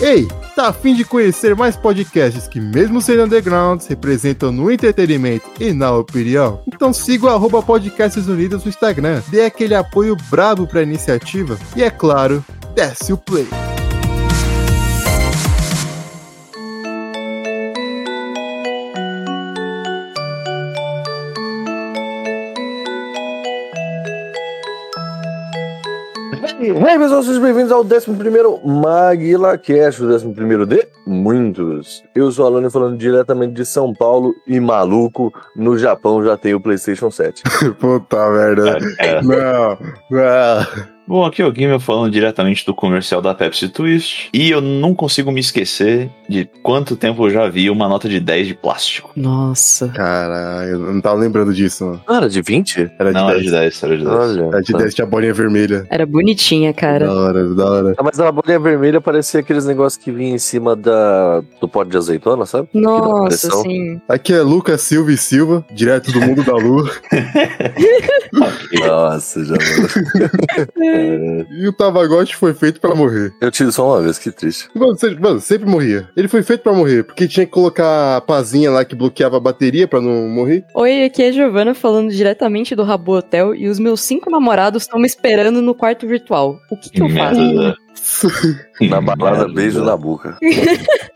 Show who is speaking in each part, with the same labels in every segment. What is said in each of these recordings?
Speaker 1: Ei, tá afim de conhecer mais podcasts que, mesmo sendo undergrounds, representam no entretenimento e na opinião? Então siga o arroba Podcasts Unidos no Instagram, dê aquele apoio brabo pra iniciativa e, é claro, desce o play.
Speaker 2: E, hey, pessoal, sejam bem-vindos ao 11º MaguilaCast, o 11º de muitos. Eu sou o Alano falando diretamente de São Paulo e maluco, no Japão já tem o Playstation 7.
Speaker 1: Puta merda. Não, não.
Speaker 3: Bom, aqui é o Gamer falando diretamente do comercial da Pepsi Twist. E eu não consigo me esquecer de quanto tempo eu já vi uma nota de 10 de plástico.
Speaker 4: Nossa.
Speaker 1: Caralho, eu não tava lembrando disso, mano.
Speaker 2: Ah, era de 20?
Speaker 1: Era de
Speaker 3: não, era
Speaker 1: 10.
Speaker 3: de 10, era de 10.
Speaker 2: Olha.
Speaker 1: Era de 10, tinha a bolinha vermelha.
Speaker 4: Era bonitinha, cara.
Speaker 1: Da hora, da hora.
Speaker 2: Ah, mas a bolha vermelha parecia aqueles negócios que vinha em cima da, do pote de azeitona, sabe? Que dá
Speaker 4: Nossa,
Speaker 2: pressão.
Speaker 4: sim.
Speaker 1: Aqui é Lucas Silva e Silva, direto do mundo da lua.
Speaker 3: Ok.
Speaker 2: Nossa, já É.
Speaker 1: E o Tamagotchi foi feito pra morrer.
Speaker 2: Eu tive só uma vez, que triste.
Speaker 1: Mano, você- mano, sempre morria. Ele foi feito pra morrer, porque tinha que colocar a pazinha lá que bloqueava a bateria pra não morrer.
Speaker 4: Oi, aqui é a Giovana falando diretamente do Rabo Hotel e os meus cinco namorados estão me esperando no quarto virtual. O que, que
Speaker 3: Que
Speaker 4: eu faço?
Speaker 3: merda. né? Que
Speaker 2: Na balada,
Speaker 3: merda.
Speaker 2: beijo na boca.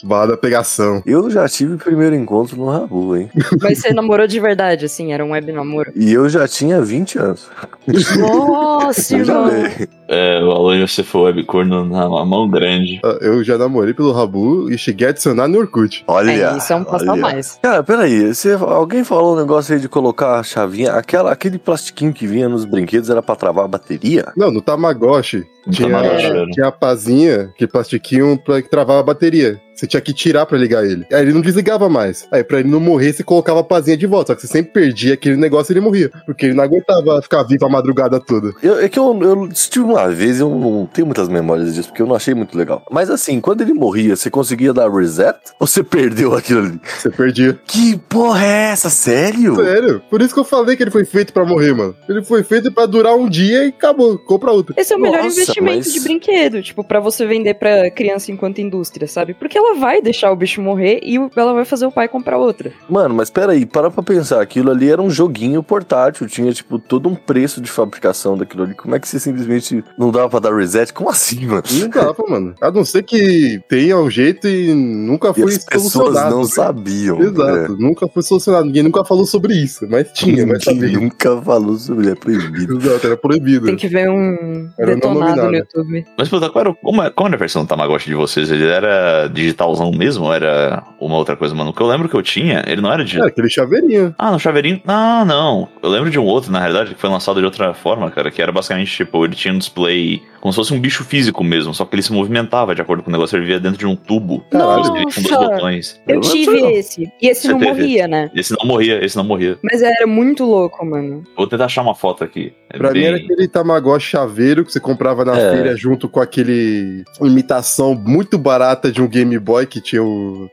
Speaker 1: Vá da pegação.
Speaker 2: Eu já tive primeiro encontro no Rabu, hein?
Speaker 4: Mas você namorou de verdade, assim, era um web namoro.
Speaker 2: E eu já tinha 20 anos.
Speaker 4: Nossa,
Speaker 2: Eu já
Speaker 4: irmão.
Speaker 2: dei.
Speaker 3: É, o Alan, você foi webcorno na na mão grande.
Speaker 1: Ah, Eu já namorei pelo Rabu e cheguei a adicionar no Orkut.
Speaker 2: Olha.
Speaker 4: É, isso é um passo a
Speaker 2: olha.
Speaker 4: mais.
Speaker 2: Cara, peraí, você, alguém falou um negócio aí de colocar a chavinha, aquela, aquele plastiquinho que vinha nos brinquedos era pra travar a bateria?
Speaker 1: Não, no Tamagotchi
Speaker 3: No
Speaker 1: tinha,
Speaker 3: Tamagotchi, era.
Speaker 1: tinha a pazinha, que plastiquinho pra, que travava a bateria. Você tinha que tirar pra ligar ele. Aí ele não desligava mais. Aí pra ele não morrer, você colocava a pazinha de volta. Só que você sempre perdia aquele negócio e ele morria. Porque ele não aguentava ficar vivo a madrugada toda.
Speaker 2: Eu- é que eu, eu assisti uma vez eu não tenho muitas memórias disso, porque eu não achei muito legal. Mas assim, quando ele morria, você conseguia dar reset? Ou você perdeu aquilo ali?
Speaker 1: Você perdia.
Speaker 2: Que porra é essa? Sério?
Speaker 1: Sério? Por isso que eu falei que ele foi feito pra morrer, mano. Ele foi feito pra durar um dia e acabou. Compra outro.
Speaker 4: Esse é o melhor
Speaker 2: Nossa,
Speaker 4: investimento
Speaker 2: mas-
Speaker 4: de brinquedo, tipo, pra você vender pra criança enquanto indústria, sabe? Porque ela vai deixar o bicho morrer e o- ela vai fazer o pai comprar outra.
Speaker 2: Mano, mas peraí, para pra pensar, aquilo ali era um joguinho portátil, tinha tipo todo um preço de fabricação daquilo ali. Como é que você simplesmente não dava pra dar reset? Como assim, mano?
Speaker 1: Não dava, um mano. A não ser que tenha um jeito e nunca
Speaker 2: E
Speaker 1: foi
Speaker 2: as pessoas
Speaker 1: solucionado.
Speaker 2: não sabiam. né?
Speaker 1: Exato, nunca foi solucionado. Ninguém nunca falou sobre isso, mas tinha, mas
Speaker 2: Ninguém um
Speaker 1: sabia.
Speaker 2: nunca falou sobre é proibido.
Speaker 1: Exato, era proibido.
Speaker 4: Tem que ver um
Speaker 1: Era o nome
Speaker 4: detonado
Speaker 1: nada.
Speaker 4: no YouTube.
Speaker 3: Mas, puta, qual, era, como, é- qual era a versão do Tamagotchi de vocês? Ele era digitalzão mesmo ou era uma outra coisa, mano? O que eu lembro que eu tinha, ele não era digital.
Speaker 1: Era aquele chaveirinho.
Speaker 3: Ah, no chaveirinho? Ah, não. Eu lembro de um outro, na realidade, que foi lançado de outra forma, cara, que era basicamente, tipo, ele tinha um display como se fosse um bicho físico mesmo, só que ele se movimentava de acordo com o negócio, ele vivia dentro de um tubo.
Speaker 1: Caralho.
Speaker 3: com dois- com dois
Speaker 4: Nossa.
Speaker 3: botões.
Speaker 4: Eu
Speaker 2: Eu não
Speaker 4: tive
Speaker 2: sei não.
Speaker 1: tá?
Speaker 4: esse. E esse
Speaker 3: Você
Speaker 4: não
Speaker 3: teve?
Speaker 4: morria, né?
Speaker 3: Esse não morria, esse não morria.
Speaker 4: Mas era muito louco, mano.
Speaker 3: Vou tentar achar uma foto aqui. É
Speaker 1: Pra mim
Speaker 3: bem-
Speaker 1: era aquele tamagotchi chaveiro que você comprava na
Speaker 2: É.
Speaker 1: feira junto com aquele imitação muito barata de um Game Boy que tinha o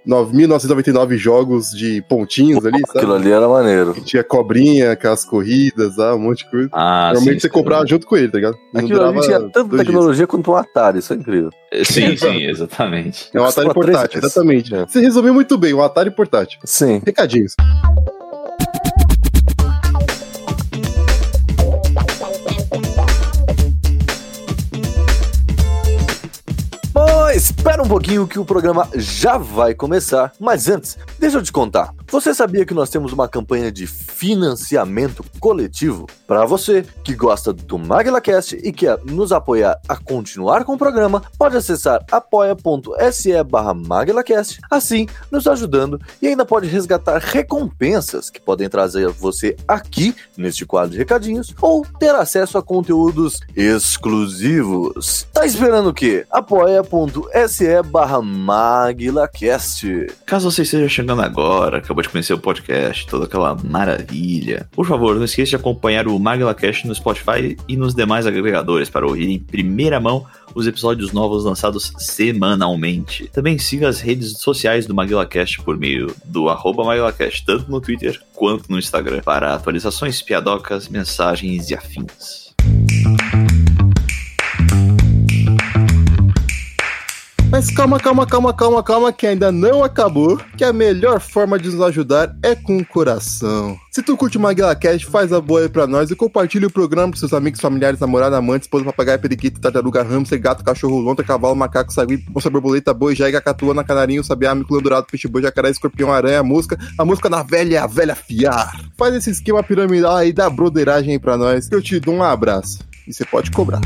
Speaker 1: 9.999 jogos de pontinhos ali,
Speaker 2: Aquilo
Speaker 1: sabe?
Speaker 2: ali era maneiro.
Speaker 1: Que tinha cobrinha, aquelas corridas, lá, um monte de coisa.
Speaker 3: Ah,
Speaker 1: Normalmente
Speaker 3: sim,
Speaker 1: você
Speaker 3: sim.
Speaker 1: comprava junto com ele, tá ligado? Não
Speaker 2: Aquilo ali
Speaker 1: durava
Speaker 2: tinha tanta
Speaker 1: dois dias.
Speaker 2: tecnologia quanto um Atari, isso é incrível.
Speaker 3: É, Sim, sim, exatamente.
Speaker 1: É um Atari
Speaker 2: Custava três
Speaker 1: portátil,
Speaker 2: vezes.
Speaker 1: exatamente.
Speaker 2: É.
Speaker 1: Você resumiu muito bem, um Atari portátil.
Speaker 2: Sim.
Speaker 1: Recadinhos.
Speaker 2: Bom, espera um pouquinho que o programa já vai começar. Mas antes, deixa eu te contar. Você sabia que nós temos uma campanha de financiamento coletivo? Para você que gosta do MaglaCast e quer nos apoiar a continuar com o programa, pode acessar apoia.se barra MaglaCast, assim nos ajudando e ainda pode resgatar recompensas que podem trazer você aqui neste quadro de recadinhos ou ter acesso a conteúdos exclusivos. Tá esperando o quê? apoia.se barra MaguilaCast.
Speaker 3: Caso você esteja chegando agora, acabou de conhecer o podcast, toda aquela maravilha, por favor, não esqueça de acompanhar o MaglaCast no Spotify e nos demais agregadores para ouvir em primeira mão os episódios novos lançados semanalmente. Também siga as redes sociais do MaglaCast por meio do arroba MaglaCast, tanto no Twitter quanto no Instagram, para atualizações, piadocas, mensagens e afins.
Speaker 1: É Mas calma, calma, calma, calma, calma, que ainda não acabou. Que a melhor forma de nos ajudar é com o coração. Se tu curte o Maguila Cash, faz a boa aí pra nós e compartilha o programa pros seus amigos, familiares, namorada, amante, esposa, papagaio, periquito, tartaruga, hamster, gato, cachorro, lontra, cavalo, macaco, sagui, onça, borboleta, boi, jaga, catuana, canarinho, sabiá, miculão dourado, peixe boi, jacaré, escorpião, aranha, mosca, a mosca na velha, é a velha fiar. Faz esse esquema piramidal aí da broderagem aí pra nós, que eu te dou um abraço. E você pode cobrar.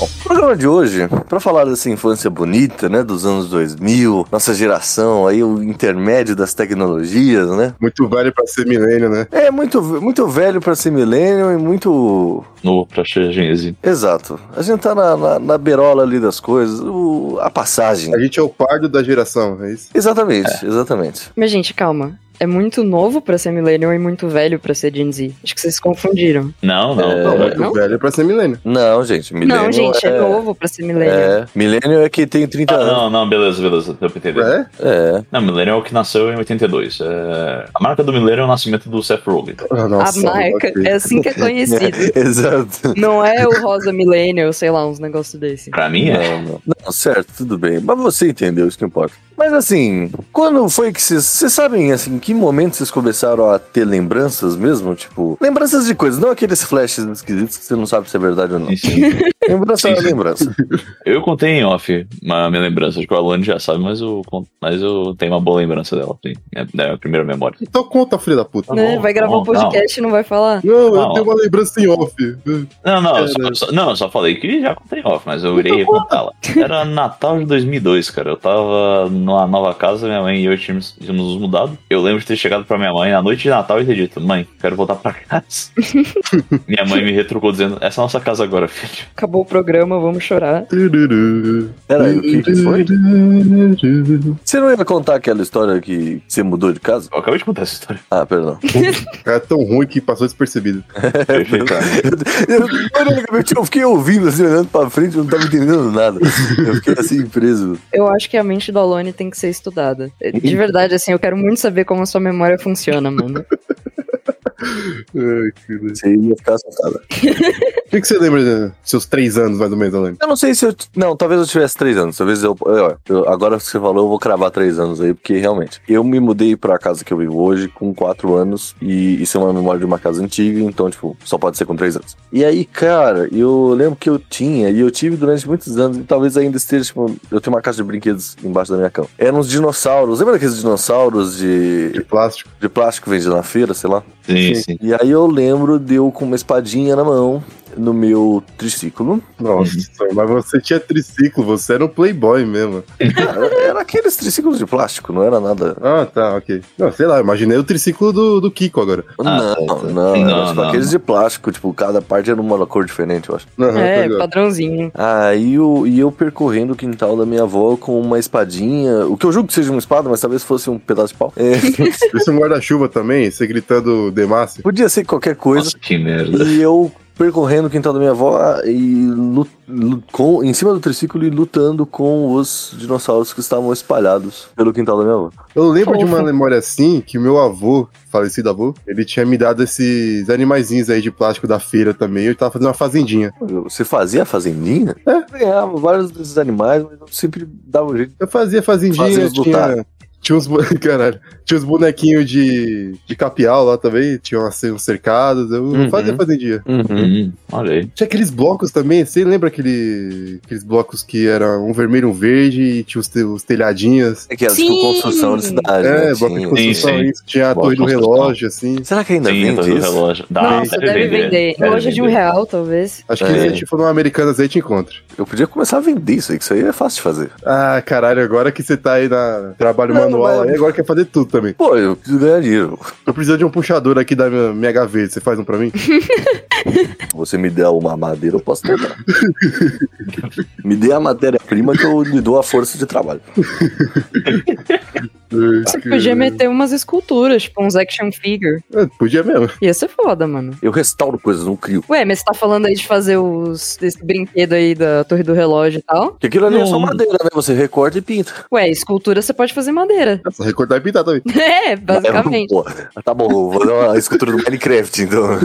Speaker 2: O programa de hoje, pra falar dessa infância bonita, né, dos anos 2000, nossa geração, aí o intermédio das tecnologias, né?
Speaker 1: Muito velho pra ser milênio, né?
Speaker 2: É muito, muito velho pra ser milênio e muito
Speaker 3: No pra Gênese.
Speaker 2: Exato. A gente tá na, na, na berola ali das coisas, o- a passagem.
Speaker 1: A gente é o pardo da geração, é isso?
Speaker 2: Exatamente, exatamente.
Speaker 4: Mas, gente, calma. É muito novo pra ser millennial e muito velho pra ser Gen Z. Acho que vocês se confundiram.
Speaker 3: Não, não.
Speaker 1: Não,
Speaker 3: não.
Speaker 1: É, muito
Speaker 4: não?
Speaker 1: velho pra ser milênio.
Speaker 2: Não, gente, milênio
Speaker 4: Não, gente, é...
Speaker 2: é
Speaker 4: novo pra ser millennial.
Speaker 2: É, milênio é que tem 30
Speaker 3: Ah,
Speaker 2: anos.
Speaker 3: não, não, beleza, beleza, deu pra entender.
Speaker 1: É?
Speaker 2: É.
Speaker 3: Não, Millennial é o que nasceu em 82. É... A marca do Millennial é o nascimento do Seth Rogen.
Speaker 1: Ah,
Speaker 4: a marca
Speaker 1: ok.
Speaker 4: é assim que é conhecido.
Speaker 2: Exato.
Speaker 4: Não é o rosa millennial, sei lá, uns negócios desse.
Speaker 3: Pra mim
Speaker 2: Não,
Speaker 3: é.
Speaker 2: não. Não, certo, tudo bem. Mas você entendeu isso que importa. Mas assim, quando foi que vocês. Vocês sabem, assim, em que momento vocês começaram a ter lembranças mesmo? Tipo, lembranças de coisas, não aqueles flashes esquisitos que você não sabe se é verdade ou não. Lembrança
Speaker 3: Sim,
Speaker 2: é
Speaker 3: sim.
Speaker 2: lembrança.
Speaker 3: Eu contei em off uma minha lembrança. Acho que o Alan já sabe, mas eu, con- mas eu tenho uma boa lembrança dela. Sim. É da minha primeira memória.
Speaker 1: Então conta, filho da puta.
Speaker 3: Tá
Speaker 4: né?
Speaker 3: bom,
Speaker 4: Vai
Speaker 3: tá
Speaker 4: gravar
Speaker 3: bom,
Speaker 4: um podcast e não vai falar.
Speaker 1: Não, eu
Speaker 3: Não.
Speaker 1: tenho uma lembrança em off.
Speaker 3: Não, não, eu
Speaker 1: Caramba.
Speaker 3: só, só- não, eu só falei que já contei em off, mas eu irei recontá-la. Era Natal de 2002, cara. Eu tava numa nova casa, minha mãe e eu tínhamos, tínhamos nos mudado. Eu lembro de ter chegado pra minha mãe na noite de Natal e ter dito: Mãe, quero voltar pra casa. minha mãe me retrucou dizendo: Essa é a nossa casa agora, filho.
Speaker 4: Acabou o programa, vamos chorar.
Speaker 2: Peraí, o que, que foi? Você não ia contar aquela história que você mudou de casa?
Speaker 3: Eu acabei de contar essa história.
Speaker 2: Ah, perdão.
Speaker 1: É tão ruim que passou despercebido.
Speaker 2: É Eu, ironicamente, eu fiquei ouvindo, assim, olhando pra frente, eu não tava entendendo nada. Eu fiquei assim, preso.
Speaker 4: Eu acho que a mente do Alone tem que ser estudada. De verdade, assim, eu quero muito saber como a sua memória funciona, mano.
Speaker 1: Ai, que beleza.
Speaker 2: Você ia ficar assustado.
Speaker 1: O que, que você lembra dos seus três anos, mais ou menos, Alan?
Speaker 2: Eu não sei se eu. t- Não, talvez eu tivesse três anos. Talvez eu. eu- eu- agora que você falou, eu vou cravar três anos aí, porque realmente. Eu me mudei pra casa que eu vivo hoje com quatro anos. E isso é uma memória de uma casa antiga, então, tipo, só pode ser com três anos. E aí, cara, eu lembro que eu tinha, e eu tive durante muitos anos, e talvez ainda esteja, tipo, eu tenho uma caixa de brinquedos embaixo da minha cama. Eram uns dinossauros. Lembra daqueles dinossauros
Speaker 1: De
Speaker 2: de,
Speaker 1: plástico.
Speaker 2: de plástico vendidos na feira, sei lá?
Speaker 3: Sim, sim.
Speaker 2: E aí eu lembro de eu com uma espadinha na mão, no meu triciclo.
Speaker 1: Nossa,
Speaker 2: Uhum.
Speaker 1: mas você tinha triciclo, você era um playboy mesmo.
Speaker 2: Cara, era aqueles triciclos de plástico, não era nada.
Speaker 1: Ah, tá, ok. Não, sei lá, eu imaginei o triciclo do, do Kiko agora.
Speaker 3: Ah,
Speaker 2: não,
Speaker 1: tá.
Speaker 2: não, era
Speaker 3: Não,
Speaker 2: tipo
Speaker 3: não,
Speaker 2: aqueles
Speaker 3: não.
Speaker 2: de plástico, tipo, cada parte era uma cor diferente, eu acho.
Speaker 3: Ah,
Speaker 1: Aham,
Speaker 3: tá
Speaker 4: É,
Speaker 1: tô ligado.
Speaker 4: padrãozinho.
Speaker 2: Aí eu, e eu percorrendo o quintal da minha avó com uma espadinha, o que eu julgo que seja uma espada, mas talvez fosse um pedaço de pau. É,
Speaker 1: Esse é um guarda-chuva também, você gritando Demace.
Speaker 2: podia ser qualquer coisa.
Speaker 3: Nossa, que merda.
Speaker 2: E eu percorrendo o quintal da minha avó e lu- lu- com, em cima do triciclo e lutando com os dinossauros que estavam espalhados pelo quintal da minha avó.
Speaker 1: Eu lembro de
Speaker 4: Fofo.
Speaker 1: uma memória assim que o meu avô, falecido avô, ele tinha me dado esses animaizinhos aí de plástico da feira também. Eu tava fazendo uma fazendinha.
Speaker 2: Você fazia a fazendinha? É. Eu ganhava vários desses animais, mas eu sempre dava um jeito.
Speaker 1: Eu fazia
Speaker 2: Fazia
Speaker 1: fazendinha,
Speaker 2: os
Speaker 1: tinha,
Speaker 2: lutar.
Speaker 1: tinha uns bo- caralho, tinha uns bonequinhos de, de capial lá também, tinha umas- uns cercados, eu
Speaker 2: Uhum.
Speaker 1: fazia fazendinha.
Speaker 3: Hum, olha aí.
Speaker 1: Tinha aqueles blocos também, você lembra aquele, aqueles blocos que era um vermelho e um verde e tinha os, te- os telhadinhos?
Speaker 2: É que era
Speaker 4: Sim.
Speaker 2: tipo construção de cidade.
Speaker 1: é,
Speaker 2: né?
Speaker 1: bloco de
Speaker 2: Tinha.
Speaker 1: construção,
Speaker 3: sim.
Speaker 1: isso. Tinha a
Speaker 3: Bloco
Speaker 1: torre
Speaker 3: de
Speaker 1: do
Speaker 3: construção.
Speaker 1: relógio, assim.
Speaker 2: Será que ainda
Speaker 3: Sim, tá
Speaker 2: vende
Speaker 3: do
Speaker 2: isso?
Speaker 3: relógio. Dá,
Speaker 4: Nossa, deve vender.
Speaker 3: deve
Speaker 4: Loja de um
Speaker 3: vender.
Speaker 4: real,
Speaker 3: Tá
Speaker 4: talvez.
Speaker 1: Acho
Speaker 2: É.
Speaker 1: que se a gente for numa Americanas aí, te encontra.
Speaker 2: Eu podia começar a vender isso aí, que isso aí é fácil de fazer.
Speaker 1: Ah, caralho, agora que você tá aí na trabalho
Speaker 2: Não,
Speaker 1: manual,
Speaker 2: vai-
Speaker 1: aí agora quer fazer tudo também.
Speaker 2: Pô, eu preciso ganhar dinheiro.
Speaker 1: Eu preciso de um puxador aqui da minha, minha gaveta, você faz um pra mim?
Speaker 2: Você me der uma madeira, eu posso tentar. me dê a matéria-prima que eu lhe dou a força de trabalho.
Speaker 4: Você podia meter umas esculturas, tipo uns action figure.
Speaker 1: É, podia mesmo.
Speaker 4: Ia ser foda, mano.
Speaker 2: Eu restauro coisas, não crio.
Speaker 4: Ué, mas você tá falando aí de fazer os esse brinquedo aí da torre do relógio e tal?
Speaker 2: Porque aquilo ali é só
Speaker 3: Não.
Speaker 2: madeira, né? Você recorta e pinta.
Speaker 4: Ué, escultura você pode fazer em madeira.
Speaker 1: É só recortar e pintar também.
Speaker 4: É, basicamente.
Speaker 2: Pô, tá bom, eu vou fazer uma escultura do Minecraft, então.
Speaker 3: É,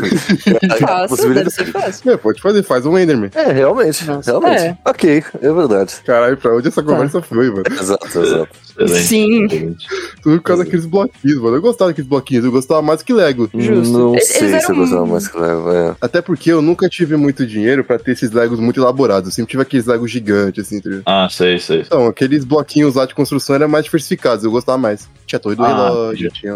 Speaker 2: A
Speaker 4: Fácil, deve
Speaker 2: possibilidade-
Speaker 4: ser fácil.
Speaker 1: É, pode fazer, faz um Enderman.
Speaker 2: É, realmente.
Speaker 4: Nossa,
Speaker 2: realmente.
Speaker 4: é.
Speaker 2: Ok, é verdade.
Speaker 1: Caralho, pra onde essa conversa foi, mano?
Speaker 2: Exato, exato.
Speaker 3: Excelente,
Speaker 4: Sim.
Speaker 3: excelente.
Speaker 1: Tudo por causa daqueles bloquinhos, mano. Eu gostava daqueles bloquinhos, eu gostava mais que Lego.
Speaker 4: Justo.
Speaker 2: Não
Speaker 4: Eles
Speaker 2: sei se eu
Speaker 4: eram-
Speaker 2: gostava mais que leva.
Speaker 1: Até porque eu nunca tive muito dinheiro pra ter esses Legos muito elaborados. Eu sempre tive aqueles Legos gigantes, assim, entendeu?
Speaker 3: Ah, sei, sei.
Speaker 1: Então, aqueles bloquinhos lá de construção eram mais diversificados, eu gostava mais. Tinha a torre do
Speaker 3: Ah,
Speaker 1: relógio, tinha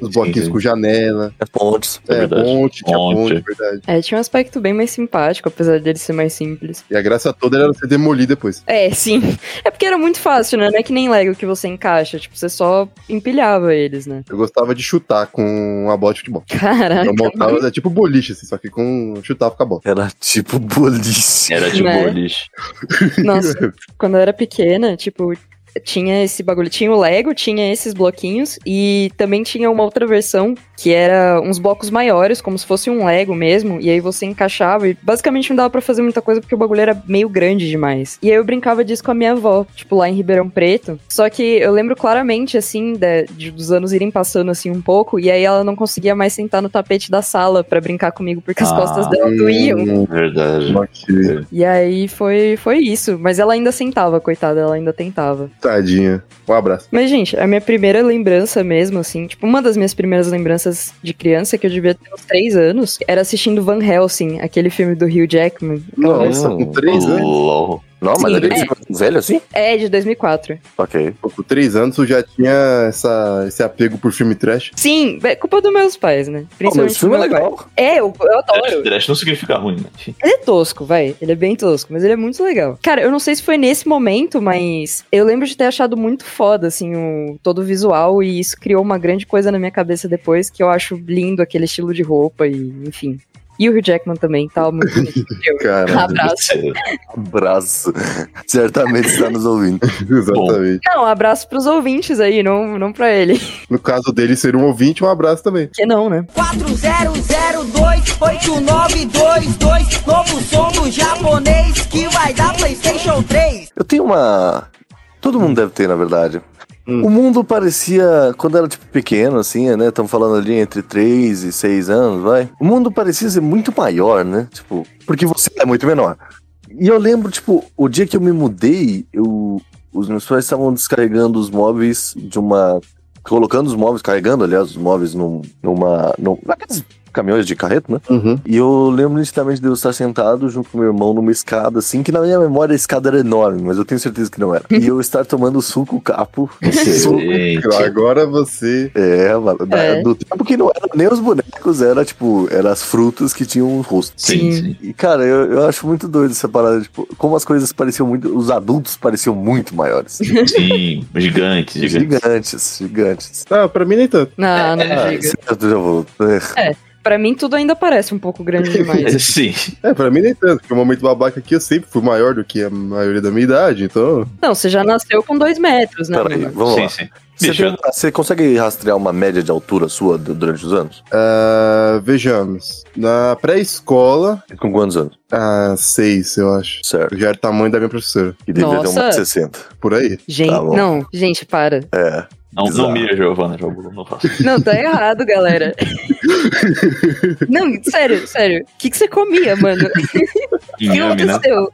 Speaker 1: os bloquinhos com janela,
Speaker 2: É pontes.
Speaker 3: É
Speaker 1: é,
Speaker 3: verdade.
Speaker 1: ponte, tinha ponte,
Speaker 3: Ponte.
Speaker 1: é verdade.
Speaker 4: É, tinha um aspecto bem mais simpático, apesar dele ser mais simples.
Speaker 1: E a graça toda era você demolir depois.
Speaker 4: É, sim. É porque era muito fácil, né? Não é que nem Lego que você encaixa, tipo, você só empilhava eles, né?
Speaker 1: Eu gostava de chutar com a bola de futebol.
Speaker 4: Caraca.
Speaker 1: Eu montava, é tipo boliche, assim, só que com chutava com a bola.
Speaker 2: Era tipo boliche.
Speaker 3: Era tipo
Speaker 4: Né?
Speaker 3: boliche.
Speaker 4: Nossa, quando eu era pequena, tipo, tinha esse bagulho, tinha o Lego, tinha esses bloquinhos e também tinha uma outra versão que era uns blocos maiores, como se fosse um Lego mesmo, e aí você encaixava e basicamente não dava pra fazer muita coisa porque o bagulho era meio grande demais. E aí eu brincava disso com a minha avó, tipo, lá em Ribeirão Preto. Só que eu lembro claramente assim da- de- dos anos irem passando assim um pouco e aí ela não conseguia mais sentar no tapete da sala pra brincar comigo porque as
Speaker 3: Ah.
Speaker 4: costas dela doíam.
Speaker 1: Hum,
Speaker 3: Verdade.
Speaker 1: ok.
Speaker 4: E aí foi, foi isso. Mas ela ainda sentava, coitada, ela ainda tentava.
Speaker 1: Tadinha. Um abraço.
Speaker 4: Mas, gente, a minha primeira lembrança mesmo, assim, tipo, uma das minhas primeiras lembranças de criança, que eu devia ter uns três anos, era assistindo Van Helsing, aquele filme do Hugh Jackman.
Speaker 1: Nossa,
Speaker 2: Hum.
Speaker 1: com três anos.
Speaker 3: LOL.
Speaker 2: Não, mas
Speaker 4: Sim,
Speaker 2: ele
Speaker 4: é.
Speaker 2: é velho assim?
Speaker 4: É, de 2004.
Speaker 2: Ok.
Speaker 1: Pô, Com três anos eu já tinha essa, esse apego por filme trash.
Speaker 4: Sim, é culpa dos meus pais, né?
Speaker 2: Pô, mas
Speaker 4: Principalmente
Speaker 2: esse filme é
Speaker 4: do meu pai.
Speaker 2: legal.
Speaker 4: É, eu, eu adoro.
Speaker 3: Trash, trash não significa ruim, né? Enfim.
Speaker 4: Ele é tosco, vai. Ele é bem tosco, mas ele é muito legal. Cara, eu não sei se foi nesse momento, mas eu lembro de ter achado muito foda, assim, o, todo o visual, e isso criou uma grande coisa na minha cabeça depois, que eu acho lindo aquele estilo de roupa e, enfim. E o Hugh Jackman também, tá muito bonito. Um
Speaker 1: Cara,
Speaker 4: abraço.
Speaker 2: um Abraço. Certamente está nos ouvindo.
Speaker 1: exatamente.
Speaker 4: Não, um abraço pros ouvintes aí, não, não pra ele.
Speaker 1: No caso dele ser um ouvinte, um abraço também.
Speaker 4: Que não, né?
Speaker 5: 40028922 Novo som do japonês que vai dar Playstation 3
Speaker 2: Eu tenho uma. Todo mundo deve ter, na verdade.
Speaker 1: Hum.
Speaker 2: O mundo parecia, quando era tipo pequeno, assim, né? Estamos falando ali entre 3 e 6 anos, vai. O mundo parecia ser muito maior, né? Tipo, porque você é muito menor. E eu lembro, tipo, o dia que eu me mudei, eu, os meus pais estavam descarregando os móveis de uma. Colocando os móveis, carregando, aliás, os móveis num, numa. Num, naqueles caminhões de carreto, né?
Speaker 1: Uhum.
Speaker 2: E eu lembro nitidamente de eu estar sentado junto com meu irmão numa escada, assim, que na minha memória a escada era enorme, mas eu tenho certeza que não era. E eu estar tomando suco capo.
Speaker 3: Gente.
Speaker 1: Agora você.
Speaker 2: É, mano, da-
Speaker 4: É.
Speaker 2: do tempo que não era nem os bonecos, era tipo, era as frutas que tinham um rosto.
Speaker 3: Sim,
Speaker 4: Sim.
Speaker 3: sim.
Speaker 2: E, cara, eu, eu acho muito doido essa parada, tipo, como as coisas pareciam muito. Os adultos pareciam muito maiores.
Speaker 3: Sim. Gigante, É gigante.
Speaker 2: gigantes, gigantes.
Speaker 1: Ah, pra mim nem tanto.
Speaker 4: Não, não
Speaker 2: Ah,
Speaker 4: diga.
Speaker 2: certo, já vou. É,
Speaker 4: Pra mim tudo ainda parece um pouco grande demais.
Speaker 3: Sim.
Speaker 1: É, pra mim nem tanto, porque o momento babaca aqui eu sempre fui maior do que a maioria da minha idade, então.
Speaker 4: Não, você já nasceu com dois metros, né?
Speaker 2: peraí,
Speaker 4: mano?
Speaker 2: vamos
Speaker 3: sim,
Speaker 2: lá.
Speaker 3: sim.
Speaker 2: Você,
Speaker 3: Bicho,
Speaker 2: tem- você consegue rastrear uma média de altura sua du- durante os anos?
Speaker 1: ah, vejamos. Na pré-escola,
Speaker 2: Com quantos anos?
Speaker 1: ah, seis, eu acho.
Speaker 2: Certo.
Speaker 1: Eu já era o tamanho da minha professora.
Speaker 2: Que devia ter um
Speaker 4: Nossa.
Speaker 2: uma 60.
Speaker 1: Por aí.
Speaker 4: Gente,
Speaker 2: Tá bom.
Speaker 4: não, gente, para.
Speaker 2: É.
Speaker 3: não,
Speaker 2: bizarro.
Speaker 3: não mira, Giovana, Giovana, não faça.
Speaker 4: Não, tá errado, galera. Não, sério, sério. O que, que você comia, mano? O que
Speaker 3: Inhame, né?
Speaker 4: aconteceu?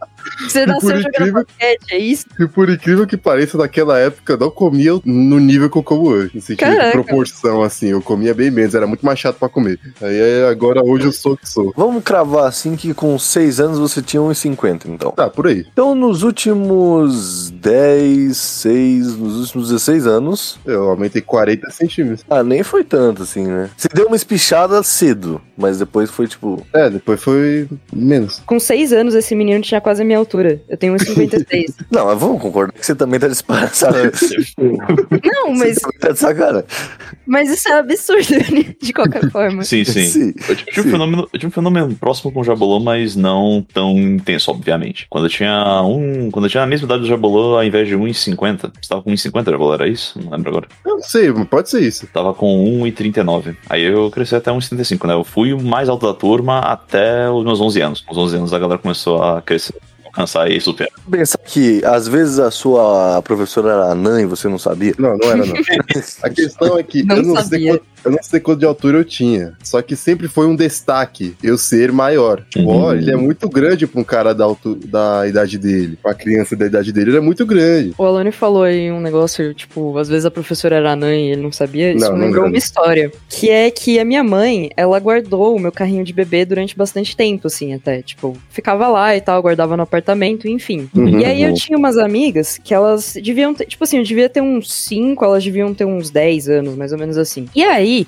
Speaker 4: Você nasceu jogando
Speaker 1: incrível-
Speaker 4: basquete, é isso?
Speaker 1: E por incrível que pareça, naquela época eu não comia no nível que eu como hoje. No sentido
Speaker 4: Caraca.
Speaker 1: de proporção, assim. Eu comia bem menos, era muito mais chato pra comer. Aí é, agora hoje eu sou o que sou.
Speaker 2: Vamos cravar assim que com 6 anos você tinha 1,50, então.
Speaker 1: Tá, por aí.
Speaker 2: Então, nos últimos 10, 6, nos últimos 16 anos.
Speaker 1: Eu aumentei 40 centímetros.
Speaker 2: Ah, nem foi tanto assim, né? Você deu uma espichada cedo. Mas depois foi tipo.
Speaker 1: É, depois foi menos.
Speaker 4: Com seis anos, esse menino tinha quase a minha altura. Eu tenho 1,56.
Speaker 2: Não, mas vamos concordar que você também tá disparado.
Speaker 4: Não, mas,
Speaker 2: Você também tá de sacanagem.
Speaker 4: mas isso é absurdo, né? de qualquer forma.
Speaker 3: Sim, sim.
Speaker 2: Sim.
Speaker 3: Eu tive, tive um
Speaker 2: Sim.
Speaker 3: fenômeno, eu tive um fenômeno próximo com o Jabolô, mas não tão intenso, obviamente. Quando eu tinha um. Quando eu tinha a mesma idade do Jabolô, ao invés de 1,50. Você tava com 1,50 Jabolô, era isso? Não lembro agora.
Speaker 1: Eu não sei, mas pode ser isso.
Speaker 3: Eu tava com 1,39. Aí eu cresci até 1,75, né? Eu fui o mais alto da turma até os meus 11 anos. Com os 11 anos a galera começou a crescer, alcançar e superar.
Speaker 2: Pensar que às vezes a sua professora era anã e você não sabia.
Speaker 1: Não, não era, não. A questão é que
Speaker 4: Não
Speaker 1: eu, não sei
Speaker 4: sabia.
Speaker 1: quanto, eu não sei quanto de altura eu tinha. Só que sempre foi um destaque eu ser maior. Tipo, ó,
Speaker 3: Uhum.
Speaker 1: ele é muito grande pra um cara da, altu- da idade dele. Pra criança da idade dele, ele é muito grande.
Speaker 4: O Alone falou aí um negócio, tipo, às vezes a professora era anã e ele não sabia. Isso
Speaker 1: Não,
Speaker 4: me
Speaker 1: não
Speaker 4: lembrou
Speaker 1: lembro.
Speaker 4: uma história. Que é que a minha mãe, ela guardou o meu carrinho de bebê durante bastante tempo, assim, até. Tipo, ficava lá e tal, guardava no apartamento, enfim.
Speaker 1: Uhum.
Speaker 4: E aí eu tinha umas amigas que elas deviam ter, tipo assim, eu devia ter uns 5, elas deviam ter uns 10 anos, mais ou menos assim. E aí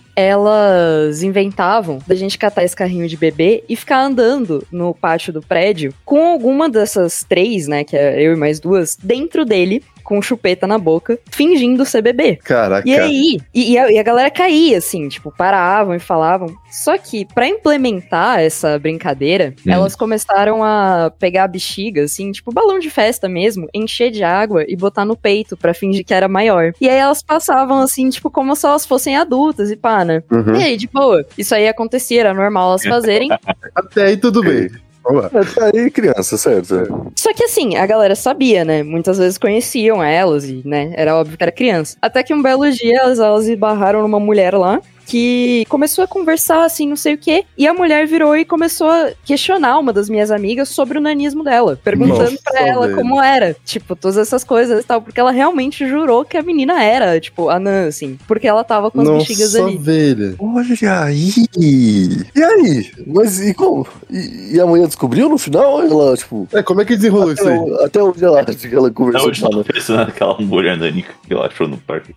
Speaker 4: elas inventavam da gente catar esse carrinho de bebê e ficar andando no pátio do prédio com alguma dessas três, né, que é eu e mais duas, dentro dele. Com chupeta na boca, fingindo ser bebê.
Speaker 1: Caraca.
Speaker 4: E aí, e, e a, e a galera caía, assim, tipo, paravam e falavam. Só que, pra implementar essa brincadeira,
Speaker 3: Hum.
Speaker 4: elas começaram a pegar a bexiga, assim, tipo, balão de festa mesmo, encher de água e botar no peito pra fingir que era maior. E aí elas passavam, assim, tipo, como se elas fossem adultas e pá, né?
Speaker 1: Uhum.
Speaker 4: E aí, de boa, isso aí acontecia, era normal elas fazerem.
Speaker 1: Até aí tudo bem. Vamos lá.
Speaker 2: Tá aí criança, certo?
Speaker 4: Só que assim, a galera sabia, né? Muitas vezes conheciam elas e, né, era óbvio que era criança. Até que um belo dia elas, elas esbarraram numa mulher lá que começou a conversar assim, não sei o quê, e a mulher virou e começou a questionar uma das minhas amigas sobre o nanismo dela, perguntando
Speaker 1: Nossa,
Speaker 4: pra ela
Speaker 1: velho.
Speaker 4: como era, tipo, todas essas coisas e tal, porque ela realmente jurou que a menina era, tipo, a Nan, assim, porque ela tava com as bexigas
Speaker 1: Nossa,
Speaker 4: ali.
Speaker 1: velho.
Speaker 2: Olha aí! E aí? Mas e como? E, e a mulher descobriu no final? Ela, tipo.
Speaker 1: É, como é que desenrolou isso
Speaker 2: Até,
Speaker 1: aí?
Speaker 2: o- até onde ela acha que ela
Speaker 3: Não,
Speaker 2: conversou
Speaker 3: eu
Speaker 2: com ela?
Speaker 3: estava pensando naquela né? mulher danica que ela achou no parque.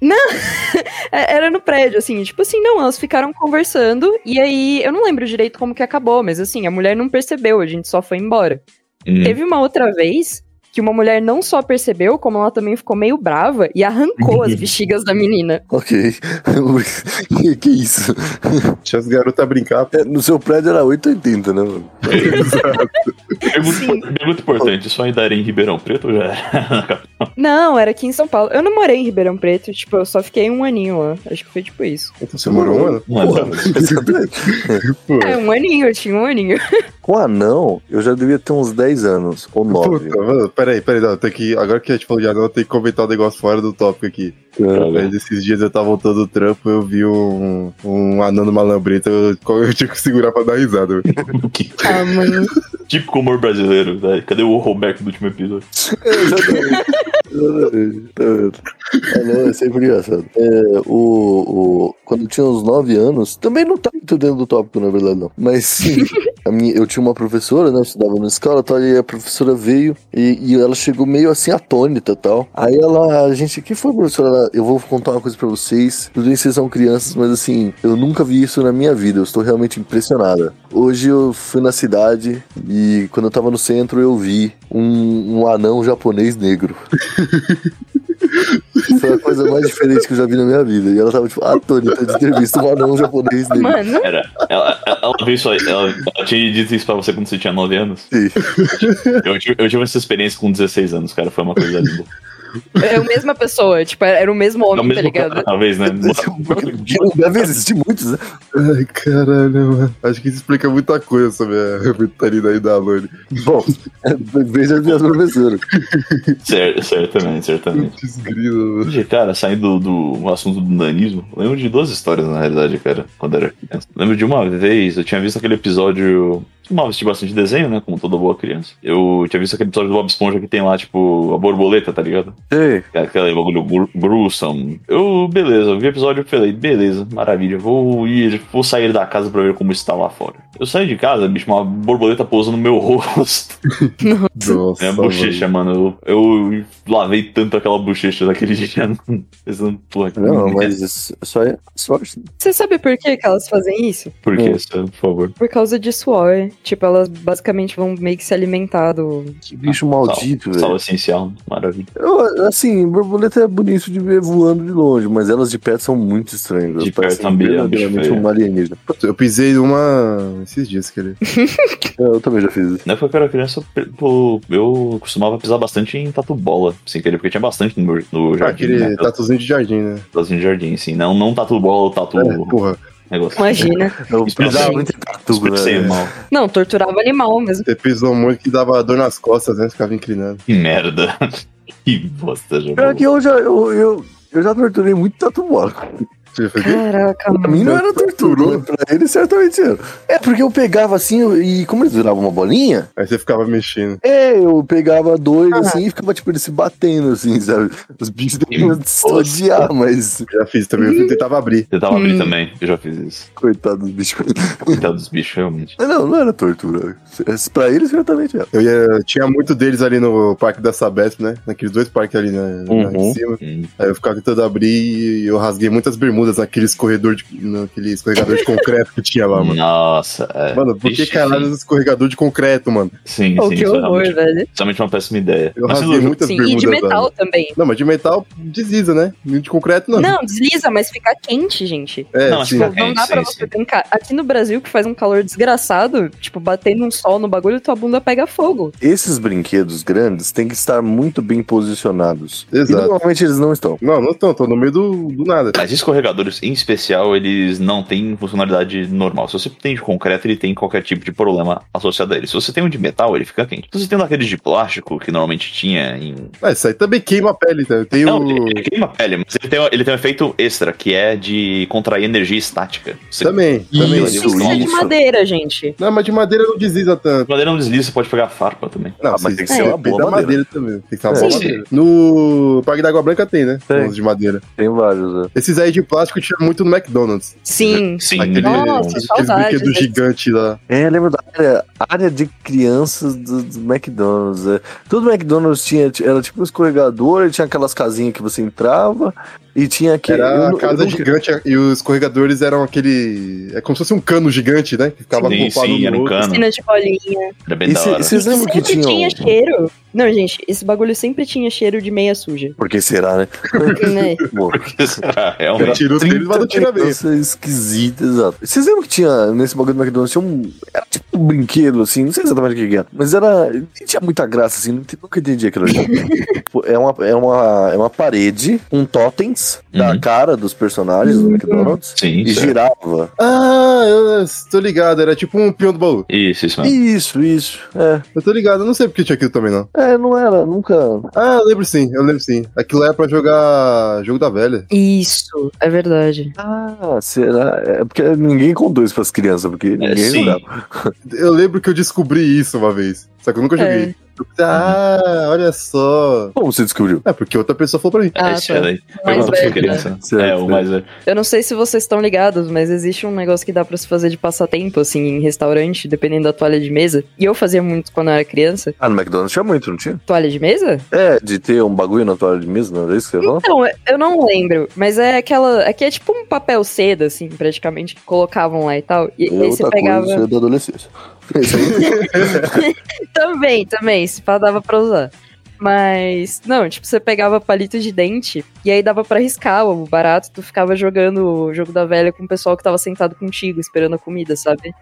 Speaker 4: É, Era no prédio, assim, tipo assim, não, elas ficaram conversando, e aí, eu não lembro direito como que acabou, mas assim, a mulher não percebeu, a gente só foi embora.
Speaker 3: Hum.
Speaker 4: Teve uma outra vez que uma mulher não só percebeu, como ela também ficou meio brava e arrancou as bexigas da menina.
Speaker 2: Ok. que, que isso?
Speaker 1: Deixa as garotas brincar.
Speaker 2: É, no seu prédio era 880, né, mano?
Speaker 3: Pergunta,
Speaker 4: Sim.
Speaker 3: pergunta importante, só ainda era em Ribeirão Preto ou já é. era na capital?
Speaker 4: Não, era aqui em São Paulo. Eu não morei em Ribeirão Preto, tipo, eu só fiquei um aninho lá. Acho que foi tipo isso.
Speaker 1: Você morou um ano?
Speaker 3: Mano, é
Speaker 1: Pô,
Speaker 4: É, um aninho, eu tinha um aninho.
Speaker 2: Com anão, eu já devia ter uns 10 anos, ou 9.
Speaker 1: Puta, mano, peraí, peraí, não, tem que, agora que a gente falou de anão, tem que comentar um negócio fora do tópico aqui. Mas esses dias eu tava voltando do trampo, eu vi um, um anão numa lambreta, eu, eu tinha que segurar pra dar risada. velho.
Speaker 3: que
Speaker 4: Ah, mano.
Speaker 3: típico humor brasileiro, velho. Cadê o rollback do último episódio?
Speaker 2: Exatamente. Exatamente. Tá vendo? Ah, não, é sempre engraçado. É, o, o- quando eu tinha uns 9 anos, também não tá muito dentro do tópico, na verdade, não. Mas sim, a minha, eu tinha uma professora, né? Eu estudava na escola e tal, e a professora veio e, e ela chegou meio assim atônita e tal. Aí ela, a gente, que foi, professora? Ela, eu vou contar uma coisa pra vocês. Tudo bem que vocês são crianças, mas assim, eu nunca vi isso na minha vida. Eu estou realmente impressionada. Hoje eu fui na cidade e quando eu tava no centro eu vi um, um anão japonês negro. Foi a coisa mais diferente que eu já vi na minha vida. E ela tava tipo, ah, Tony, tá de ter visto um anão japonês negro.
Speaker 4: Mano,
Speaker 3: Era. Ela, ela, ela veio só. Ela, ela tinha dito isso pra você quando você tinha 9 anos?
Speaker 2: Sim.
Speaker 3: Eu tive, eu tive essa experiência com 16 anos, cara. Foi uma coisa linda.
Speaker 4: é a mesma pessoa, tipo, era era o mesmo
Speaker 3: Não,
Speaker 4: homem, tá
Speaker 3: mesmo
Speaker 4: ligado?
Speaker 3: talvez, né?
Speaker 2: Porque não deve existir muitos, né?
Speaker 1: Ai, caralho, mano. Acho que isso explica muita coisa sobre a mentalidade da Lone.
Speaker 2: Bom, veja as minhas professoras.
Speaker 3: Cer- certamente, certamente.
Speaker 1: Desgrila, mano.
Speaker 3: Hoje, Cara, saindo do, do assunto do nanismo, eu lembro de duas histórias, na realidade, cara, quando eu era criança. Eu lembro de uma vez, eu tinha visto aquele episódio. Mal assisti bastante desenho, né? Como toda boa criança. Eu tinha visto aquele episódio do Bob Esponja que tem lá, tipo, a borboleta, tá ligado?
Speaker 2: Sei.
Speaker 3: Aquele bagulho gru- gruesome. Eu, beleza, eu vi o episódio e falei, beleza, maravilha, vou ir, vou sair da casa pra ver como está lá fora. Eu saí de casa, bicho, uma borboleta pousou no meu rosto.
Speaker 2: Nossa,
Speaker 3: Minha É bochecha, mano. Eu, eu lavei tanto aquela bochecha daquele dia. não- Pensando, porra,
Speaker 2: mano. Não, mas isso, isso é sorte.
Speaker 4: Você sabe por que, que elas fazem isso?
Speaker 3: Por
Speaker 2: é,
Speaker 3: que, senhor, por favor?
Speaker 4: Por causa de suor. Tipo, elas basicamente vão meio que se alimentar do.
Speaker 2: Que bicho maldito,
Speaker 3: Sal
Speaker 2: velho.
Speaker 3: essencial, maravilha.
Speaker 2: Eu, Assim, borboleta é bonito de ver voando de longe, mas elas de perto são muito estranhas. Elas
Speaker 3: De
Speaker 2: parecem
Speaker 3: perto também é um bicho
Speaker 2: verdadeiramente
Speaker 3: feio.
Speaker 2: um alienígena.
Speaker 1: Eu pisei numa esses dias, querido.
Speaker 2: Eu também já fiz isso.
Speaker 3: Na época que é eu era criança, eu pe- pô, eu costumava pisar bastante em tatu bola, sem querer, porque tinha bastante no, meu- no
Speaker 1: Ah,
Speaker 3: jardim.
Speaker 1: Aquele
Speaker 3: Né?
Speaker 1: tatuzinho de jardim, né?
Speaker 3: Tatuzinho de jardim, assim. Não, não tatu bola, tatu
Speaker 1: É, porra,
Speaker 3: negócio.
Speaker 4: Imagina.
Speaker 2: Eu
Speaker 3: Isso é
Speaker 2: precisava
Speaker 3: assim.
Speaker 2: muito de tatu,
Speaker 3: Super sem
Speaker 2: né?
Speaker 3: mal.
Speaker 4: Não, torturava animal mesmo.
Speaker 1: você pisou muito que dava dor nas costas, né? Ficava inclinando.
Speaker 3: Que merda. que bosta, já.
Speaker 2: Pior que eu já, eu, eu, eu já torturei muito tatu bola.
Speaker 1: Você fez o quê?
Speaker 4: Caraca,
Speaker 2: Pra
Speaker 4: mano.
Speaker 2: mim não era tortura,
Speaker 1: Torturou?
Speaker 2: pra ele certamente era. É, porque eu pegava assim, e como eles viravam uma bolinha,
Speaker 1: Aí você ficava mexendo.
Speaker 2: É, eu pegava dois assim e ficava, tipo, eles se batendo, assim, sabe? Os bichos deviam se odiar, mas.
Speaker 1: Já fiz também, eu tentava abrir.
Speaker 3: Eu tava abrindo
Speaker 4: Hum.
Speaker 3: também, eu já fiz isso.
Speaker 2: Coitado dos bichos.
Speaker 3: Coitado dos bichos, realmente.
Speaker 2: Não, não era tortura. Esse- Pra eles, certamente era.
Speaker 1: Eu ia, tinha muito deles ali no Parque da Sabesp, né? Naqueles dois parques ali na, na-
Speaker 2: Uhum.
Speaker 1: em cima.
Speaker 3: Hum.
Speaker 1: Aí eu ficava tentando abrir e eu rasguei muitas bermudas naquele escorredor de, naquele escorregador de concreto que tinha lá, mano.
Speaker 3: Nossa, é.
Speaker 1: Mano, por que
Speaker 3: Ixi,
Speaker 1: caralho
Speaker 3: sim.
Speaker 1: esse escorregador de concreto, mano?
Speaker 3: Sim,
Speaker 4: Oh,
Speaker 3: sim,
Speaker 4: que
Speaker 3: isso é
Speaker 4: horror,
Speaker 3: realmente,
Speaker 4: velho.
Speaker 3: realmente uma péssima ideia.
Speaker 1: Eu
Speaker 3: Mas
Speaker 1: rasguei
Speaker 3: Lu,
Speaker 1: muitas
Speaker 4: Sim, e
Speaker 1: bermudas.
Speaker 4: de metal
Speaker 1: velho.
Speaker 4: também.
Speaker 1: Não, mas de metal desliza, né? De concreto não.
Speaker 4: Não, desliza, mas fica quente, gente.
Speaker 1: É,
Speaker 3: Não, acho
Speaker 1: sim.
Speaker 3: que
Speaker 4: Não
Speaker 3: Sim,
Speaker 4: dá pra
Speaker 3: sim,
Speaker 4: você
Speaker 3: sim.
Speaker 4: brincar. Aqui no Brasil, que faz um calor desgraçado, tipo, batendo um sol no bagulho, tua bunda pega fogo.
Speaker 2: Esses brinquedos grandes têm que estar muito bem posicionados. E
Speaker 1: Exato.
Speaker 2: normalmente eles não estão.
Speaker 1: Não, não estão, tô no meio do, do nada.
Speaker 3: Mas escorregadores, em especial, eles não têm funcionalidade normal. Se você tem de concreto, ele tem qualquer tipo de problema associado a ele. Se você tem um de metal, ele fica quente. Se você tem um daqueles de plástico, que normalmente tinha em...
Speaker 1: Ah, isso aí também queima a pele, tá? Eu tenho.
Speaker 3: Não, é, ele, ele queima a pele, mas ele tem, ele tem um efeito extra, que é de contrair energia estática. Você,
Speaker 1: Também, também.
Speaker 2: Isso,
Speaker 4: Tem que ser de
Speaker 2: isso.
Speaker 4: madeira, gente.
Speaker 1: Não, mas de madeira não desliza tanto.
Speaker 3: de madeira não desliza, você pode pegar farpa também.
Speaker 1: Não,
Speaker 2: Ah, mas tem que
Speaker 4: ser
Speaker 2: uma boa
Speaker 1: da madeira.
Speaker 2: madeira
Speaker 1: também. Tem que ser uma
Speaker 2: É.
Speaker 1: boa
Speaker 3: Sim,
Speaker 1: madeira. No Parque da Água Branca tem, né?
Speaker 2: Tem.
Speaker 1: Uns de madeira.
Speaker 2: Tem vários, né?
Speaker 1: Esses aí de plástico tinha muito no McDonald's.
Speaker 4: Sim.
Speaker 3: Sim.
Speaker 1: Aquele,
Speaker 3: um-
Speaker 4: Nossa,
Speaker 1: aquele
Speaker 4: saudades
Speaker 1: brinquedo
Speaker 4: desse.
Speaker 1: gigante lá.
Speaker 2: É, eu lembro da área, área de crianças do, do McDonald's. é. Todo McDonald's tinha, era tipo um escorregador, e tinha aquelas casinhas que você entrava, e tinha aquele. eu
Speaker 1: Era
Speaker 2: não-
Speaker 1: a
Speaker 2: eu
Speaker 1: casa
Speaker 2: não-
Speaker 1: gigante e os escorregadores eram aquele. É como se fosse um cano gigante, né? Que ficava
Speaker 3: Sim,
Speaker 1: colado
Speaker 3: sim,
Speaker 1: no
Speaker 3: era um
Speaker 1: outro.
Speaker 3: cano.
Speaker 4: Piscina de bolinha.
Speaker 3: Era bem
Speaker 2: E
Speaker 3: da hora.
Speaker 2: vocês lembram que
Speaker 4: Sempre
Speaker 2: tinha.
Speaker 4: tinha
Speaker 2: um-
Speaker 4: cheiro. Não, gente, esse bagulho sempre tinha cheiro de meia suja.
Speaker 2: Por que será, né?
Speaker 4: Né?
Speaker 2: Pô,
Speaker 3: Será?
Speaker 1: Ele
Speaker 3: Realmente.
Speaker 1: tirou os deles, mas não tira mesmo.
Speaker 2: crianças esquisitas, exato. Vocês lembram que tinha nesse bagulho do McDonald's? Tinha um, era tipo um brinquedo, assim, não sei exatamente o que que era, mas era. Tinha muita graça, assim, não ent- nunca entendi aquilo ali. Tipo, é, uma, é, uma, é uma parede com totens da
Speaker 3: Uhum.
Speaker 2: cara dos personagens do McDonald's.
Speaker 3: Sim,
Speaker 2: E
Speaker 3: isso. é.
Speaker 2: girava.
Speaker 1: Ah, eu tô ligado, era tipo um peão do baú.
Speaker 3: é. Isso, isso mesmo.
Speaker 2: Isso, isso. É.
Speaker 1: Eu tô ligado, eu não sei porque tinha aquilo também, não.
Speaker 2: É, não era, nunca.
Speaker 1: Ah, eu lembro sim, eu lembro sim. Aquilo era pra jogar jogo da velha.
Speaker 4: Isso, é verdade.
Speaker 2: Ah, será? É porque ninguém contou isso pras crianças, porque
Speaker 3: É,
Speaker 2: ninguém
Speaker 3: sim.
Speaker 2: jogava.
Speaker 1: Eu lembro que eu descobri isso uma vez. Só que eu nunca joguei.
Speaker 4: É.
Speaker 1: Eu pensei, ah, olha só.
Speaker 2: Como você descobriu?
Speaker 1: É porque outra pessoa falou pra mim.
Speaker 4: Ah,
Speaker 3: Esse
Speaker 4: tá.
Speaker 3: era É aí.
Speaker 4: Mais
Speaker 3: Pergunta pra
Speaker 4: velho, né?
Speaker 3: criança.
Speaker 2: Certo,
Speaker 3: É, o mais velho.
Speaker 4: Eu não sei se vocês estão ligados, mas existe um negócio que dá pra se fazer de passatempo, assim, em restaurante, dependendo da toalha de mesa. E eu fazia muito quando eu era criança.
Speaker 2: Ah, no McDonald's tinha muito, não tinha?
Speaker 4: Toalha de mesa?
Speaker 2: É, de ter um bagulho na toalha de mesa, não era isso que você falou?
Speaker 4: Então, eu não lembro, mas é aquela. Aqui é tipo um papel seda, assim, praticamente, que colocavam lá e tal. E
Speaker 2: É
Speaker 4: aí você pegava.
Speaker 2: coisa da adolescência. É Isso aí.
Speaker 4: Também, também, se pá, dava pra usar. Mas, não, tipo, você pegava palito de dente e aí dava pra riscar o barato, tu ficava jogando o jogo da velha com o pessoal que tava sentado contigo, esperando a comida, sabe?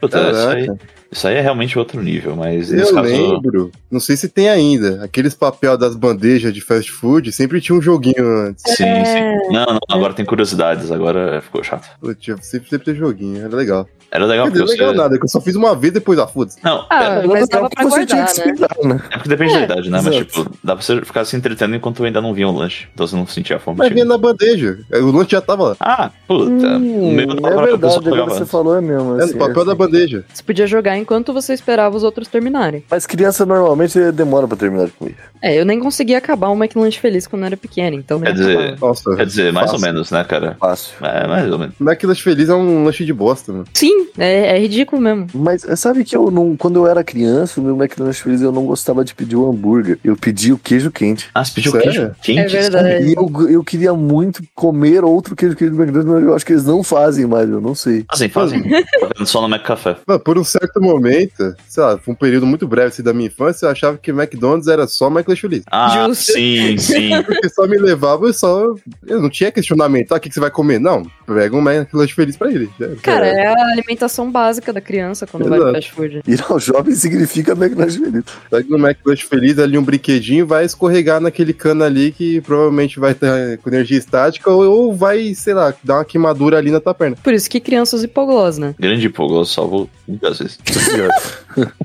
Speaker 3: Puta, isso aí,
Speaker 1: Caraca.
Speaker 3: isso aí é realmente outro nível, mas É, nesse
Speaker 1: Eu
Speaker 3: caso.
Speaker 1: lembro. Não sei se tem ainda. Aqueles papel das bandejas de fast food sempre tinha um joguinho antes.
Speaker 3: É.
Speaker 4: É.
Speaker 3: Sim, sim. Não, não, agora tem curiosidades, agora ficou chato.
Speaker 1: Pô, tinha sempre, sempre ter joguinho, era legal.
Speaker 3: Era legal
Speaker 1: Quer
Speaker 3: porque
Speaker 1: dizer,
Speaker 3: você.
Speaker 1: legal nada, que eu só fiz uma vez depois, ah, foda-se.
Speaker 3: É Não,
Speaker 4: Ah, mas dava pra
Speaker 2: você tinha
Speaker 4: guardar,
Speaker 2: que
Speaker 4: né?
Speaker 2: esperar, né?
Speaker 3: é porque depende da idade, né? Mas,
Speaker 1: exato.
Speaker 3: tipo, dá pra você ficar se entretendo enquanto ainda não via um lanche. Então você não sentia fome.
Speaker 1: Mas
Speaker 3: tipo.
Speaker 1: vinha na bandeja. é, O lanche já tava lá.
Speaker 3: Ah, puta.
Speaker 2: Hum,
Speaker 3: Meio da
Speaker 2: é
Speaker 3: hora que a pessoa
Speaker 2: verdade, agora
Speaker 3: pegava
Speaker 2: você
Speaker 3: antes.
Speaker 2: falou é mesmo.
Speaker 1: É
Speaker 2: assim,
Speaker 1: no papel
Speaker 2: assim.
Speaker 1: da bandeja.
Speaker 4: Você podia jogar enquanto você esperava os outros terminarem.
Speaker 2: Mas criança normalmente demora pra terminar de comer.
Speaker 4: É, eu nem conseguia acabar o McLanche feliz quando eu era pequena, então... nem
Speaker 3: Quer dizer,
Speaker 4: acabava.
Speaker 1: Nossa.
Speaker 3: Quer dizer, mais ou
Speaker 1: Fácil.
Speaker 3: menos, né, cara?
Speaker 2: Fácil.
Speaker 3: É, mais ou menos.
Speaker 1: McLanche Feliz é um lanche de bosta, né?
Speaker 4: Sim, é, é ridículo mesmo.
Speaker 2: Mas é, sabe que eu não. Quando eu era criança, no meu McDonald's Feliz eu não gostava de pedir o hambúrguer. Eu pedia o queijo quente.
Speaker 3: Ah, você pediu
Speaker 1: Sério?
Speaker 3: queijo quente?
Speaker 4: É verdade.
Speaker 2: E eu, eu queria muito comer outro queijo quente do McDonald's, mas eu acho que eles não fazem mais, eu não sei.
Speaker 3: Fazem, fazem. Tá vendo só no McCafé.
Speaker 1: Mano, por um certo momento, sei lá, foi um período muito breve assim, da minha infância, eu achava que McDonald's era só McLanche Feliz.
Speaker 3: Ah,
Speaker 4: Justo.
Speaker 3: sim, sim.
Speaker 1: Porque só me levava e só. Eu não tinha questionamento. Ah, o que, que você vai comer? Não, pega um McLanche Feliz pra ele. né?
Speaker 4: Cara, é a alimentação básica da criança quando vai
Speaker 1: Exato.
Speaker 4: no fast food.
Speaker 2: Ir ao jovem significa McDonald's Feliz.
Speaker 1: Pega um McLanche Feliz ali, um brinquedinho, vai escorregar naquele cano ali que provavelmente vai estar com energia estática ou, ou vai, sei lá, dar uma queimadura ali na tua perna.
Speaker 4: Por isso que crianças hipoglós, né?
Speaker 3: Grande empolgoso, salvou muitas vezes.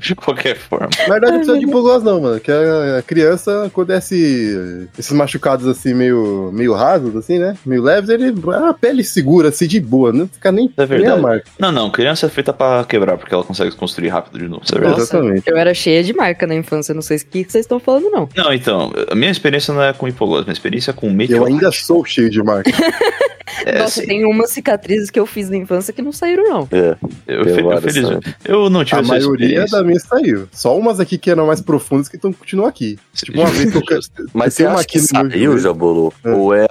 Speaker 3: De qualquer forma.
Speaker 1: Na verdade, não precisa de pulgosa, não, mano. Que a a criança, quando é esse- esses machucados assim, meio, meio rasos, assim, né? Meio leves, ele. A pele segura, assim, de boa, não fica nem,
Speaker 3: É
Speaker 1: nem a
Speaker 3: verdade.
Speaker 1: marca.
Speaker 3: Não, não, criança é feita pra quebrar, porque ela consegue se construir rápido de novo. Isso é verdade.
Speaker 4: Nossa.
Speaker 1: Exatamente.
Speaker 4: Eu era cheia de marca na infância, não sei o que vocês estão falando, não.
Speaker 3: Não, então, a minha experiência não é com hipogloss, minha experiência é com
Speaker 1: Eu
Speaker 3: metiolate.
Speaker 1: ainda sou cheio de marca.
Speaker 3: É,
Speaker 4: Nossa,
Speaker 3: assim,
Speaker 4: tem umas cicatrizes que eu fiz na infância que não saíram, não.
Speaker 1: É.
Speaker 3: eu,
Speaker 2: Tem
Speaker 3: fe- eu
Speaker 2: várias,
Speaker 3: feliz-
Speaker 2: sabe?
Speaker 3: eu não tive
Speaker 1: Tipo,
Speaker 2: Ah,
Speaker 1: A
Speaker 3: essa
Speaker 1: maioria
Speaker 3: experiência.
Speaker 1: da minha saiu. Só umas aqui que eram mais profundas que estão continuam aqui. Tipo, uma vez que eu
Speaker 3: Justo.
Speaker 2: Mas
Speaker 1: Tem
Speaker 2: você
Speaker 1: uma
Speaker 2: acha
Speaker 1: aqui
Speaker 2: que
Speaker 1: no meu
Speaker 2: saiu,
Speaker 1: joelho.
Speaker 2: Jabolo?
Speaker 1: É.
Speaker 2: Ou é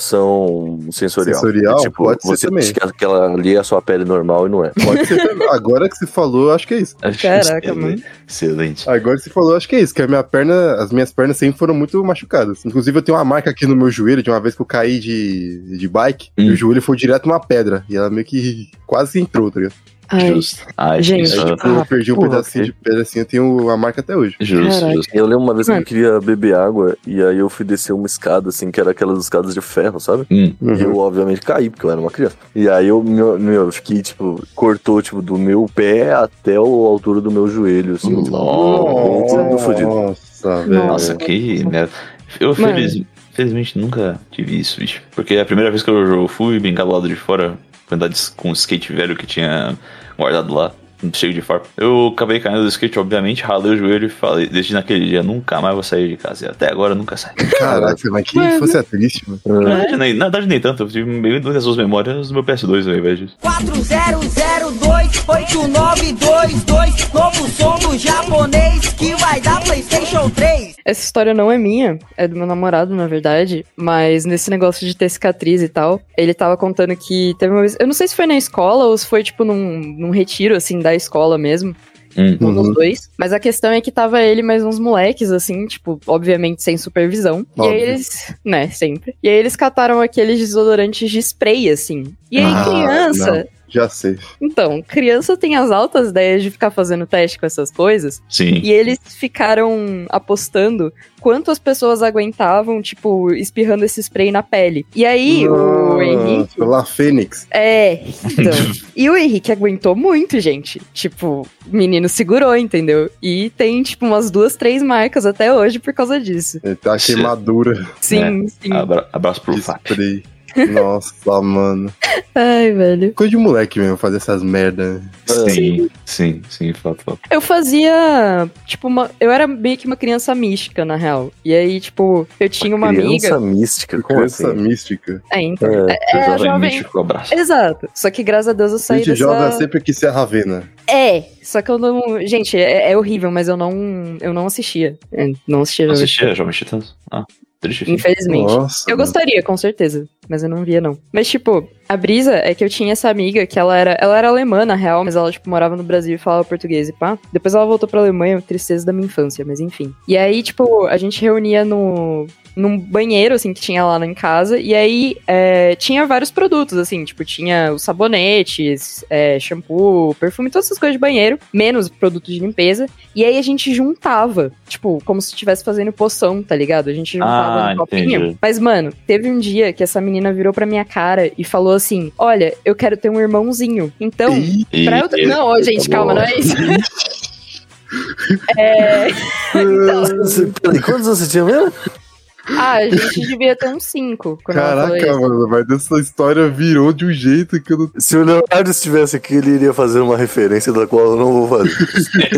Speaker 2: acomodação sensorial?
Speaker 1: Sensorial?
Speaker 2: É Tipo,
Speaker 1: Pode ser
Speaker 2: você
Speaker 1: também.
Speaker 2: acha que aquela ali é a sua pele normal e não é.
Speaker 1: Pode ser também. Agora que você falou, eu acho que é isso.
Speaker 4: Caraca, mano.
Speaker 3: Excelente.
Speaker 1: Agora que você falou, eu acho que é isso. Que a minha perna, as minhas pernas sempre foram muito machucadas. Inclusive, eu tenho uma marca aqui no meu joelho de uma vez que eu caí de, de bike
Speaker 3: Hum.
Speaker 1: e o joelho foi direto numa pedra. E ela meio que quase entrou, tá ligado?
Speaker 4: Ai,
Speaker 3: Justo. Ai,
Speaker 4: Gente.
Speaker 3: isso é-
Speaker 1: Tipo, eu perdi um
Speaker 2: Ah, porra,
Speaker 1: pedacinho
Speaker 2: ok.
Speaker 1: de pedacinho, eu tenho a marca até hoje.
Speaker 3: Justo,
Speaker 4: Caraca.
Speaker 3: justo.
Speaker 2: Eu lembro uma vez que eu
Speaker 1: É.
Speaker 4: Mano.
Speaker 2: queria beber água e aí eu fui descer uma escada, assim, que era aquelas escadas de ferro, sabe?
Speaker 3: Hum.
Speaker 2: E
Speaker 1: Uhum.
Speaker 2: eu, obviamente, caí, porque eu era uma criança. E aí eu, meu, meu, eu fiquei, tipo, cortou, tipo, do meu pé até o- a altura do meu joelho, assim.
Speaker 3: Nossa.
Speaker 2: Nossa. Tô fudido.
Speaker 1: Nossa,
Speaker 3: É,
Speaker 1: velho.
Speaker 3: Nossa, que merda. né, Eu
Speaker 4: Mano.
Speaker 3: feliz, felizmente nunca tive isso, bicho. Porque a primeira vez que eu fui brincar do lado de fora, fui andar de- com o skate velho que tinha guardado lá, cheio de farpa. Eu acabei caindo do skate, obviamente, ralei o joelho e falei, desde naquele dia, nunca mais vou sair de casa. E até agora eu nunca saí.
Speaker 1: Caraca, mas que
Speaker 4: Mano.
Speaker 1: infância triste, mano.
Speaker 3: Na verdade, nem, na verdade, nem tanto. Eu tive meio das suas memórias do meu PS2 ao invés disso.
Speaker 5: 400289222 Novo som do japonês que vai dar Playstation 3
Speaker 4: Essa história não é minha, é do meu namorado, na verdade. Mas nesse negócio de ter cicatriz e tal, ele tava contando que teve uma vez. Eu não sei se foi na escola ou se foi, tipo, num, num retiro, assim, da escola mesmo.
Speaker 3: Hum.
Speaker 4: Um dos
Speaker 1: Uhum.
Speaker 4: dois. Mas a questão é que tava ele mais uns moleques, assim, tipo, obviamente sem supervisão. E
Speaker 1: Óbvio.
Speaker 4: aí eles. Né, sempre. E aí eles cataram aqueles desodorantes de spray, assim. E aí,
Speaker 1: Ah,
Speaker 4: criança.
Speaker 1: Já sei.
Speaker 4: Então, criança tem as altas ideias de ficar fazendo teste com essas coisas.
Speaker 3: Sim.
Speaker 4: E eles ficaram apostando quanto as pessoas aguentavam, tipo, espirrando esse spray na pele. E aí, o
Speaker 1: Nossa,
Speaker 4: Henrique.
Speaker 1: La Fênix.
Speaker 4: É, então. e o Henrique aguentou muito, gente. Tipo, o menino segurou, entendeu? E tem, tipo, umas duas, três marcas até hoje por causa disso.
Speaker 1: Ele tá
Speaker 3: Sim.
Speaker 1: queimadura
Speaker 4: Sim,
Speaker 1: É,
Speaker 4: sim.
Speaker 1: ah.
Speaker 3: Abra- abraço pro
Speaker 1: de
Speaker 3: Fap.
Speaker 1: spray. Nossa, mano. É
Speaker 4: Ai, velho.
Speaker 1: Coisa de moleque mesmo fazer essas merda. né?
Speaker 3: Sim, sim, sim, Fap. Fap.
Speaker 4: Eu fazia, tipo, uma. Eu era meio que uma criança mística, na real. E aí, tipo, eu tinha uma
Speaker 2: criança
Speaker 4: amiga.
Speaker 2: mística, como
Speaker 1: Criança
Speaker 2: assim?
Speaker 1: mística.
Speaker 4: É, então.
Speaker 2: É,
Speaker 4: É,
Speaker 2: eu já-
Speaker 4: a jovem. É,
Speaker 3: Mítico abraço.
Speaker 4: Exato. Só que graças a Deus eu saí
Speaker 1: Gente
Speaker 4: dessa...
Speaker 1: jovem é sempre que ser a Ravena.
Speaker 4: É, só que eu não... Gente, é, é horrível, mas eu não, eu não assistia. É, Não assistia,
Speaker 3: Não
Speaker 4: Jovem
Speaker 3: assistia Jovem Titãs? Ah, triste. fim.
Speaker 4: infelizmente.
Speaker 1: Nossa.
Speaker 4: Eu
Speaker 1: mano.
Speaker 4: gostaria, com certeza, mas eu não via, não. Mas, tipo, a brisa é que eu tinha essa amiga que ela era, ela era alemã, na real, mas ela, tipo, morava no Brasil e falava português e pá. Depois ela voltou pra Alemanha, tristeza da minha infância, mas enfim. E aí, tipo, a gente reunia no, num banheiro, assim, que tinha lá em casa, e aí é, tinha vários produtos, assim, tipo, tinha os sabonetes, é, shampoo, perfume, todas essas coisas de banheiro, menos produto de limpeza. E aí a gente juntava, tipo, como se estivesse fazendo poção, tá ligado? A gente juntava
Speaker 3: Ah,
Speaker 4: no copinho.
Speaker 3: entendi.
Speaker 4: Mas, mano, teve um dia que essa menina menina virou pra minha cara e falou assim: Olha, eu quero ter um irmãozinho. Então,
Speaker 3: E-
Speaker 4: pra eu. ter-" Não, ô, gente,
Speaker 3: tá
Speaker 4: calma, não é isso. é...
Speaker 2: Você- Peraí, quantos anos você tinha mesmo?
Speaker 4: Ah, a gente devia ter uns cinco quando ela
Speaker 1: Caraca,
Speaker 4: falou isso.
Speaker 1: mano, mas essa história virou de um jeito que eu não.
Speaker 2: Se o Leonardo estivesse aqui, ele iria fazer uma referência da qual eu não vou fazer.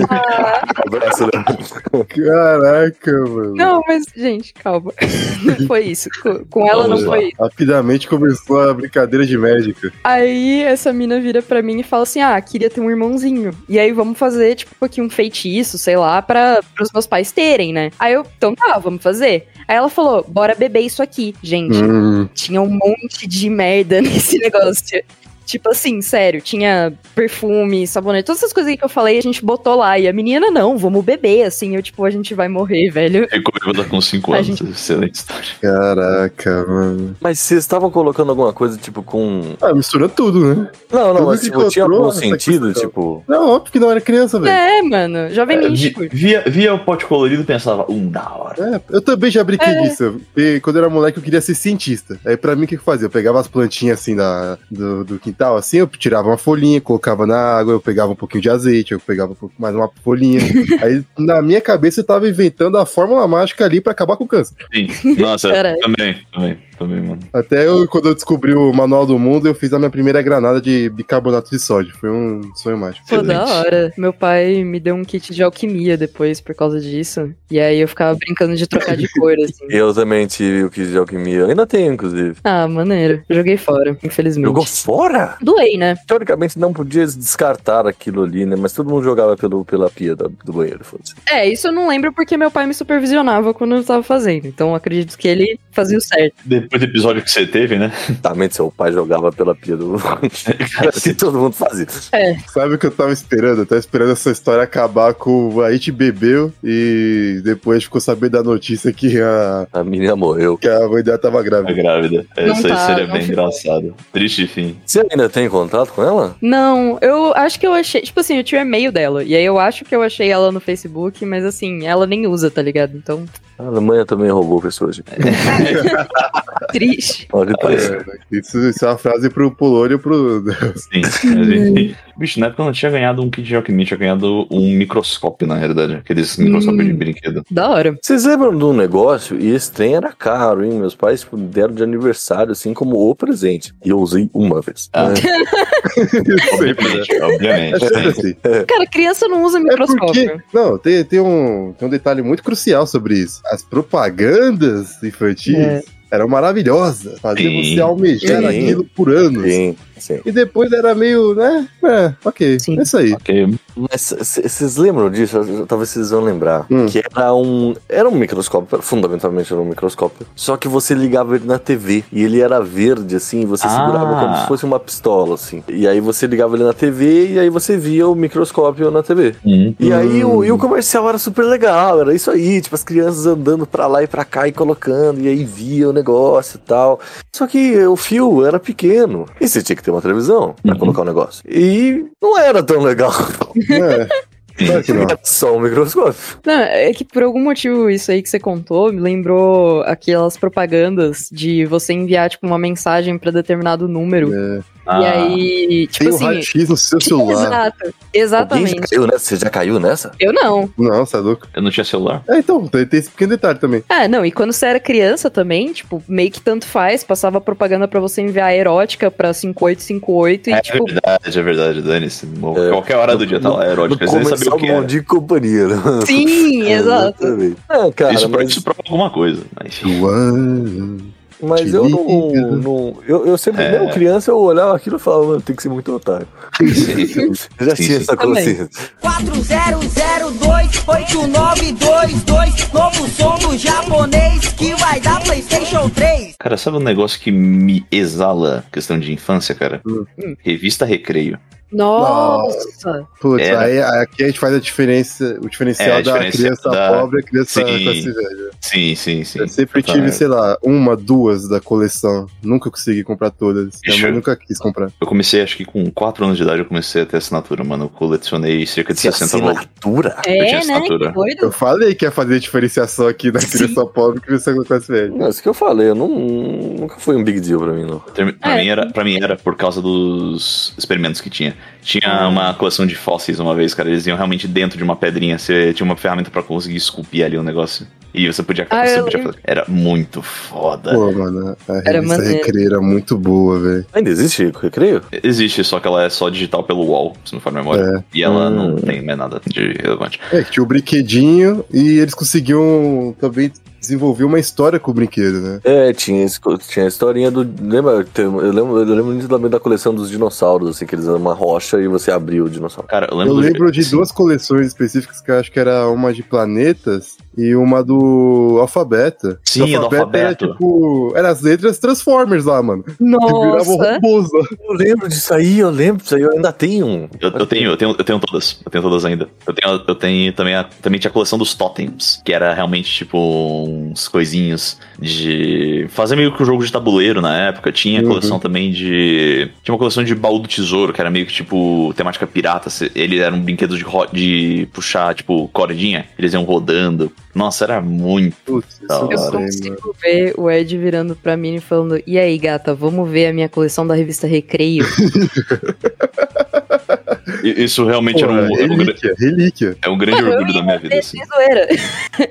Speaker 4: Ah,
Speaker 2: Um Abraço, Leonardo.
Speaker 1: Caraca, mano.
Speaker 4: Não, mas, gente, calma. Não foi isso. Com, com ela
Speaker 3: Vamos
Speaker 4: não
Speaker 3: lá.
Speaker 4: foi isso.
Speaker 1: Rapidamente começou a brincadeira de médica.
Speaker 4: Aí essa mina vira pra mim e fala assim: Ah, queria ter um irmãozinho. E aí vamos fazer, tipo, aqui um feitiço, sei lá, para os meus pais terem, né? Aí eu, então tá, vamos fazer. Aí ela falou: Bora beber isso aqui, gente.
Speaker 1: Hum,
Speaker 4: Tinha um monte de merda nesse negócio. Tipo assim, sério, tinha perfume, sabonete, todas essas coisas que eu falei, a gente botou lá. E a menina, não, vamos beber, assim. Eu, tipo, a gente vai morrer, velho.
Speaker 3: Ficou bêbado com 5
Speaker 4: A
Speaker 3: anos. Excelente história.
Speaker 1: caraca, mano.
Speaker 2: Mas vocês estavam colocando alguma coisa, tipo, com.
Speaker 1: Ah, mistura tudo, né?
Speaker 2: Não, não,
Speaker 1: Tudo
Speaker 2: mas
Speaker 1: que
Speaker 2: tipo, tinha
Speaker 1: encontrou né?
Speaker 2: algum
Speaker 1: nessa
Speaker 2: sentido,
Speaker 1: questão.
Speaker 2: tipo.
Speaker 1: Não, óbvio que não era criança, velho.
Speaker 4: É, mano, jovem
Speaker 3: É,
Speaker 4: místico.
Speaker 3: vi- via, via o pote colorido e pensava, um da hora.
Speaker 1: É, eu também já brinquei disso. E quando eu era moleque, eu queria ser cientista. Aí pra mim, o que que eu fazia? Eu pegava as plantinhas assim da, do, do quintal, assim, eu tirava uma folhinha, colocava na água, eu pegava um pouquinho de azeite, eu pegava um pouco mais uma folhinha. Aí na minha cabeça eu tava inventando a fórmula mágica ali pra acabar com o câncer.
Speaker 3: Sim. Nossa,
Speaker 4: Caralho.
Speaker 3: também, também, também, mano.
Speaker 1: Até eu, quando eu descobri o manual do mundo, eu fiz a minha primeira granada de bicarbonato de sódio. Foi um sonho mágico.
Speaker 4: Pô, da
Speaker 3: Excelente.
Speaker 4: hora. Meu pai me deu um kit de alquimia depois por causa disso. E aí eu ficava brincando de trocar de cor, assim.
Speaker 2: Eu também tive o kit de alquimia. Ainda tenho, inclusive.
Speaker 4: Ah, maneiro. Joguei fora, infelizmente.
Speaker 2: Jogou fora?
Speaker 4: Doei, né?
Speaker 2: Teoricamente não podia descartar aquilo ali, né? Mas todo mundo jogava pelo, pela pia da- do banheiro, foda-se.
Speaker 4: É, isso eu não lembro porque meu pai me supervisionava quando eu tava fazendo. Então eu acredito que ele fazia o certo.
Speaker 3: Depois do episódio que você teve, né?
Speaker 2: Certamente Tá, seu pai jogava pela pia do. que todo mundo fazia.
Speaker 1: Sabe o que eu tava esperando? Eu tava esperando essa história acabar com a gente bebeu e depois ficou sabendo da notícia que a,
Speaker 2: A menina morreu.
Speaker 1: que a mãe dela tava
Speaker 3: A
Speaker 1: grávida.
Speaker 3: grávida.
Speaker 4: Não
Speaker 3: Essa aí
Speaker 4: tá,
Speaker 3: seria
Speaker 4: não
Speaker 3: bem
Speaker 4: ficou.
Speaker 3: engraçada. Triste fim.
Speaker 2: Você ainda tem contato com ela?
Speaker 4: Não, eu acho que eu achei. Tipo assim, eu tinha o e-mail dela. E aí eu acho que eu achei ela no Facebook, mas assim, ela nem usa, tá ligado? Então,
Speaker 2: A Alemanha também roubou pessoas. gente.
Speaker 4: tá triste.
Speaker 2: Olha
Speaker 3: É.
Speaker 2: pra isso.
Speaker 1: Isso, isso é uma frase pro Polônio e pro.
Speaker 3: Sim. Mas, enfim. Bicho, na época eu não tinha ganhado um kit de alquimia, tinha ganhado um microscópio, na realidade. Aqueles microscópios
Speaker 4: Hum.
Speaker 3: de brinquedo.
Speaker 4: Da hora.
Speaker 2: Vocês lembram de um negócio? E esse trem era caro, hein? Meus pais tipo, deram de aniversário, assim, como o presente. E eu usei uma vez. Né?
Speaker 3: Ah.
Speaker 1: Sempre, né?
Speaker 3: Obviamente, obviamente.
Speaker 1: É sempre
Speaker 3: sim.
Speaker 1: assim.
Speaker 4: Cara, criança não usa
Speaker 1: É
Speaker 4: microscópio.
Speaker 1: porque. Não, tem, tem, um, tem um detalhe muito crucial sobre isso. As propagandas infantis
Speaker 4: É.
Speaker 1: eram maravilhosas. Faziam
Speaker 3: Sim.
Speaker 1: você almejar
Speaker 2: Sim.
Speaker 1: aquilo por anos.
Speaker 2: Sim, sim.
Speaker 1: E depois era meio, né? É, ok.
Speaker 4: Sim.
Speaker 1: É isso aí.
Speaker 3: Ok,
Speaker 2: Mas vocês lembram disso? Eu- eu- Talvez vocês vão lembrar.
Speaker 1: Hum.
Speaker 2: Que era um. Era um microscópio, fundamentalmente era um microscópio. Só que você ligava ele na TV. E ele era verde, assim, e você
Speaker 3: Ah.
Speaker 2: segurava como se fosse uma pistola, assim. E aí você ligava ele na TV e aí você via o microscópio na TV.
Speaker 3: Hum.
Speaker 2: E aí o, e o comercial era super legal, era isso aí, tipo, as crianças andando pra lá e pra cá e colocando, e aí via o negócio e tal. Só que o fio era pequeno. E você tinha que ter uma televisão pra
Speaker 3: Uhum.
Speaker 2: colocar o negócio. E não era tão legal.
Speaker 1: É. Claro que não.
Speaker 2: Era só um microscópio.
Speaker 4: Não, é que por algum motivo isso aí que você contou me lembrou aquelas propagandas de você enviar, tipo, uma mensagem pra determinado número.
Speaker 1: É.
Speaker 3: Ah,
Speaker 4: E aí, tipo
Speaker 1: tem o
Speaker 4: assim.
Speaker 1: raio-x no seu celular.
Speaker 4: Exato,
Speaker 2: Alguém já
Speaker 4: exatamente.
Speaker 2: caiu nessa? Você já caiu nessa?
Speaker 4: Eu não.
Speaker 1: Não, você é louco.
Speaker 3: Eu não tinha celular.
Speaker 1: É, então, tem, tem esse pequeno detalhe também.
Speaker 4: É, não, e quando você era criança também, tipo, meio que tanto faz, passava propaganda pra você enviar erótica pra 5858 e,
Speaker 3: É
Speaker 4: tipo,
Speaker 3: verdade, é verdade, dane-se.
Speaker 2: É.
Speaker 3: Qualquer hora do dia tá lá, é erótico.
Speaker 2: No
Speaker 3: Eles nem sabiam
Speaker 2: comercial
Speaker 3: o que
Speaker 2: do Bom
Speaker 3: era.
Speaker 2: Dia e Companhia, né?
Speaker 4: sim, exato.
Speaker 2: Exatamente. Ah, cara,
Speaker 3: isso,
Speaker 2: mas-
Speaker 3: isso prova alguma coisa. Mas...
Speaker 1: João.
Speaker 2: Mas
Speaker 1: Te
Speaker 2: eu não.
Speaker 1: liga.
Speaker 2: não- eu, eu sempre,
Speaker 3: É.
Speaker 2: mesmo criança, eu olhava aquilo e falava, mano, tem que ser muito otário.
Speaker 3: Sim.
Speaker 2: Eu já tinha
Speaker 3: Sim, sim.
Speaker 2: essa
Speaker 4: Também.
Speaker 2: consciência.
Speaker 5: 40028922 Novo som do japonês que vai dar Playstation 3
Speaker 3: Cara, sabe um negócio que me exala questão de infância, cara?
Speaker 1: Hum.
Speaker 3: Revista Recreio.
Speaker 4: Nossa!
Speaker 1: Putz,
Speaker 3: Era.
Speaker 1: aí, aí aqui a gente faz a diferença, o diferencial
Speaker 3: É, a
Speaker 1: da
Speaker 3: diferença
Speaker 1: criança
Speaker 3: da-
Speaker 1: pobre e a criança
Speaker 3: Sim.
Speaker 1: classe média.
Speaker 3: Sim, sim, sim.
Speaker 1: Eu sempre tive, sei lá, uma, duas da coleção. Nunca consegui comprar todas. Minha
Speaker 3: Bicho.
Speaker 1: mãe nunca quis comprar.
Speaker 3: Eu comecei, acho que com 4 anos de idade, eu comecei a ter assinatura, mano. Eu colecionei cerca de
Speaker 2: Se
Speaker 3: 60 volumes.
Speaker 2: assinatura?
Speaker 3: Eu tinha
Speaker 4: É, né? Que
Speaker 3: assinatura.
Speaker 1: Eu
Speaker 4: doido.
Speaker 1: falei que ia fazer a diferenciação aqui da
Speaker 4: Sim.
Speaker 1: criança pobre e criança classe média.
Speaker 2: Não, isso que eu falei, eu não, nunca foi um big deal pra mim, não.
Speaker 3: Termi- Pra,
Speaker 4: É.
Speaker 3: mim era, pra mim era por causa dos experimentos que tinha. Tinha uma coleção de fósseis uma vez, cara. Eles iam realmente dentro de uma pedrinha. Você tinha uma ferramenta pra conseguir esculpir ali um negócio. E você podia,
Speaker 4: Ah,
Speaker 3: você
Speaker 4: eu
Speaker 3: podia
Speaker 4: lembro.
Speaker 3: fazer. Era muito foda.
Speaker 1: Pô, mano, a revista
Speaker 4: maneiro.
Speaker 1: Recreio era muito boa, velho.
Speaker 2: Ainda existe recreio?
Speaker 3: Existe, só que ela é só digital pelo wall, se não for memória. E ela
Speaker 1: Hum.
Speaker 3: não tem mais nada de relevante.
Speaker 1: É, que tinha o brinquedinho e eles conseguiam também desenvolver uma história com o brinquedo, né?
Speaker 2: É, tinha, esse co- tinha a historinha do. Lembra? tem- Eu lembro, eu lembro muito também da coleção dos dinossauros, assim, que eles eram uma rocha e você abriu o dinossauro.
Speaker 3: Cara, eu lembro,
Speaker 1: Eu
Speaker 3: do-
Speaker 1: lembro de
Speaker 3: sim,
Speaker 1: duas coleções específicas que eu acho que era uma de planetas e uma do alfabeto.
Speaker 3: Sim,
Speaker 1: O
Speaker 3: do
Speaker 1: Era,
Speaker 3: Alfabeto.
Speaker 1: tipo, era as letras Transformers lá, mano. Que viravam
Speaker 4: Nossa!
Speaker 1: robôs lá.
Speaker 2: Eu lembro disso aí, eu lembro disso aí, eu ainda tenho. um.
Speaker 3: Eu, eu tenho, eu tenho, eu tenho todas. Eu tenho todas ainda. Eu tenho, eu tenho também, a, também tinha a coleção dos totems, que era realmente tipo uns coisinhos de. Fazer meio que um jogo de tabuleiro na época. Tinha a
Speaker 1: Uhum.
Speaker 3: coleção também de. Tinha uma coleção de baú do tesouro, que era meio que tipo temática pirata. Se- Ele era um brinquedo de, ro- de puxar, tipo, cordinha. Eles iam rodando. Nossa, era muito.
Speaker 1: Putz,
Speaker 3: Da
Speaker 1: isso é eu
Speaker 3: hora,
Speaker 4: Eu
Speaker 1: não sei,
Speaker 4: consigo
Speaker 1: mano.
Speaker 4: ver o Ed virando pra mim e falando: E aí, gata, vamos ver a minha coleção da revista Recreio?
Speaker 3: I- Isso realmente
Speaker 1: Pô,
Speaker 3: era um, era um gran-
Speaker 1: relíquia, relíquia.
Speaker 3: é um grande
Speaker 4: Mano, eu
Speaker 3: orgulho da minha vida.
Speaker 4: É,
Speaker 3: Assim.
Speaker 4: sem zoeira.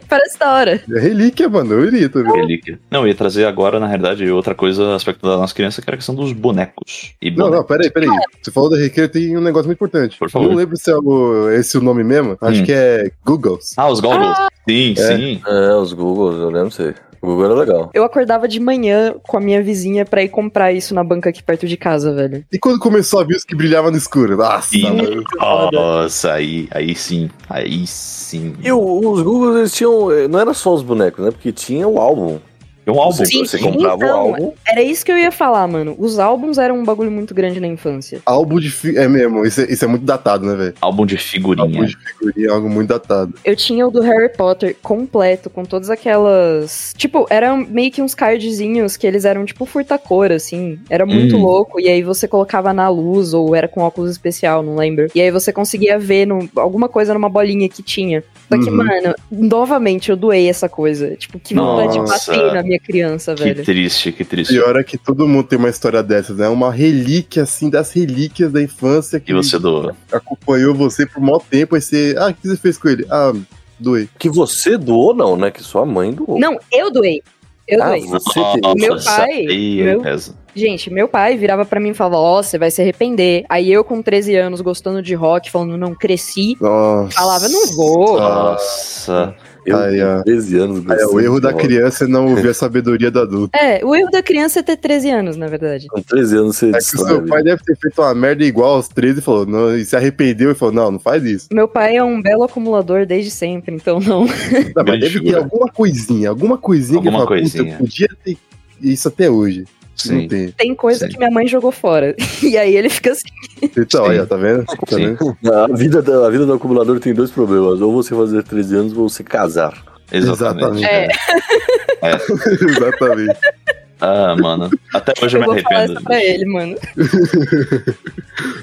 Speaker 4: Parece da hora.
Speaker 1: É relíquia, mano. Eu iria também.
Speaker 3: Relíquia. Não, eu ia trazer agora, na realidade, outra coisa, aspecto da nossa criança, que era a questão dos bonecos. E
Speaker 1: Não,
Speaker 3: bonecos.
Speaker 1: não, peraí, peraí. Você falou da relíquia, tem um negócio muito importante.
Speaker 3: Por favor.
Speaker 1: Não lembro se é o, esse o nome mesmo. Acho
Speaker 3: Hum.
Speaker 1: que é Googles.
Speaker 3: Ah, os goggles. sim, sim.
Speaker 2: É, os Googles, eu lembro disso aí. O Google era legal.
Speaker 4: Eu acordava de manhã com a minha vizinha pra ir comprar isso na banca aqui perto de casa, velho.
Speaker 1: E quando começou a ver os que brilhavam no escuro? Nossa,
Speaker 3: Sim.
Speaker 1: mano.
Speaker 3: Nossa, aí, aí sim. Aí sim.
Speaker 2: E o- os Googles, eles tinham. eh, Não era só os bonecos, né? Porque tinha o álbum.
Speaker 3: É um álbum.
Speaker 2: Você,
Speaker 4: Sim,
Speaker 2: você
Speaker 4: sim.
Speaker 2: comprava o
Speaker 4: Então,
Speaker 2: álbum.
Speaker 4: Era isso que eu ia falar, mano. Os álbuns eram um bagulho muito grande na infância.
Speaker 1: Álbum de. fi- É mesmo, isso é, isso é muito datado, né, velho?
Speaker 3: Álbum de figurinha.
Speaker 1: Álbum de figurinha é algo muito datado.
Speaker 4: Eu tinha o do Harry Potter completo, com todas aquelas. Tipo, eram meio que uns cardzinhos que eles eram tipo furta-cor, assim. Era muito
Speaker 3: Hum.
Speaker 4: louco. E aí você colocava na luz, ou era com óculos especial, não lembro. E aí você conseguia ver no- alguma coisa numa bolinha que tinha. Só que,
Speaker 1: Uhum.
Speaker 4: mano, novamente eu doei essa coisa. Tipo, que vontade de
Speaker 3: Nossa.
Speaker 4: bater na minha criança,
Speaker 3: que
Speaker 4: velho.
Speaker 3: triste, que triste.
Speaker 1: Pior é que todo mundo tem uma história dessas, né? Uma relíquia, assim, das relíquias da infância que
Speaker 3: E você do.
Speaker 1: acompanhou você por mó tempo. Aí você. Ah, o que você fez com ele? Ah, doei.
Speaker 2: Que você doou, não, né? Que sua mãe doou.
Speaker 4: Não, eu doei. Eu
Speaker 2: Ah,
Speaker 4: doei.
Speaker 2: você
Speaker 3: Nossa,
Speaker 2: teve.
Speaker 4: Meu pai,
Speaker 3: Aí,
Speaker 4: meu-
Speaker 3: pesa.
Speaker 4: Gente, meu pai virava pra mim e falava: Ó, você vai se arrepender. Aí eu, com 13 anos, gostando de rock, falando, não cresci.
Speaker 1: Nossa.
Speaker 4: Falava, não
Speaker 1: Ah.
Speaker 4: vou.
Speaker 3: Nossa.
Speaker 2: Eu
Speaker 1: Aí,
Speaker 2: tenho
Speaker 1: ó.
Speaker 2: 13 anos.
Speaker 1: É, o
Speaker 2: gostei
Speaker 1: erro
Speaker 2: de
Speaker 1: da
Speaker 2: rock.
Speaker 1: criança é não ouvir a sabedoria do adulto.
Speaker 4: É, o erro da criança é ter 13 anos, na verdade.
Speaker 2: Com 13 anos você
Speaker 1: É que o seu pai deve ter feito uma merda igual aos 13 e falou, não, e se arrependeu e falou, não, não faz isso.
Speaker 4: Meu pai é um belo acumulador desde sempre, então não.
Speaker 1: Não, mas
Speaker 3: Grande
Speaker 1: deve ter
Speaker 3: figura.
Speaker 1: alguma coisinha, alguma coisinha que
Speaker 3: Alguma
Speaker 1: eu falo, puta,
Speaker 3: coisinha.
Speaker 1: eu podia ter isso até hoje. Não
Speaker 3: Sim.
Speaker 1: tem.
Speaker 4: Tem coisa
Speaker 3: Sim.
Speaker 4: que minha mãe jogou fora. E aí ele fica assim.
Speaker 1: Então,
Speaker 3: Sim.
Speaker 1: olha, tá vendo? Tá
Speaker 3: Sim.
Speaker 1: vendo?
Speaker 2: A vida, da- a vida do acumulador tem dois problemas. Ou você fazer 13 anos ou você casar.
Speaker 1: Exatamente.
Speaker 3: Exatamente.
Speaker 4: É.
Speaker 1: Exatamente.
Speaker 3: Ah, mano. Até hoje eu
Speaker 4: Eu
Speaker 3: me
Speaker 4: vou falar
Speaker 3: arrependo.
Speaker 4: isso pra ele, mano.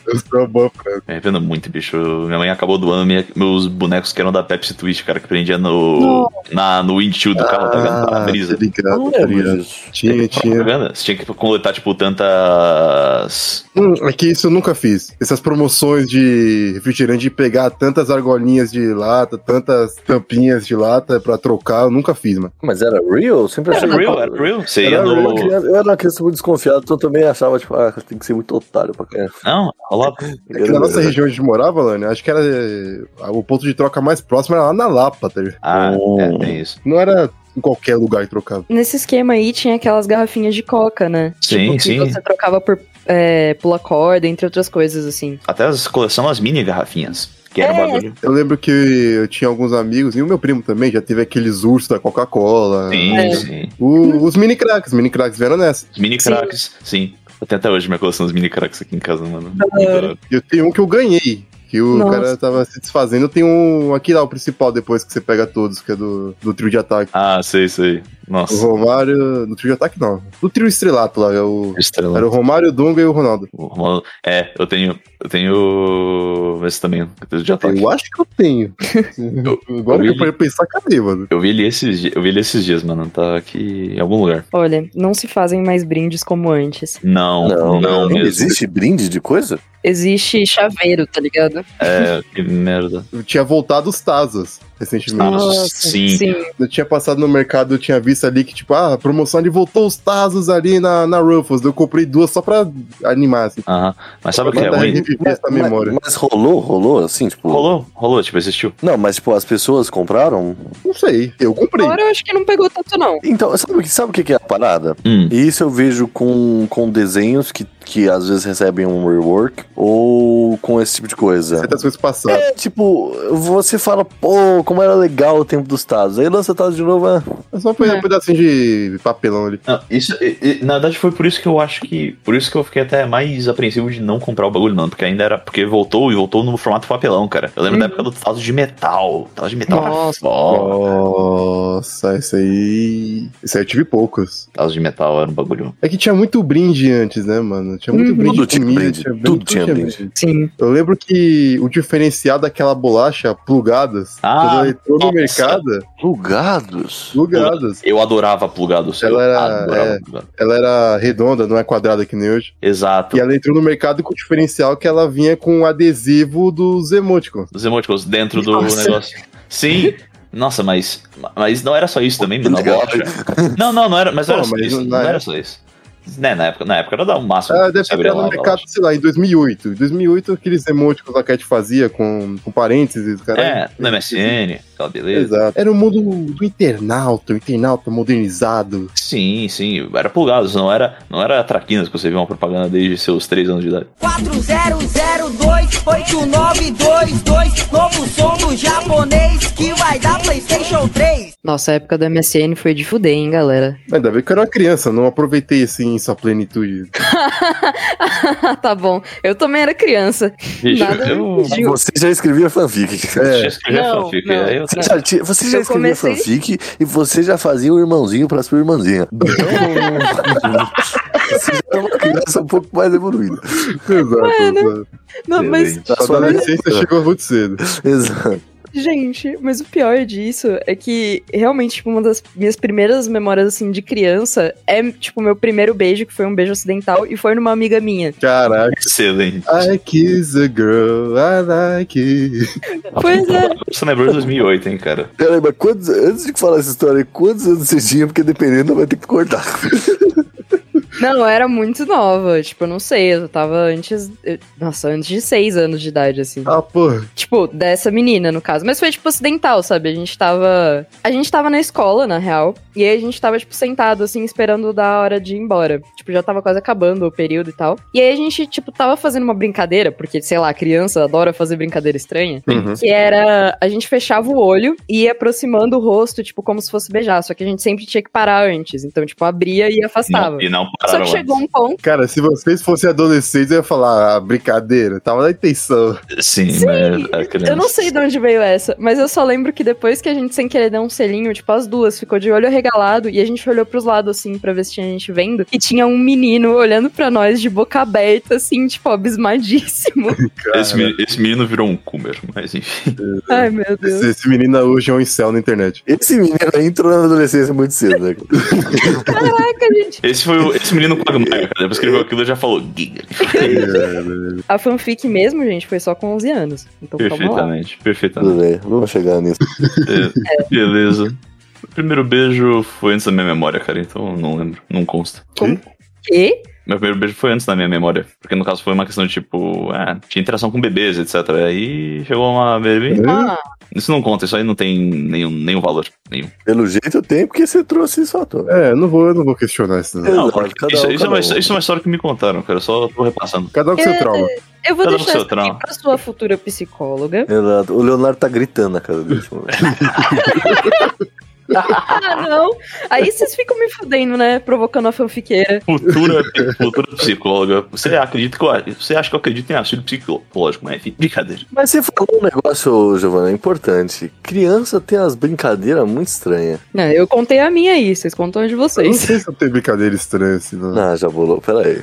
Speaker 1: Eu sou uma boa pra
Speaker 3: Me arrependo É, muito, bicho. Minha mãe acabou doando minha- meus bonecos que eram da Pepsi Twist, cara, que prendia no, na, no windshield do carro, tá
Speaker 4: Ah,
Speaker 3: ligado? Na brisa.
Speaker 1: tá ligado,
Speaker 2: não
Speaker 1: tá ligado.
Speaker 2: lembro disso.
Speaker 1: Tinha, tinha.
Speaker 3: Propaganda. Você tinha que coletar, tipo, tantas.
Speaker 1: Hum, é que isso eu nunca fiz. Essas promoções de refrigerante de pegar tantas argolinhas de lata, tantas tampinhas de lata pra trocar, eu nunca fiz, mano.
Speaker 2: Mas era real? Eu sempre achei.
Speaker 3: Era real, era real. Tipo, Você ia
Speaker 2: Era real,
Speaker 3: no.
Speaker 2: eu queria- Eu era uma criança muito desconfiada, então eu também achava, tipo, ah, tem que ser muito otário pra criança.
Speaker 3: Não, rolava.
Speaker 1: É que na nossa região onde a gente morava, Lani, acho que era. eh, O ponto de troca mais próximo era lá na Lapa, tá ligado?
Speaker 3: Ah,
Speaker 2: Hum.
Speaker 3: é, tem isso.
Speaker 1: Não era em qualquer lugar que trocava.
Speaker 4: Nesse esquema aí tinha aquelas garrafinhas de coca, né?
Speaker 3: Sim,
Speaker 4: tipo,
Speaker 3: sim.
Speaker 4: Que você trocava por é, pula corda, entre outras coisas, assim.
Speaker 3: Até as coleção as mini garrafinhas. Que era
Speaker 4: É.
Speaker 3: um bagulho.
Speaker 1: Eu lembro que eu tinha alguns amigos, e o meu primo também, já teve aqueles ursos da Coca-Cola.
Speaker 3: Sim,
Speaker 4: É.
Speaker 3: sim.
Speaker 1: O- Os mini cracks, mini cracks vieram nessa.
Speaker 3: Os mini
Speaker 4: Sim.
Speaker 3: cracks, sim. Eu tenho até hoje minha coleção dos mini cracks aqui em casa, mano.
Speaker 4: Adoro.
Speaker 1: E eu tenho um que eu ganhei. Que o
Speaker 4: Nossa.
Speaker 1: cara tava se desfazendo. Eu tenho um aqui lá, o principal, depois que você pega todos, que é do, do trio de ataque.
Speaker 3: Ah, sei, sei.
Speaker 1: O
Speaker 3: Nossa.
Speaker 1: Romário. No trio de ataque, não. Do trio estrelato lá. É o,
Speaker 3: Estrela.
Speaker 1: era o Romário, o Dunga e o Ronaldo.
Speaker 3: O Romulo- É, eu tenho. Eu tenho. Esse também. Eu já tá
Speaker 1: Eu acho que eu tenho. Agora que eu parei pra pensar, cadê, mano?
Speaker 3: Eu vi ele esses dias. Eu vi ele esses dias, mano. Tá aqui em algum lugar.
Speaker 4: Olha, não se fazem mais brindes como antes.
Speaker 3: Não, não, mesmo.
Speaker 2: Existe brinde de coisa?
Speaker 4: Existe chaveiro, tá ligado?
Speaker 3: É, que merda.
Speaker 1: Eu tinha voltado os Tazos recentemente.
Speaker 3: Ah. Nossa, sim.
Speaker 1: Eu tinha passado no mercado, eu tinha visto ali que, tipo, ah, a promoção ele voltou os Tazos ali na, na Ruffles. Eu comprei duas só pra animar, assim.
Speaker 3: Aham. Mas sabe o que é
Speaker 1: Manda
Speaker 3: ruim?
Speaker 1: reviver essa memória.
Speaker 2: Mas, mas rolou, rolou, assim, tipo.
Speaker 3: Rolou, rolou, tipo, existiu.
Speaker 2: Não, mas tipo, as pessoas compraram.
Speaker 1: Não sei, eu comprei.
Speaker 4: Agora eu acho que não pegou tanto, não.
Speaker 2: Então, sabe, o que- sabe o que que é a parada?
Speaker 3: Hum.
Speaker 2: E isso eu vejo com, com desenhos que, que às vezes recebem um rework ou com esse tipo de coisa.
Speaker 1: Certas coisas passadas.
Speaker 2: É, tipo, você fala, pô, como era legal o tempo dos Tazos. Aí lança Tazos de novo, ah,
Speaker 1: É só um
Speaker 4: É.
Speaker 1: pedacinho de papelão ali.
Speaker 3: Não, isso, e- e- na verdade, foi por isso que eu acho que. Por isso que eu fiquei até mais apreensivo de não comprar o bagulho, mano. Porque ainda era. Porque voltou e voltou no formato papelão, cara. Eu lembro da
Speaker 4: Uhum.
Speaker 3: época do Tazo de metal. Tazo de metal.
Speaker 4: Nossa.
Speaker 3: Ó,
Speaker 1: Nossa, isso aí. Isso aí eu tive poucos.
Speaker 3: Tazo de metal era um bagulho.
Speaker 1: É que tinha muito brinde antes, né, mano? Tinha muito
Speaker 4: Uhum.
Speaker 1: brinde
Speaker 2: Tudo
Speaker 1: de
Speaker 2: tinha
Speaker 1: comida,
Speaker 2: brinde, tudo tinha brinde.
Speaker 4: Sim.
Speaker 1: Eu lembro que o diferencial daquela bolacha, plugadas,
Speaker 3: Ah,
Speaker 1: quando ela entrou no
Speaker 3: nossa.
Speaker 1: mercado,
Speaker 2: plugados.
Speaker 1: plugadas,
Speaker 3: Eu adorava plugados.
Speaker 1: Ela
Speaker 3: eu
Speaker 1: era-
Speaker 3: adorava
Speaker 1: é.
Speaker 3: plugado.
Speaker 1: ela era redonda, não é quadrada que nem hoje.
Speaker 3: Exato.
Speaker 1: E ela entrou no mercado com o diferencial que ela vinha com o adesivo dos emoticons.
Speaker 3: Os emoticons dentro do
Speaker 4: Nossa.
Speaker 3: negócio. Sim. Nossa, mas. Mas não era só isso também, mano. a
Speaker 2: Legal.
Speaker 3: bolacha. Não, não, não era. Mas, não
Speaker 1: Pô,
Speaker 3: era, só
Speaker 1: mas na
Speaker 3: isso, não era
Speaker 1: época-
Speaker 3: só isso. Né, na época, na época era dar o máximo.
Speaker 1: Ah,
Speaker 3: que
Speaker 1: deve
Speaker 3: você
Speaker 1: ter
Speaker 3: abria
Speaker 1: entrado
Speaker 3: lá
Speaker 1: no
Speaker 3: a
Speaker 1: mercado,
Speaker 3: bolacha.
Speaker 1: sei lá, em 2008. Em 2008, aqueles emoticons que a Cat fazia com, com parênteses, cara.
Speaker 3: É, no MSN, aquela beleza.
Speaker 1: Exato. Era o mundo do internauta, o internauta modernizado.
Speaker 3: Sim, sim, era plugados, não era, não era traquinas que você viu uma propaganda desde seus 3 anos de idade.
Speaker 5: 40028922 Novo som do japonês que vai dar Playstation 3
Speaker 4: Nossa, a época do MSN foi de fuder, hein, galera?
Speaker 1: Ainda bem que eu era uma criança, não aproveitei assim em sua plenitude.
Speaker 4: tá bom. Eu também era criança.
Speaker 3: Bicho,
Speaker 4: Nada
Speaker 3: eu.
Speaker 4: me fugiu.
Speaker 2: Você já escrevia fanfic.
Speaker 3: Deixa eu
Speaker 1: É,
Speaker 3: escrever
Speaker 4: Não,
Speaker 3: fanfic,
Speaker 4: não,
Speaker 3: aí eu-
Speaker 2: Você já, tinha- você já
Speaker 4: Eu
Speaker 2: escrevia
Speaker 4: comecei-
Speaker 2: fanfic e você já fazia o irmãozinho pra sua irmãzinha. Então, você já é uma criança um pouco mais evoluída.
Speaker 1: exato. exato.
Speaker 4: Não, mas,
Speaker 2: Na
Speaker 1: A
Speaker 2: sua
Speaker 1: adolescência
Speaker 2: época.
Speaker 1: chegou muito cedo.
Speaker 2: Exato.
Speaker 4: gente, mas o pior disso é que realmente, tipo, uma das minhas primeiras memórias, assim, de criança é, tipo, meu primeiro beijo, que foi um beijo acidental, e foi numa amiga minha.
Speaker 1: Caraca.
Speaker 3: Excelente.
Speaker 1: I kiss a girl, I like it.
Speaker 4: Pois é.
Speaker 3: Você lembrou de 2008, hein, cara?
Speaker 2: Peraí, mas quantos, antes de falar essa história, aí, quantos anos você tinha? Porque dependendo, vai ter que cortar.
Speaker 4: Não, eu era muito nova. Tipo, eu não sei. Eu tava antes. eu- nossa, antes de seis anos de idade, assim.
Speaker 1: Ah, pô.
Speaker 4: Tipo, dessa menina, no caso. Mas foi, tipo, acidental, sabe? A gente tava. A gente tava na escola, na real. E aí a gente tava, tipo, sentado, assim, esperando dar a hora de ir embora. Tipo, já tava quase acabando o período e tal. E aí a gente, tipo, tava fazendo uma brincadeira, porque, sei lá, criança adora fazer brincadeira estranha.
Speaker 1: Uhum.
Speaker 4: Que era. A gente fechava o olho e ia aproximando o rosto, tipo, como se fosse beijar. Só que a gente sempre tinha que parar antes. Então, tipo, abria e afastava.
Speaker 3: Não, e não
Speaker 4: Só
Speaker 3: pararam
Speaker 4: que chegou um ponto.
Speaker 1: Cara, se vocês fossem adolescentes, eu ia falar, ah, brincadeira, tava na intenção.
Speaker 3: antes. Sim,
Speaker 4: Sim,
Speaker 3: mas é a criança.
Speaker 4: Eu não sei de onde veio essa, mas eu só lembro que depois que a gente, sem querer, deu um selinho, tipo, as duas ficou de olho arregalado e a gente olhou pros lados, assim, pra ver se tinha gente vendo. E tinha um menino olhando pra nós de boca aberta, assim, tipo, abismadíssimo.
Speaker 3: Esse, meni- esse menino virou um coomer, mas enfim.
Speaker 4: Ai, meu Deus.
Speaker 1: Esse, esse menino hoje é um incel na internet.
Speaker 2: Esse menino aí entrou na adolescência muito cedo, né?
Speaker 4: Caraca, É gente.
Speaker 3: Esse foi o, esse menino Quagmire, cara. né? Depois que ele viu aquilo, ele já falou Giga.
Speaker 4: A fanfic mesmo, gente, foi só com 11 anos. Então, calma lá.
Speaker 3: Perfeitamente, perfeitamente.
Speaker 2: Tudo bem, vamos chegar nisso.
Speaker 3: É, Beleza. O primeiro beijo foi antes da minha memória, cara, então eu não lembro, não consta.
Speaker 4: E?
Speaker 3: Meu primeiro beijo foi antes da minha memória. Porque no caso foi uma questão de tipo, ah, tinha interação com bebês, etc. Aí chegou uma bebê.
Speaker 1: Hum?
Speaker 4: Ah,
Speaker 3: Isso não conta, isso aí não tem nenhum, nenhum valor. Nenhum.
Speaker 2: Pelo jeito eu tenho, porque você trouxe isso à toa.
Speaker 1: É, eu não vou, eu não vou questionar isso. Não.
Speaker 3: Não,
Speaker 2: Exato,
Speaker 3: porque
Speaker 2: cada
Speaker 3: isso,
Speaker 2: um,
Speaker 3: isso é uma,
Speaker 2: cada um.
Speaker 3: isso é uma história que me contaram, cara. Eu só tô repassando.
Speaker 1: Cada um com seu
Speaker 4: É.
Speaker 1: trauma.
Speaker 4: eu vou
Speaker 3: Cada um
Speaker 4: deixar
Speaker 3: seu
Speaker 4: isso aqui
Speaker 3: trauma.
Speaker 4: pra sua futura psicóloga.
Speaker 2: Exato. O Leonardo tá gritando na casa desse momento.
Speaker 4: ah, não. Aí vocês ficam me fudendo, né? Provocando a fanfiqueira.
Speaker 3: Futura, futura psicóloga. Você acredita que eu, você acha que eu acredito em auxílio psicológico, mas enfim, brincadeira.
Speaker 2: Mas você falou um negócio, Giovana, importante. Criança tem umas brincadeiras muito estranhas.
Speaker 4: Não, eu contei a minha aí, vocês contam a de
Speaker 1: Eu não
Speaker 4: vocês.
Speaker 1: sei se eu tenho brincadeira estranha assim, não.
Speaker 2: Ah, já bolou. Pera aí.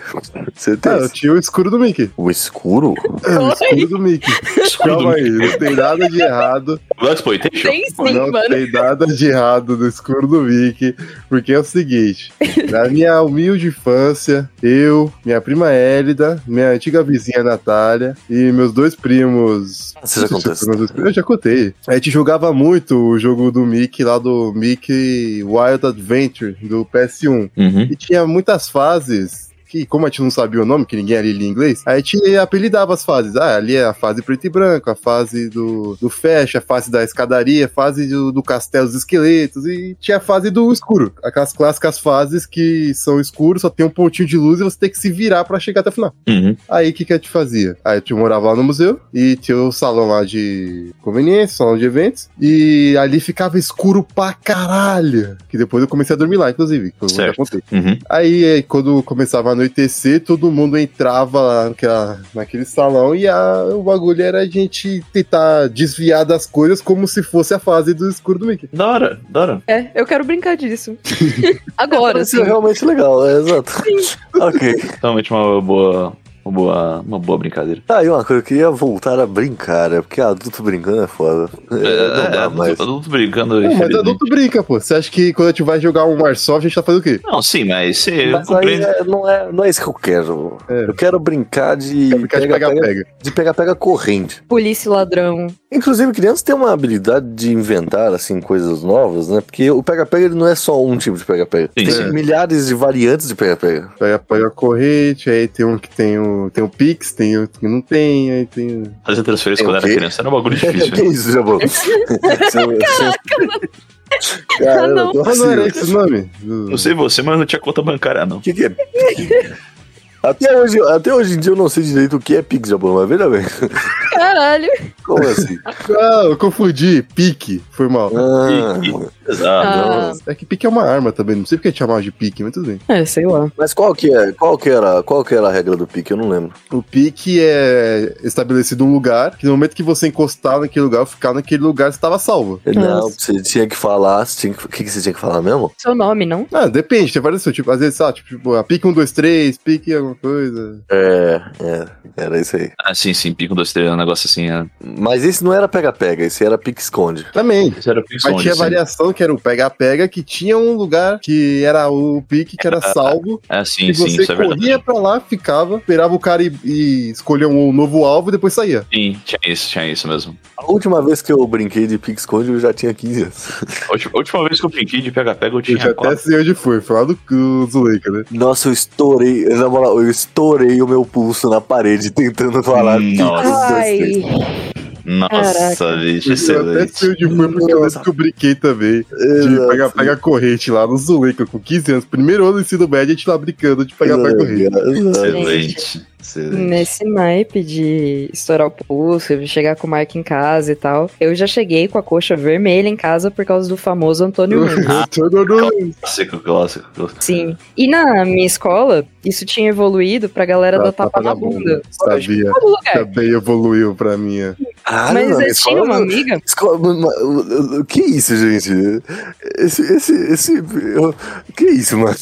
Speaker 2: Você tem
Speaker 1: Ah, eu tinha o escuro do Mickey.
Speaker 2: o escuro?
Speaker 1: É, o escuro do Mickey. Calma aí, não tem nada de errado.
Speaker 3: Black Exploitation?
Speaker 4: Tem sim,
Speaker 1: não
Speaker 4: mano.
Speaker 1: tem nada de errado no escuro do Mickey, porque é o seguinte: na minha humilde infância, eu, minha prima Hélida, minha antiga vizinha Natália e meus dois primos.
Speaker 2: Você já contou essa
Speaker 1: Meus dois primos- Eu já contei. A gente jogava muito o jogo do Mickey lá do Mickey Wild Adventure do PS1.
Speaker 3: Uhum.
Speaker 1: E tinha muitas fases que, como a gente não sabia o nome, que ninguém ali lia inglês, a gente apelidava as fases. Ah, ali é a fase preto e branco, a fase do, do fecha, a fase da escadaria, a fase do, do castelo dos esqueletos, e tinha a fase do escuro. Aquelas clássicas fases que são escuras, só tem um pontinho de luz e você tem que se virar pra chegar até o final.
Speaker 3: Uhum.
Speaker 1: Aí o que, que a gente fazia? Aí eu morava lá no museu e tinha o salão lá de conveniência, salão de eventos. E ali ficava escuro pra caralho. Que depois eu comecei a dormir lá, inclusive. Que eu já
Speaker 3: Certo.
Speaker 1: contei.
Speaker 3: Uhum.
Speaker 1: Aí eh, quando começava a anoitecer, todo mundo entrava lá naquela- naquele salão e a- o bagulho era a gente tentar desviar das coisas como se fosse a fase do escuro do Mickey.
Speaker 3: Da hora, da hora.
Speaker 4: É, eu quero brincar disso. Agora, assim.
Speaker 2: Isso
Speaker 4: sim.
Speaker 2: é realmente legal, é exato. ok.
Speaker 3: Realmente uma boa. Uma boa, uma boa brincadeira.
Speaker 2: Tá aí uma coisa, eu queria voltar a brincar, é porque adulto brincando é foda. É, não dá mais.
Speaker 3: adulto, adulto brincando.
Speaker 1: Pô, mas
Speaker 3: infelizmente.
Speaker 1: adulto brinca, pô. Você acha que quando a gente vai jogar um Airsoft, a gente tá fazendo o quê?
Speaker 3: Não, sim, mas você
Speaker 2: Mas aí
Speaker 3: compreende.
Speaker 2: é- não, é, não é isso que eu quero.
Speaker 1: É.
Speaker 2: Eu quero brincar de
Speaker 1: Brincar de
Speaker 2: pega-pega
Speaker 1: pega-pega.
Speaker 2: de pega-pega corrente.
Speaker 4: Polícia e ladrão.
Speaker 2: Inclusive, crianças têm uma habilidade de inventar assim coisas novas, né? Porque o pega-pega ele não é só um tipo de pega-pega.
Speaker 3: Sim,
Speaker 2: Tem
Speaker 3: sim.
Speaker 2: milhares de variantes de pega-pega.
Speaker 1: Pega, pega a corrente, aí tem um que tem o, tem o Pix, tem outro que não tem, aí tem. o-
Speaker 3: Fazer
Speaker 2: É
Speaker 3: transferência
Speaker 2: o
Speaker 3: quando era
Speaker 2: quê?
Speaker 3: criança era um bagulho difícil.
Speaker 2: que
Speaker 3: né?
Speaker 2: isso, Jabão? Caraca,
Speaker 4: Ah, não.
Speaker 1: Mas
Speaker 2: assim,
Speaker 1: não era esse o nome? Do-
Speaker 3: Não sei você, mas não tinha conta bancária, não.
Speaker 2: que, que é? Até hoje, até hoje em dia eu não sei direito o que é Pix, Jabão, mas veja bem.
Speaker 4: Caralho.
Speaker 2: Como assim?
Speaker 1: Ah, eu confundi. Pique, foi mal.
Speaker 2: Ah,
Speaker 3: Exato.
Speaker 4: Ah,
Speaker 1: É que pique é uma arma também, não sei porque a gente chamava de pique, mas tudo bem.
Speaker 4: é, sei lá.
Speaker 2: mas qual que, é, qual, que era, qual que era a regra do pique? Eu não lembro.
Speaker 1: O pique é estabelecido um lugar, que no momento que você encostar naquele lugar, ou ficar naquele lugar, você estava salvo.
Speaker 2: Não,
Speaker 4: Nossa.
Speaker 2: você tinha que falar. você tinha que- O que, que você tinha que falar mesmo?
Speaker 4: Seu nome, não?
Speaker 1: Ah, depende, tem vários tipos. Às vezes, sabe, tipo, a pique 1, 2, 3, pique alguma coisa.
Speaker 2: É, é, era isso aí.
Speaker 3: Ah, sim, sim, pico dois, três, um negócio assim. é.
Speaker 2: Mas esse não era pega-pega, esse era pique-esconde.
Speaker 1: Também.
Speaker 3: Isso é um era pico
Speaker 1: Mas tinha variação que era o pega-pega, que tinha um lugar que era o pique, que era salvo,
Speaker 3: Ah,
Speaker 1: E
Speaker 3: sim, sim,
Speaker 1: você
Speaker 3: isso é verdade.
Speaker 1: corria pra lá, ficava, esperava o cara e, e escolher um novo alvo e depois saía.
Speaker 3: Sim, tinha isso, tinha isso mesmo.
Speaker 2: A última vez que eu brinquei de pique-esconde eu já tinha 15 anos.
Speaker 3: A última, a última vez que eu brinquei de pega-pega, eu
Speaker 1: Eu já
Speaker 3: tinha
Speaker 1: até
Speaker 3: quatro.
Speaker 1: sei onde foi, foi lá do, do Zuleika, né?
Speaker 2: Nossa, eu estourei, na moral, eu estourei o meu pulso na parede tentando falar
Speaker 3: Nossa.
Speaker 2: pique. um, dois,
Speaker 4: Ai.
Speaker 2: três.
Speaker 3: Nossa, bicho,
Speaker 1: Eu até sei
Speaker 3: excelente.
Speaker 1: onde foi, porque eu lembro que eu brinquei também de
Speaker 2: Exato.
Speaker 1: pegar-pega corrente lá no Zuleika, com 15 anos. Primeiro ano do ensino médio, a gente lá brincando de pegar-pega corrente.
Speaker 2: Exato.
Speaker 3: Excelente. Excelente.
Speaker 4: Nesse naipe de estourar o pulso, de chegar com marca em casa e tal, eu já cheguei com a coxa vermelha em casa por causa do famoso Antônio Nunes.
Speaker 1: Todo mundo-
Speaker 3: Clássico, clássico, clássico.
Speaker 4: Sim. E na minha escola, isso tinha evoluído pra galera
Speaker 1: Tá,
Speaker 4: da tapa na bunda. Lógico,
Speaker 1: Sabia,
Speaker 4: Todo lugar.
Speaker 1: também evoluiu pra minha.
Speaker 2: Ah,
Speaker 4: Mas
Speaker 2: não,
Speaker 4: eu
Speaker 2: escola
Speaker 4: tinha uma
Speaker 2: não-
Speaker 4: amiga
Speaker 2: Escola, ma- ma- o- o- que é isso, gente? Esse, esse, esse, eu- que é isso, mano?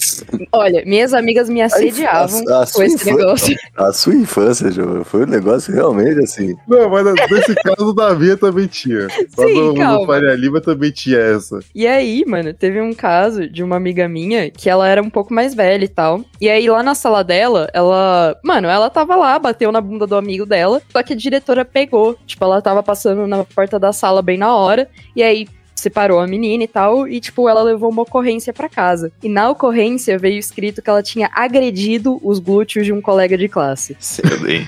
Speaker 4: Olha, minhas amigas me assediavam
Speaker 2: A- a- a
Speaker 4: com
Speaker 2: sua
Speaker 4: esse
Speaker 2: infância-
Speaker 4: negócio.
Speaker 2: A sua infância, Giovana, foi um negócio realmente assim.
Speaker 1: Não, mas nesse caso da minha também tinha. Lá
Speaker 4: Sim,
Speaker 1: no, no
Speaker 4: calma.
Speaker 1: Faria Lima também tinha essa.
Speaker 4: E aí, mano, teve um caso de uma amiga minha que ela era um pouco mais velha e tal. E aí, lá na sala dela, ela. Mano, ela tava lá, bateu na bunda do amigo dela. Só que a diretora pegou. Tipo, ela tava passando na porta da sala bem na hora. E aí. Separou a menina e tal, e tipo, ela levou uma ocorrência pra casa. E na ocorrência veio escrito que ela tinha agredido os glúteos de um colega de classe.
Speaker 3: Excelente.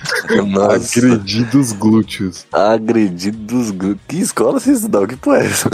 Speaker 2: Nossa,
Speaker 1: Agredidos glúteos.
Speaker 2: agredidos. gru- Que escola você estudava? Que porra é essa?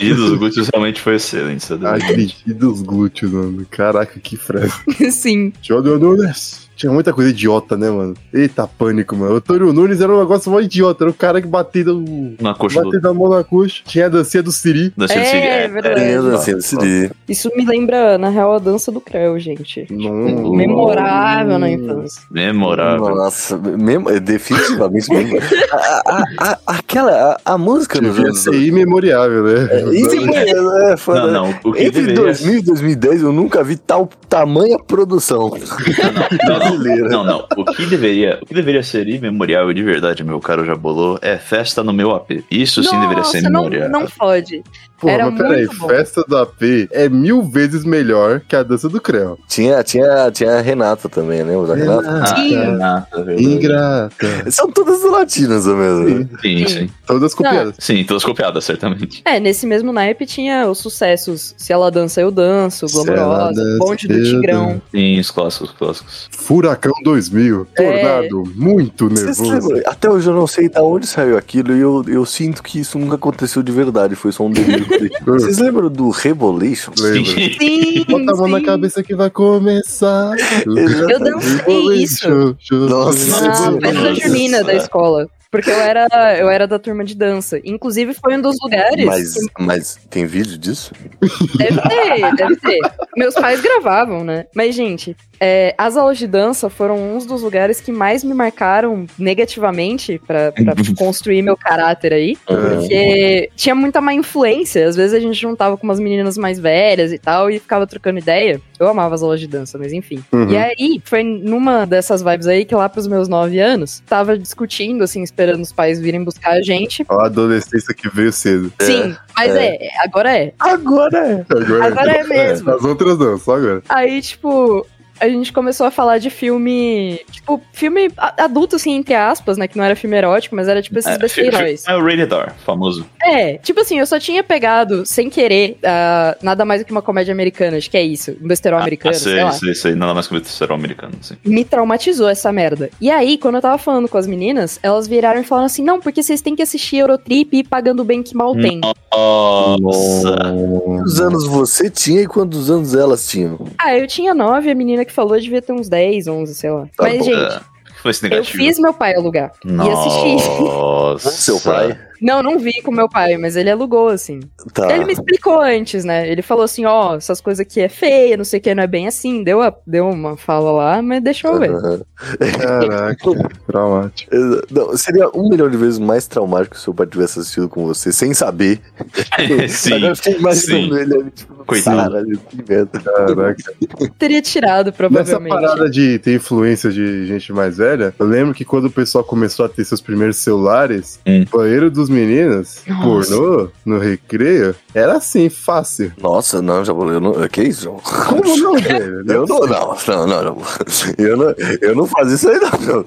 Speaker 3: E dos glúteos realmente foi excelente. sabe?
Speaker 1: Agredidos glúteos, mano. Caraca, que frase.
Speaker 4: Sim.
Speaker 1: Tio Nunes, Tinha muita coisa idiota, né, mano? Eita, pânico, mano. O Tônio Nunes era um negócio mó idiota. Era o cara que batia, do...
Speaker 3: Na coxa do.
Speaker 1: batia da mão na coxa. Tinha a dancinha do Siri.
Speaker 3: Da Cine
Speaker 4: É,
Speaker 3: Cine. é,
Speaker 4: verdade.
Speaker 3: é.
Speaker 2: Lembra, assim, decidi.
Speaker 4: Isso me lembra, na real, a dança do Creu, gente.
Speaker 1: Não.
Speaker 4: Memorável
Speaker 3: Hum,
Speaker 4: na infância.
Speaker 3: Memorável.
Speaker 2: Nossa, mesmo, definitivamente mesmo. A, a- a- aquela, a, a música nos
Speaker 1: Devia
Speaker 2: anos.
Speaker 1: ser imemoriável, né?
Speaker 2: Isso é, é foda.
Speaker 3: Não,
Speaker 2: né?
Speaker 3: não. O que
Speaker 2: Entre
Speaker 3: deveria...
Speaker 2: 2000 e 2010 eu nunca vi tal tamanha produção.
Speaker 3: Não, não.
Speaker 2: brasileira.
Speaker 3: Não, não. O que deveria, o que deveria ser imemorial e de verdade, meu caro Jabolô, é festa no meu AP. Isso sim deveria ser
Speaker 4: não,
Speaker 3: memorial.
Speaker 4: não fode.
Speaker 1: Pô,
Speaker 4: Era
Speaker 1: mas peraí,
Speaker 4: muito bom.
Speaker 1: festa da P é mil vezes melhor que a dança do Creu.
Speaker 2: Tinha, tinha, tinha a Renata também, né? Da Renata.
Speaker 3: Ah,
Speaker 4: Sim.
Speaker 3: Renata, verdade.
Speaker 1: Ingrata.
Speaker 2: São todas latinas mesmo.
Speaker 3: Sim, sim.
Speaker 1: Todas copiadas.
Speaker 3: Sim, todas copiadas, certamente.
Speaker 4: É, nesse mesmo naipe tinha os sucessos Se Ela Dança, Eu Danço,
Speaker 1: Se Ela
Speaker 4: Glamourosa,
Speaker 1: Dança,
Speaker 4: Bonde do
Speaker 1: Eu
Speaker 4: Tigrão.
Speaker 3: Sim, os clássicos, clássicos.
Speaker 1: Furacão 2000.
Speaker 4: É.
Speaker 1: Tornado muito
Speaker 2: Vocês
Speaker 1: nervoso.
Speaker 3: é
Speaker 2: lembram? Até hoje eu não sei da onde saiu aquilo e eu, eu sinto que isso nunca aconteceu de verdade, foi só um delírio. coletivo. Vocês lembram do Revolution?
Speaker 1: Lembro.
Speaker 3: Sim.
Speaker 4: Sim,
Speaker 1: Bota a mão na
Speaker 4: sim.
Speaker 1: cabeça que vai começar.
Speaker 4: Eu dancei isso.
Speaker 1: Show, show.
Speaker 2: Nossa.
Speaker 4: Na
Speaker 2: Nossa.
Speaker 4: festa junina da
Speaker 3: É.
Speaker 4: escola. Porque eu era, eu era da turma de dança. Inclusive, foi um dos lugares.
Speaker 2: Mas, mas tem vídeo disso?
Speaker 4: Deve ter, deve ter. Meus pais gravavam, né? Mas, gente, é, as aulas de dança foram uns dos lugares que mais me marcaram negativamente pra, pra construir meu caráter aí. Porque tinha muita má influência. Às vezes a gente juntava com umas meninas mais velhas e tal e ficava trocando ideia. Eu amava as aulas de dança, mas enfim.
Speaker 1: Uhum.
Speaker 4: E aí, foi numa dessas vibes aí que lá pros meus nove anos, tava discutindo, assim, esperando os pais virem buscar a gente.
Speaker 1: Ó, A adolescência que veio cedo.
Speaker 4: Sim, mas é. agora é.
Speaker 2: Agora
Speaker 1: Agora,
Speaker 4: Agora é mesmo.
Speaker 1: As outras não, só agora.
Speaker 4: Aí, tipo, a gente começou a falar de filme. Tipo, filme a- adulto, assim, entre aspas, né? Que não era filme erótico, mas era tipo esses
Speaker 3: É, fi-
Speaker 4: besteiróis.
Speaker 3: fi- é o Rated R, famoso.
Speaker 4: É, tipo assim, eu só tinha pegado, sem querer, ah, nada mais do que uma comédia americana, acho que é isso, um besterol americano,
Speaker 3: ah, sei,
Speaker 4: sei lá.
Speaker 3: sei, sei. Nada mais que o serão americano, sim.
Speaker 4: Me traumatizou essa merda. E aí, quando eu tava falando com as meninas, elas viraram e falaram assim: não, porque vocês têm que assistir Eurotrip e ir pagando bem que mal tem.
Speaker 3: Nossa.
Speaker 2: Quantos anos você tinha e quantos anos elas tinham?
Speaker 4: Ah, eu tinha nove, a menina que falou devia ter uns 10, 11, sei lá.
Speaker 2: Tá
Speaker 4: Mas,
Speaker 2: bom.
Speaker 4: gente,
Speaker 3: O que foi esse
Speaker 4: eu
Speaker 3: é, negativo?
Speaker 4: fiz meu pai alugar. e assisti.
Speaker 3: Nossa.
Speaker 2: Com seu pai?
Speaker 4: Não, não vi com meu pai, mas ele alugou, assim.
Speaker 2: Tá.
Speaker 4: Ele me explicou antes, né? Ele falou assim, ó, essas coisas aqui é feia, não sei o que, não é bem assim. Deu, a- deu uma fala lá, mas deixa eu ver.
Speaker 2: Aham.
Speaker 1: Caraca, traumático.
Speaker 2: Não, seria um milhão de vezes mais traumático se o seu pai tivesse assistido com você, sem saber.
Speaker 3: Sim,
Speaker 2: Agora eu fiquei imaginando ele ali, tipo,
Speaker 3: Coitado.
Speaker 2: Caralho, que merda.
Speaker 1: Caraca.
Speaker 4: Teria tirado,
Speaker 1: Nessa
Speaker 4: provavelmente.
Speaker 1: parada de ter influência de gente mais velha, eu lembro que quando o pessoal começou a ter seus primeiros celulares,
Speaker 3: Hum.
Speaker 1: o banheiro dos meninos,
Speaker 4: Nossa.
Speaker 1: pornô, no recreio, era assim, fácil.
Speaker 2: Nossa, não, já eu não. Que isso, João?
Speaker 1: Como não, velho? Né?
Speaker 2: Eu não, não, não, não, não. Eu não, eu não fazia isso aí, não. não.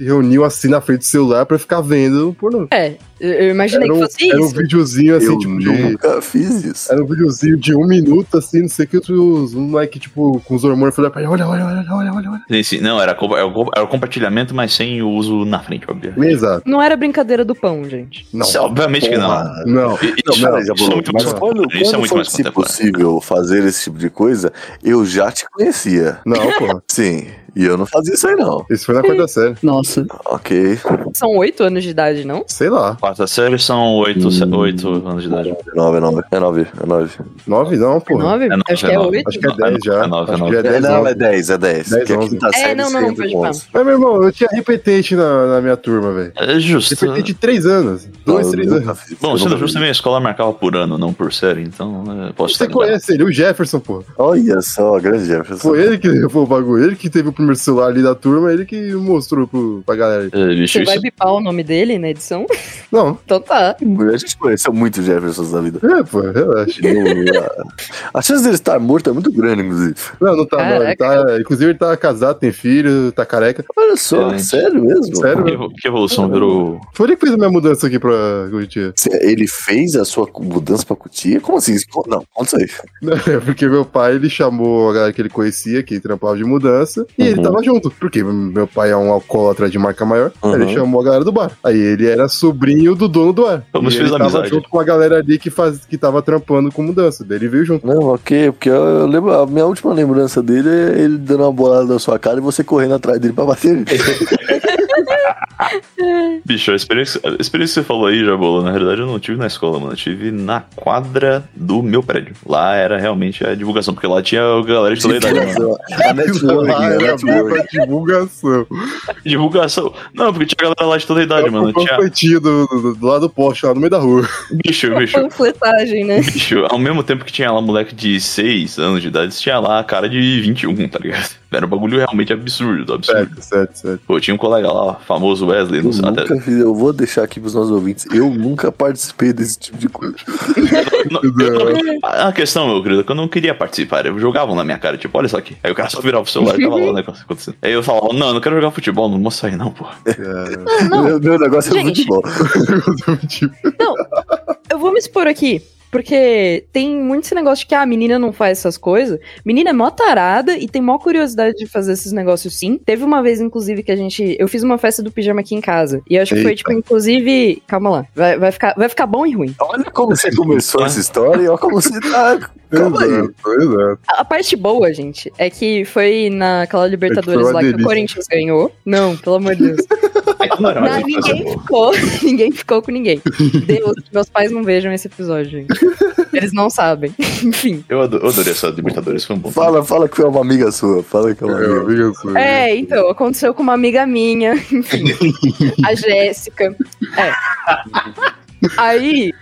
Speaker 1: Reuniu assim na frente do celular pra ficar vendo um pornô.
Speaker 4: É, eu- eu imaginei
Speaker 1: Era um,
Speaker 4: que fosse
Speaker 1: era um
Speaker 4: isso.
Speaker 1: videozinho assim,
Speaker 2: eu
Speaker 1: tipo, de,
Speaker 2: nunca fiz isso.
Speaker 1: Era um videozinho de um minuto, assim, não sei o que, os um moleque, tipo, com os hormônios, falando pra ele, olha, olha, olha, olha, olha, olha.
Speaker 3: sim, sim. Não, era, co- era o co- era o compartilhamento, mas sem o uso na frente, obviamente.
Speaker 1: Exato.
Speaker 4: Não era brincadeira do pão, gente.
Speaker 1: Não,
Speaker 3: Isso, obviamente que não.
Speaker 2: Porra.
Speaker 1: não.
Speaker 3: I-
Speaker 2: Não,
Speaker 3: Isso,
Speaker 2: peraí,
Speaker 3: isso
Speaker 2: Jabulô,
Speaker 3: é muito
Speaker 2: mas
Speaker 3: mais
Speaker 2: quando,
Speaker 3: contemporâneo. Isso
Speaker 2: quando tipo assim?
Speaker 3: é muito mais
Speaker 2: fosse
Speaker 3: contemporâneo.
Speaker 2: possível fazer esse tipo de coisa, eu já te conhecia.
Speaker 1: Não, pô.
Speaker 2: Sim, e eu não fazia isso aí, não.
Speaker 1: Isso foi na quarta série.
Speaker 6: Nossa.
Speaker 2: Ok,
Speaker 4: São oito anos de idade, não?
Speaker 1: Sei lá.
Speaker 3: Quarta série são oito se- oito anos de idade.
Speaker 2: é nove, é nove, é nove, é nove.
Speaker 1: Nove não, pô.
Speaker 4: nove?
Speaker 3: É nove,
Speaker 4: Acho
Speaker 3: é
Speaker 4: que é
Speaker 3: nove.
Speaker 4: oito.
Speaker 1: Acho que é
Speaker 3: Não, é
Speaker 1: dez já.
Speaker 3: nove, é
Speaker 1: Acho
Speaker 3: nove.
Speaker 1: que já é
Speaker 2: É,
Speaker 1: dez,
Speaker 2: não, é
Speaker 1: nove.
Speaker 2: dez, é
Speaker 1: Dez,
Speaker 2: dez. Porque a
Speaker 1: onze.
Speaker 2: quinta série
Speaker 4: É, não, não,
Speaker 2: você
Speaker 4: não,
Speaker 2: entra
Speaker 4: pode
Speaker 2: com
Speaker 4: falar.
Speaker 2: onze.
Speaker 1: Mas, meu irmão, eu tinha repetente na, na minha turma, velho.
Speaker 3: É justo.
Speaker 1: Repetente de três anos. Dois,
Speaker 2: Não, eu
Speaker 1: três
Speaker 2: nunca
Speaker 1: anos.
Speaker 2: fiz.
Speaker 3: Bom,
Speaker 2: Eu
Speaker 3: sendo
Speaker 2: nunca
Speaker 3: justo,
Speaker 2: fiz.
Speaker 3: minha escola marcava por ano, não por série, então eh, posso
Speaker 1: Você
Speaker 3: estar enganado.
Speaker 1: conhece ele, o Jefferson, pô.
Speaker 2: Olha só, grande Jefferson.
Speaker 1: Foi ele que levou o bagulho. Ele que teve o primeiro celular ali da turma, ele que mostrou pro, pra galera.
Speaker 3: Eh, bicho,
Speaker 4: Você vai
Speaker 3: isso-
Speaker 4: bipar o nome dele na edição?
Speaker 1: Não,
Speaker 4: Então tá.
Speaker 2: A gente conheceu muito Jefferson na vida.
Speaker 1: é, pô, relaxa.
Speaker 2: A chance dele estar morto é muito grande, inclusive.
Speaker 1: Não, não tá, não. Ele tá, inclusive, ele tá casado, tem filho, tá careca.
Speaker 2: Olha só,
Speaker 3: Excelente.
Speaker 2: sério mesmo?
Speaker 1: Sério,
Speaker 3: que
Speaker 1: meu.
Speaker 3: evo- que evolução virou.
Speaker 1: Foi ele que fez a minha mudança aqui pra Curitiba.
Speaker 2: Cê- Ele fez a sua mudança pra Cotia? Como assim? Co- Não, conta isso aí.
Speaker 1: Não, é Porque meu pai, ele chamou a galera que ele conhecia, que trampava de mudança, e ele tava junto. Porque meu pai é um alcoólatra de marca maior. aí Ele
Speaker 2: Uhum.
Speaker 1: chamou a galera do bar. Aí ele era sobrinho do dono do bar.
Speaker 3: Vamos
Speaker 1: e
Speaker 3: fez
Speaker 1: ele tava
Speaker 3: amizade.
Speaker 1: junto com a galera ali que, faz, que tava trampando com mudança. Daí ele veio junto.
Speaker 2: Não, ok, porque eu lembro, a minha última lembrança dele é ele dando uma bolada na sua cara e você correndo atrás dele pra bater.
Speaker 3: Bicho, a experiência, a experiência que você falou aí, Jabola, na realidade eu não tive na escola, mano. Eu tive na quadra do meu prédio. Lá era realmente a divulgação, porque lá tinha a galera de toda a idade. mano.
Speaker 2: a network,
Speaker 1: Lá
Speaker 2: a
Speaker 1: era boa
Speaker 2: network.
Speaker 1: né, pra divulgação.
Speaker 3: Divulgação. Não, porque tinha a galera lá Tá de toda a idade,
Speaker 1: Tava
Speaker 3: mano.
Speaker 1: com um
Speaker 3: Tinha.
Speaker 1: panfletinho do, do, do lado do poste, lá no meio da rua.
Speaker 3: Bicho, bicho.
Speaker 4: Panfletagem, né?
Speaker 3: Bicho, ao mesmo tempo que tinha lá moleque de 6 anos de idade, tinha lá a cara de 21, tá ligado? Era um bagulho realmente absurdo, absurdo.
Speaker 1: Certo, certo, certo.
Speaker 3: Pô, tinha um colega lá, ó, famoso
Speaker 2: Tipo,
Speaker 3: Wesley,
Speaker 2: Eu
Speaker 3: não sei até.
Speaker 2: nunca fiz, eu vou deixar aqui pros nossos ouvintes. Eu nunca participei desse tipo de coisa.
Speaker 3: Não, eu não- a questão, meu querido, é que eu não queria participar. Eu jogavam na minha cara, tipo, olha isso aqui. Aí o cara só virava pro celular e tava lá o negócio acontecendo. Aí eu falava, não, eu não quero jogar futebol, não vou sair, não, pô.
Speaker 1: Cara,
Speaker 3: Ah,
Speaker 2: Meu, meu negócio é
Speaker 4: Gente.
Speaker 2: futebol.
Speaker 1: tipo,
Speaker 4: Eu vou me expor aqui. Porque tem muito esse negócio de que ah, a menina não faz essas coisas. Menina é mó tarada e tem mó curiosidade de fazer esses negócios sim. Teve uma vez, inclusive, que a gente. Eu fiz uma festa do pijama aqui em casa. E eu acho que foi,
Speaker 1: Eita.
Speaker 4: tipo, inclusive. Calma lá. Vai, vai ficar, vai ficar bom e ruim.
Speaker 2: Olha como você começou essa história e olha como você tá. Calma aí.
Speaker 1: exato, exato.
Speaker 4: A a parte boa, gente, é que foi naquela Libertadores
Speaker 1: uma
Speaker 4: lá que o
Speaker 1: delícia.
Speaker 4: Corinthians ganhou. Não, pelo amor de Deus.
Speaker 3: Aí não era mais uma
Speaker 4: Não,
Speaker 3: coisa
Speaker 4: ninguém
Speaker 3: boa.
Speaker 4: ficou, ninguém ficou com ninguém. Deus, que meus pais não vejam esse episódio, gente. Eles não sabem. Enfim.
Speaker 3: Eu ado- eu adorei essa Libertadores, foi um bom.
Speaker 2: Fala, fala que foi uma amiga sua. Fala que é uma
Speaker 1: Meu
Speaker 2: amiga.
Speaker 1: Deus, meu
Speaker 4: É,
Speaker 1: Deus.
Speaker 4: então, aconteceu com uma amiga minha, enfim. a Jéssica. É. Aí,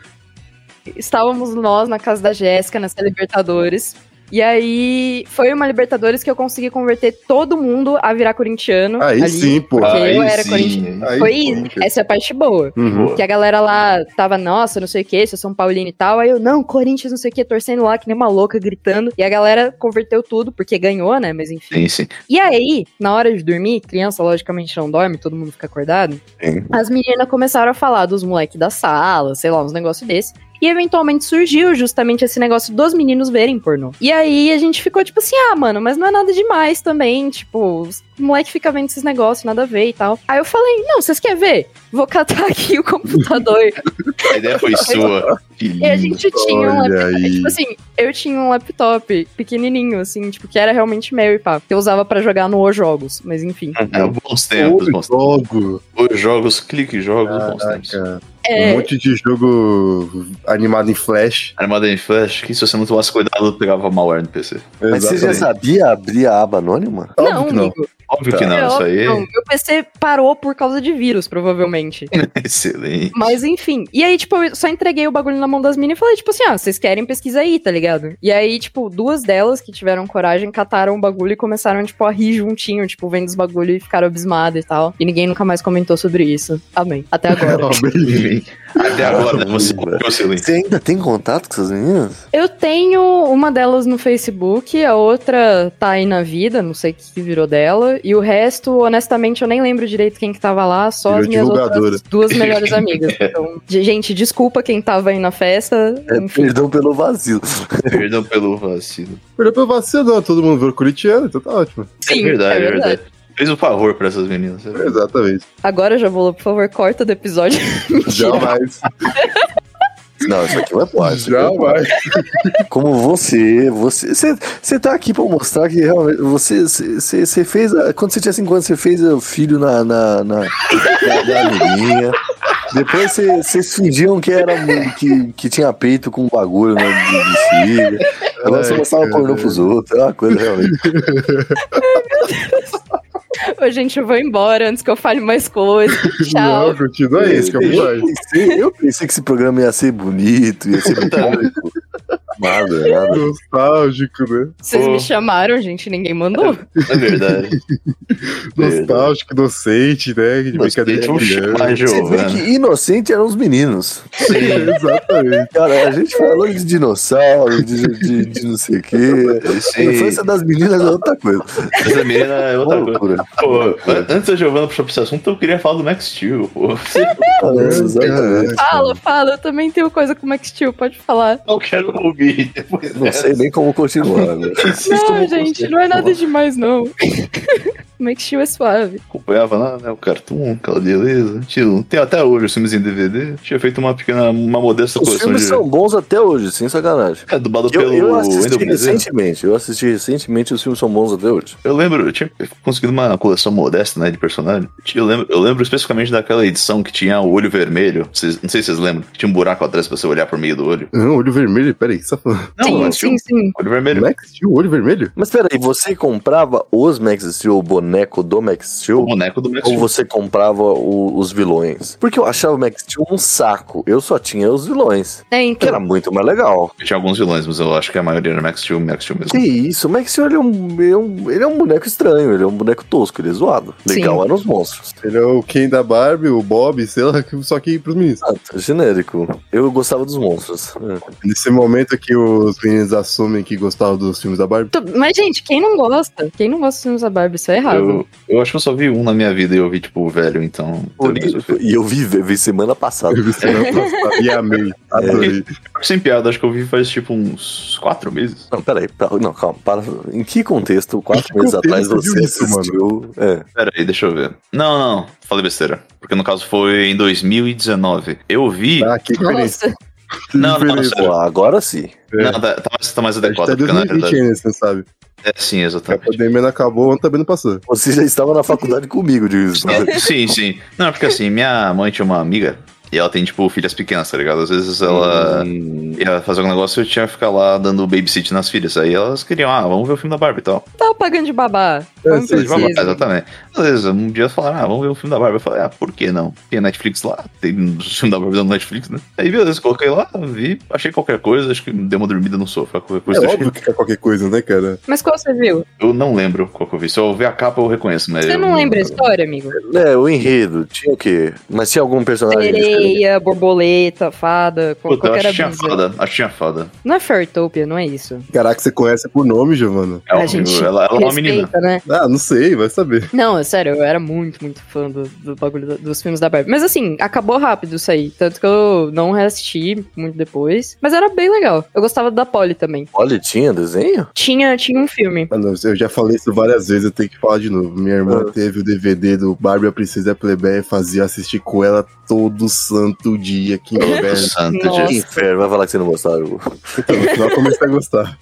Speaker 4: estávamos nós na casa da Jéssica, nessa Libertadores. E aí, foi uma Libertadores que eu consegui converter todo mundo a virar corintiano.
Speaker 1: Aí
Speaker 4: ali.
Speaker 1: sim, pô.
Speaker 4: Porque
Speaker 3: Aí
Speaker 4: eu era
Speaker 3: sim,
Speaker 4: corintiano.
Speaker 3: aí
Speaker 1: Aí,
Speaker 4: Foi,
Speaker 1: pô,
Speaker 4: essa é a parte boa.
Speaker 1: Uhum.
Speaker 4: Que a galera lá tava, nossa, não sei o que, sou São Paulino e tal. Aí eu, não, Corinthians, não sei o que, torcendo lá que nem uma louca, gritando. E a galera converteu tudo, porque ganhou, né? Mas enfim.
Speaker 3: Sim, sim.
Speaker 4: E aí, na hora de dormir, criança logicamente não dorme, todo mundo fica acordado.
Speaker 2: Sim.
Speaker 4: As meninas começaram a falar dos moleques da sala, sei lá, uns negócios desse. E eventualmente surgiu justamente esse negócio dos meninos verem pornô. E aí a gente ficou tipo assim, ah, mano, mas não é nada demais também. Tipo, os moleque fica vendo esses negócios, nada a ver e tal. Aí eu falei, não, vocês querem ver? Vou catar aqui o computador.
Speaker 3: A ideia foi sua. Que
Speaker 4: E a
Speaker 3: lindo.
Speaker 4: gente tinha um
Speaker 1: Olha
Speaker 4: laptop.
Speaker 1: aí.
Speaker 4: Tipo assim, eu tinha um laptop pequenininho, assim, tipo, que era realmente meu e pá. Que eu usava pra jogar no O Jogos, mas enfim.
Speaker 3: É, bons tempos, bons tempos.
Speaker 1: Jogo,
Speaker 3: Os jogos, clique jogos, bons tempos.
Speaker 1: cara.
Speaker 4: É,
Speaker 1: Um monte de jogo animado em flash.
Speaker 3: Armada em Flash, que se você não tomasse cuidado, pegava malware no PC.
Speaker 2: Mas você já
Speaker 1: Exatamente.
Speaker 2: sabia abrir a aba anônima?
Speaker 1: Óbvio
Speaker 4: não,
Speaker 1: que não.
Speaker 4: amigo.
Speaker 3: Óbvio
Speaker 2: Tá.
Speaker 3: que não,
Speaker 4: é
Speaker 3: isso
Speaker 4: óbvio
Speaker 3: aí
Speaker 4: que não. Meu PC parou por causa de vírus, provavelmente.
Speaker 3: é excelente.
Speaker 4: Mas enfim. E aí, tipo, eu só entreguei o bagulho na mão das meninas e falei, tipo assim, ah, vocês querem pesquisa aí, tá ligado? E aí, tipo, duas delas que tiveram coragem cataram o bagulho e começaram, tipo, a rir juntinho, tipo, vendo os bagulho e ficaram abismadas e tal. E ninguém nunca mais comentou sobre isso. Amém. Até agora.
Speaker 3: Até agora,
Speaker 2: Ah,
Speaker 3: você
Speaker 2: mano.
Speaker 3: é excelente.
Speaker 2: Você ainda tem contato com essas meninas?
Speaker 4: Eu tenho uma delas no Facebook, a outra tá aí na vida, não sei o que que virou dela. E o resto, honestamente, eu nem lembro direito quem que tava lá, só
Speaker 1: Virou
Speaker 4: as minhas
Speaker 1: divulgadora.
Speaker 4: outras duas melhores amigas. Então, de- gente, desculpa quem tava aí na festa.
Speaker 2: É,
Speaker 4: enfim.
Speaker 2: perdão pelo vazio.
Speaker 3: Perdão pelo vacilo.
Speaker 1: Perdeu pra você, não. Todo mundo virou corintiano, então tá ótimo.
Speaker 4: Sim,
Speaker 3: é verdade, é verdade. Fez um favor pra essas meninas. é verdade.
Speaker 1: Exatamente.
Speaker 4: Agora, Javola, por favor, corta do episódio. Mentira.
Speaker 1: Jamais.
Speaker 2: Não, isso aqui não é plástico.
Speaker 1: Jamais.
Speaker 2: Como você, você, você, você tá aqui pra mostrar que realmente você, você, você- você fez, a- quando você tinha 5 anos, você fez o filho na, na, na, na- na amiguinha. Depois você- vocês fingiam que era mu- que, que tinha peito com bagulho né, de, de filho. Agora você
Speaker 1: Ai,
Speaker 2: mostrava
Speaker 1: cara.
Speaker 2: pornô pros outros, é uma coisa realmente.
Speaker 4: Ô, gente, eu vou embora antes que eu fale mais coisa. Tchau.
Speaker 1: Não, continua aí, esse que é o
Speaker 2: eu,
Speaker 1: pior.
Speaker 2: pensei, eu pensei que esse programa ia ser bonito, ia ser bom. Nada, nada.
Speaker 1: Nostálgico, né?
Speaker 4: Vocês
Speaker 3: Ô.
Speaker 4: me chamaram, gente, ninguém mandou.
Speaker 3: É verdade.
Speaker 1: É. Nostálgico, inocente, né? De
Speaker 3: Mas tipo
Speaker 1: brincadeira de
Speaker 3: vamos
Speaker 1: criança.
Speaker 2: Você
Speaker 3: chamar
Speaker 2: vê
Speaker 3: Giovana.
Speaker 2: que inocente eram os meninos.
Speaker 1: Exatamente.
Speaker 2: Cara, a gente falou de dinossauro, de, de, de não sei o quê. A infância das meninas é outra coisa.
Speaker 3: Essa menina é outra coisa.
Speaker 2: Loucura.
Speaker 3: Pô, an- antes da Giovana puxar pra esse assunto, eu queria falar do Max Steel, pô. É,
Speaker 1: É,
Speaker 2: Exatamente.
Speaker 4: Fala, fala, eu também tenho coisa com o Max Steel, pode falar.
Speaker 3: Não quero ouvir depois
Speaker 2: Não
Speaker 3: dessa.
Speaker 2: sei nem como continuar. né?
Speaker 3: Tá
Speaker 4: Não, gente, não é nada demais, não. Max Steel é suave.
Speaker 3: Acompanhava lá, né? O cartoon, aquela beleza. Tio, tem até hoje os filmes em DVD. Tinha feito uma pequena, uma modesta
Speaker 2: Os
Speaker 3: coleção
Speaker 2: filmes
Speaker 3: de.
Speaker 2: são bons até hoje, sem sacanagem.
Speaker 3: É, dublado
Speaker 2: Eu,
Speaker 3: pelo
Speaker 2: eu assisti
Speaker 3: Wendell Bezerra.
Speaker 2: recentemente, eu assisti recentemente os filmes são bons até hoje.
Speaker 3: Eu lembro, eu tinha conseguido uma coleção modesta, né, de personagem. Eu lembro, eu lembro especificamente daquela edição que tinha o olho vermelho. Vocês- não sei se vocês lembram. que Tinha um buraco atrás pra você olhar por meio do olho.
Speaker 1: Não, olho vermelho, peraí. Só... falando.
Speaker 3: Não,
Speaker 4: sim,
Speaker 3: mas tinha
Speaker 4: sim, sim.
Speaker 3: um olho vermelho.
Speaker 1: Max Steel, olho vermelho?
Speaker 2: Mas peraí, você comprava os Max Steel, o boneco do Max
Speaker 3: é O
Speaker 2: Steel?
Speaker 3: boneco do Max
Speaker 2: Ou você comprava o- os vilões? Porque eu achava o Max Steel um saco. Eu só tinha os vilões.
Speaker 4: É,
Speaker 2: Que
Speaker 4: então.
Speaker 3: Tá
Speaker 2: era muito mais legal.
Speaker 3: Steel. Tinha alguns vilões, mas eu acho que a maioria era Max Steel, Max Steel mesmo.
Speaker 2: Que isso, o Max Steel ele é, um, ele, é um, ele é um boneco estranho, ele é um boneco tosco, ele é zoado. Legal
Speaker 4: Sim.
Speaker 2: eram os monstros.
Speaker 1: Ele é o Ken da Barbie, o Bob, sei lá, só que pros meninos.
Speaker 2: Exato, Ah, é genérico. Eu gostava dos monstros. É.
Speaker 1: Nesse momento que os meninos assumem que gostavam dos filmes da Barbie.
Speaker 4: Tô- Mas, gente, quem não gosta? Quem não gosta dos filmes da Barbie? Isso é errado.
Speaker 3: Eu, eu acho que eu só vi um na minha vida e eu vi, tipo, o velho, então. também sou feio.
Speaker 2: E eu vi, vi semana passada.
Speaker 1: Eu vi semana passada e amei. Adorei.
Speaker 3: Sem piada, acho que eu vi faz, tipo, uns quatro meses.
Speaker 2: Não, peraí, pa- não, calma. Para, em que contexto,
Speaker 1: Em
Speaker 2: quatro
Speaker 1: que
Speaker 2: meses
Speaker 1: contexto
Speaker 2: atrás,
Speaker 1: você
Speaker 2: você
Speaker 1: viu isso,
Speaker 2: assistiu? É.
Speaker 3: Pera aí, deixa eu ver. Não, não, falei besteira. Porque no caso foi em 2019. Eu vi.
Speaker 1: Ah, que diferença.
Speaker 4: Nossa,
Speaker 1: Que
Speaker 3: Não, não,
Speaker 1: diferença.
Speaker 3: sério.
Speaker 2: Pô, agora sim.
Speaker 1: É.
Speaker 3: Não, tá, tá mais, tá mais
Speaker 1: A gente
Speaker 3: adequado,
Speaker 1: tá em
Speaker 3: porque na
Speaker 1: 2020
Speaker 3: verdade.
Speaker 1: ainda, você sabe.
Speaker 3: É, sim,
Speaker 1: A
Speaker 3: exatamente.
Speaker 1: pandemia não acabou, ontem também não passou.
Speaker 2: Você já estava na faculdade comigo, disso.
Speaker 3: Sim, sim. Não, porque assim, minha mãe tinha uma amiga e ela tem, tipo, filhas pequenas, tá ligado? Às vezes ela
Speaker 2: Hum,
Speaker 1: Uhum.
Speaker 3: ia fazer um negócio e eu tinha que ficar lá dando babysit nas filhas. Aí elas queriam, ah, vamos ver o filme da Barbie e tal.
Speaker 4: tava pagando tá de babá.
Speaker 1: É,
Speaker 4: Não
Speaker 1: sim, sim.
Speaker 4: precisa.
Speaker 3: Ah, exatamente. Beleza, um dia falaram, ah, vamos ver o filme da Barbie. Eu falei, ah, por que não? Tem Netflix lá, tem o filme da Barbie no Netflix, né? Aí beleza, coloquei lá, vi, achei qualquer coisa, acho que deu uma dormida no sofá, qualquer
Speaker 1: É
Speaker 3: coisa. eu achei.
Speaker 1: óbvio que é qualquer coisa, né, cara?
Speaker 4: Mas qual você viu?
Speaker 3: Eu não lembro qual que eu vi. Se eu ver a capa, eu reconheço, mas.
Speaker 4: Você
Speaker 3: É, eu
Speaker 4: não lembra a história, amigo?
Speaker 2: É, o enredo. Tinha o quê? Mas tinha algum personagem. diferente?
Speaker 4: Sereia, borboleta, fada, qual-
Speaker 3: Puta, eu
Speaker 4: qualquer
Speaker 3: acho que tinha
Speaker 4: brisa.
Speaker 3: fada, acho que tinha fada.
Speaker 4: Não é Fairytopia, não é isso.
Speaker 1: Caraca, você conhece por nome, Giovana?
Speaker 3: É
Speaker 4: A
Speaker 3: horrível.
Speaker 4: gente
Speaker 3: ela, ela é uma menina.
Speaker 4: Respeita, né?
Speaker 1: Ah, não sei, vai saber.
Speaker 4: Não, é sério, eu era muito, muito fã do, do bagulho do- dos filmes da Barbie. Mas assim, acabou rápido isso aí. Tanto que eu não reassisti muito depois. Mas era bem legal. Eu gostava da Polly também.
Speaker 2: Olha, tinha desenho?
Speaker 4: Tinha, tinha um filme.
Speaker 1: Ah, não, eu já falei isso várias vezes, eu tenho que falar de novo. Minha irmã
Speaker 2: Ah.
Speaker 1: teve o DVD do Barbie a Princesa e a Plebeia, fazia assistir com ela todo santo dia, que
Speaker 3: Todo
Speaker 1: inverno.
Speaker 3: santo
Speaker 4: Nossa.
Speaker 3: dia.
Speaker 2: Que inferno, vai falar que você não gostava. Hugo.
Speaker 1: Então, no final eu comecei a gostar.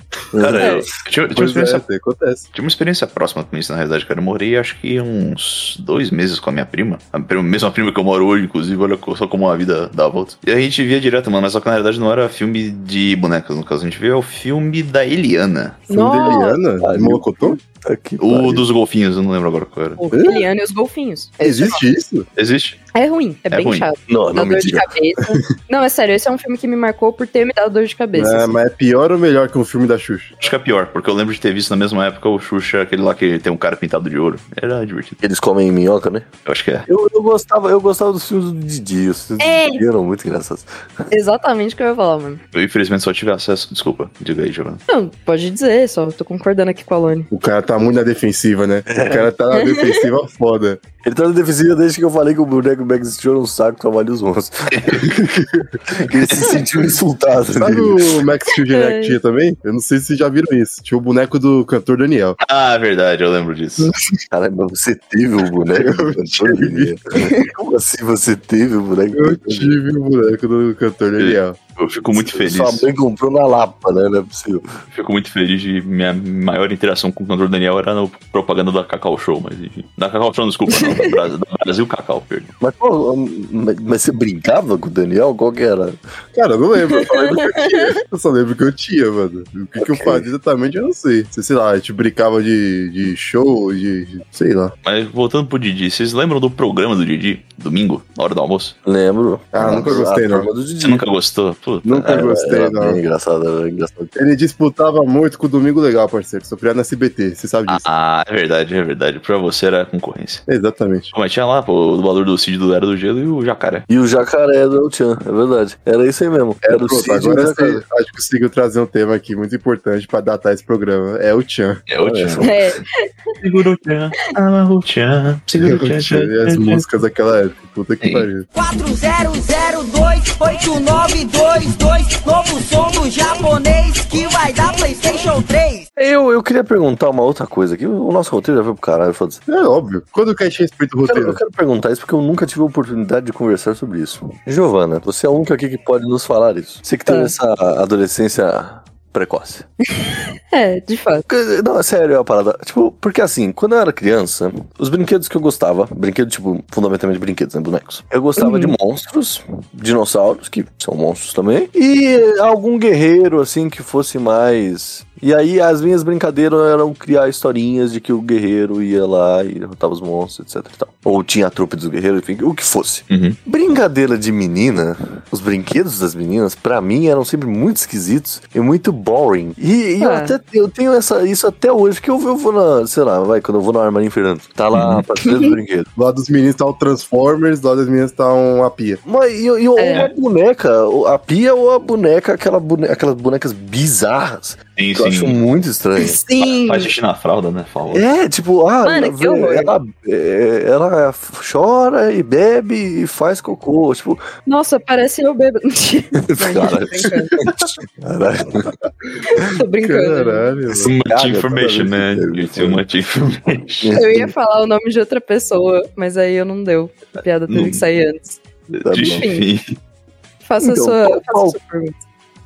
Speaker 3: Cara,
Speaker 4: É.
Speaker 3: eu tinha, tinha uma
Speaker 1: Pois é,
Speaker 3: experiência,
Speaker 1: assim, acontece.
Speaker 3: tinha uma experiência próxima com isso, na realidade, cara. Eu morei acho que uns dois meses com a minha prima. A prima- mesma prima que eu moro hoje, inclusive, olha co- só como a vida dá a volta. E a gente via direto, mano, mas só que na realidade não era filme de bonecas, no caso. A gente via o filme da Eliana.
Speaker 1: Filme da
Speaker 4: Nossa.
Speaker 3: Ah,
Speaker 1: Eliana, de Molocotão?
Speaker 2: Tá que
Speaker 3: O
Speaker 2: pariu.
Speaker 3: dos golfinhos, eu não lembro agora qual era.
Speaker 4: O Liliana e os Golfinhos.
Speaker 1: Existe isso?
Speaker 3: Existe?
Speaker 4: É ruim, é, bem
Speaker 3: ruim.
Speaker 4: chato.
Speaker 2: Não,
Speaker 4: Dá
Speaker 2: não me
Speaker 4: dor de
Speaker 2: diga.
Speaker 4: cabeça. não, é sério, esse é um filme que me marcou por ter me dado dor de cabeça.
Speaker 1: Ah,
Speaker 4: assim.
Speaker 1: mas é pior ou melhor que um filme da Xuxa?
Speaker 3: Acho que é pior, porque eu lembro de ter visto na mesma época o Xuxa, aquele lá que tem um cara pintado de ouro. Era divertido.
Speaker 2: Eles comem minhoca, né?
Speaker 3: Eu acho que é.
Speaker 2: Eu, eu gostava, eu gostava dos filmes do Didi. Os filmes
Speaker 4: É.
Speaker 2: do Didi eram muito engraçados.
Speaker 4: Exatamente o que eu ia falar, mano.
Speaker 3: Eu infelizmente só tive acesso. Desculpa, diga aí, Giovanna.
Speaker 4: Não, pode dizer, só tô concordando aqui com a Lone.
Speaker 1: O cara tá muito na defensiva, né? O cara tá na defensiva foda.
Speaker 2: Ele tá na deficiência desde que eu falei que o boneco Max Steel era um saco que trabalha os monstros. Ele se sentiu insultado.
Speaker 1: Sabe
Speaker 2: Né?
Speaker 1: o Max Steel Generic
Speaker 4: Ai.
Speaker 1: tinha também? Eu não sei se vocês já viram isso. Tinha o boneco do cantor Daniel.
Speaker 3: Ah, verdade, eu lembro disso.
Speaker 2: Caramba, você teve o boneco do cantor Daniel? Como assim você teve o boneco do
Speaker 1: Eu
Speaker 2: cantor Daniel?
Speaker 1: tive o boneco do cantor Daniel.
Speaker 3: Eu fico muito feliz.
Speaker 2: Sua mãe comprou na Lapa, né? Não é possível.
Speaker 3: Fico muito feliz de minha maior interação com o cantor Daniel era na propaganda da Cacau Show, mas enfim. Da Cacau Show, não, desculpa, não, da Brasil, da Brasil Cacau, perdão.
Speaker 2: Mas, pô, hum, mas, mas você brincava com o Daniel? Qual que era?
Speaker 1: Cara, eu não lembro. Eu só lembro que eu tinha. Eu só lembro que eu tinha, mano. O que, que eu
Speaker 2: Ok.
Speaker 1: fazia exatamente, eu não sei. Se, Sei lá, a gente brincava de, de show, de. de- sei lá.
Speaker 3: Mas voltando pro Didi, vocês lembram do programa do Didi, domingo, na hora do almoço?
Speaker 2: Lembro.
Speaker 1: Ah, nunca gostei,
Speaker 2: a
Speaker 1: não.
Speaker 2: turma Do Didi.
Speaker 3: Você nunca gostou? Puta.
Speaker 1: Nunca
Speaker 2: Era-
Speaker 1: gostei,
Speaker 2: era
Speaker 1: não.
Speaker 2: Bem engraçado, era engraçado.
Speaker 1: Ele disputava muito com o Domingo Legal, parceiro. Sou criado na SBT, você sabe disso.
Speaker 3: Ah, é verdade, é verdade. Pra você era concorrência.
Speaker 1: Exatamente.
Speaker 3: Pô, Mas tinha lá, pô, o valor do Cid do Era do Gelo e o Jacaré.
Speaker 2: E o jacaré do El-Chan, é verdade. Era isso aí mesmo. Era, o
Speaker 1: É, Pronto,
Speaker 2: Cid e o
Speaker 1: agora
Speaker 2: jacaré.
Speaker 1: você, acho que conseguiu trazer um tema aqui muito importante pra datar esse programa. É o Tchan.
Speaker 3: É o Tchan.
Speaker 4: É,
Speaker 3: Segura o Tchan, amarra o é
Speaker 1: É
Speaker 3: Tchan,
Speaker 1: o Tchan e as músicas daquela época. Puta que
Speaker 3: Sim.
Speaker 1: pariu.
Speaker 5: 4002 8922, novo som do japonês que vai dar PlayStation 3.
Speaker 2: Eu, eu queria perguntar uma outra coisa aqui. O nosso roteiro já foi pro caralho. Foda-se.
Speaker 1: É óbvio. Quando o Caixinha respeita o
Speaker 2: Eu quero, eu
Speaker 1: roteiro?
Speaker 2: quero perguntar isso porque eu nunca tive a oportunidade de conversar sobre isso. Giovana, você é a única aqui que pode nos falar isso. Você
Speaker 1: Tá.
Speaker 2: que teve
Speaker 4: É.
Speaker 2: essa adolescência precoce.
Speaker 4: É, de fato.
Speaker 2: Que- Não, é sério, é uma parada. Tipo, porque assim, quando eu era criança, os brinquedos que eu gostava, brinquedo, tipo, fundamentalmente brinquedos, né, bonecos. Eu gostava
Speaker 4: Uhum.
Speaker 2: de monstros, dinossauros, que são monstros também, e algum guerreiro, assim, que fosse mais. E aí, as minhas brincadeiras eram criar historinhas de que o guerreiro ia lá e derrotava os monstros, etc e tal. Ou tinha a trupe dos guerreiros, enfim, o que fosse.
Speaker 3: Uhum.
Speaker 2: Brincadeira de menina, os brinquedos das meninas, pra mim, eram sempre muito esquisitos e muito boring. E, e eu
Speaker 4: É.
Speaker 2: até eu tenho essa, isso até hoje, que eu, eu vou na, sei lá, vai, quando eu vou na Armarinha Fernando, tá lá a prateleira do brinquedo.
Speaker 1: Lá dos meninos tá o Transformers, lá das meninas tá um, a pia.
Speaker 2: Mas e, e ou
Speaker 4: É.
Speaker 2: a boneca, ou a pia ou a boneca, aquela bone, aquelas bonecas bizarras,
Speaker 3: Sim,
Speaker 2: que eu acho
Speaker 3: sim.
Speaker 2: muito estranho.
Speaker 4: Sim.
Speaker 3: Faz xixi na fralda, né? Fala.
Speaker 2: É, tipo, ah,
Speaker 4: Mano,
Speaker 2: ela-
Speaker 4: que horror.
Speaker 2: ela, é, ela chora e bebe e faz cocô. Tipo,
Speaker 4: Nossa, parece eu bêbado. Tô
Speaker 2: cara,
Speaker 4: brincando.
Speaker 2: caralho.
Speaker 4: Tô
Speaker 3: né?
Speaker 4: brincando.
Speaker 1: Caralho.
Speaker 3: Too much
Speaker 2: Cara,
Speaker 3: information,
Speaker 1: né?
Speaker 2: toda
Speaker 3: man.
Speaker 2: vez que
Speaker 1: é
Speaker 3: You
Speaker 1: um
Speaker 3: too much information.
Speaker 4: Eu
Speaker 2: Uhum.
Speaker 4: ia falar o nome de outra pessoa, mas aí eu não deu. A piada teve
Speaker 3: Não.
Speaker 4: que sair antes.
Speaker 3: Tá
Speaker 2: bom.
Speaker 3: Enfim.
Speaker 4: Faça
Speaker 2: Então,
Speaker 4: a sua,
Speaker 2: qual-
Speaker 4: faça a sua pergunta.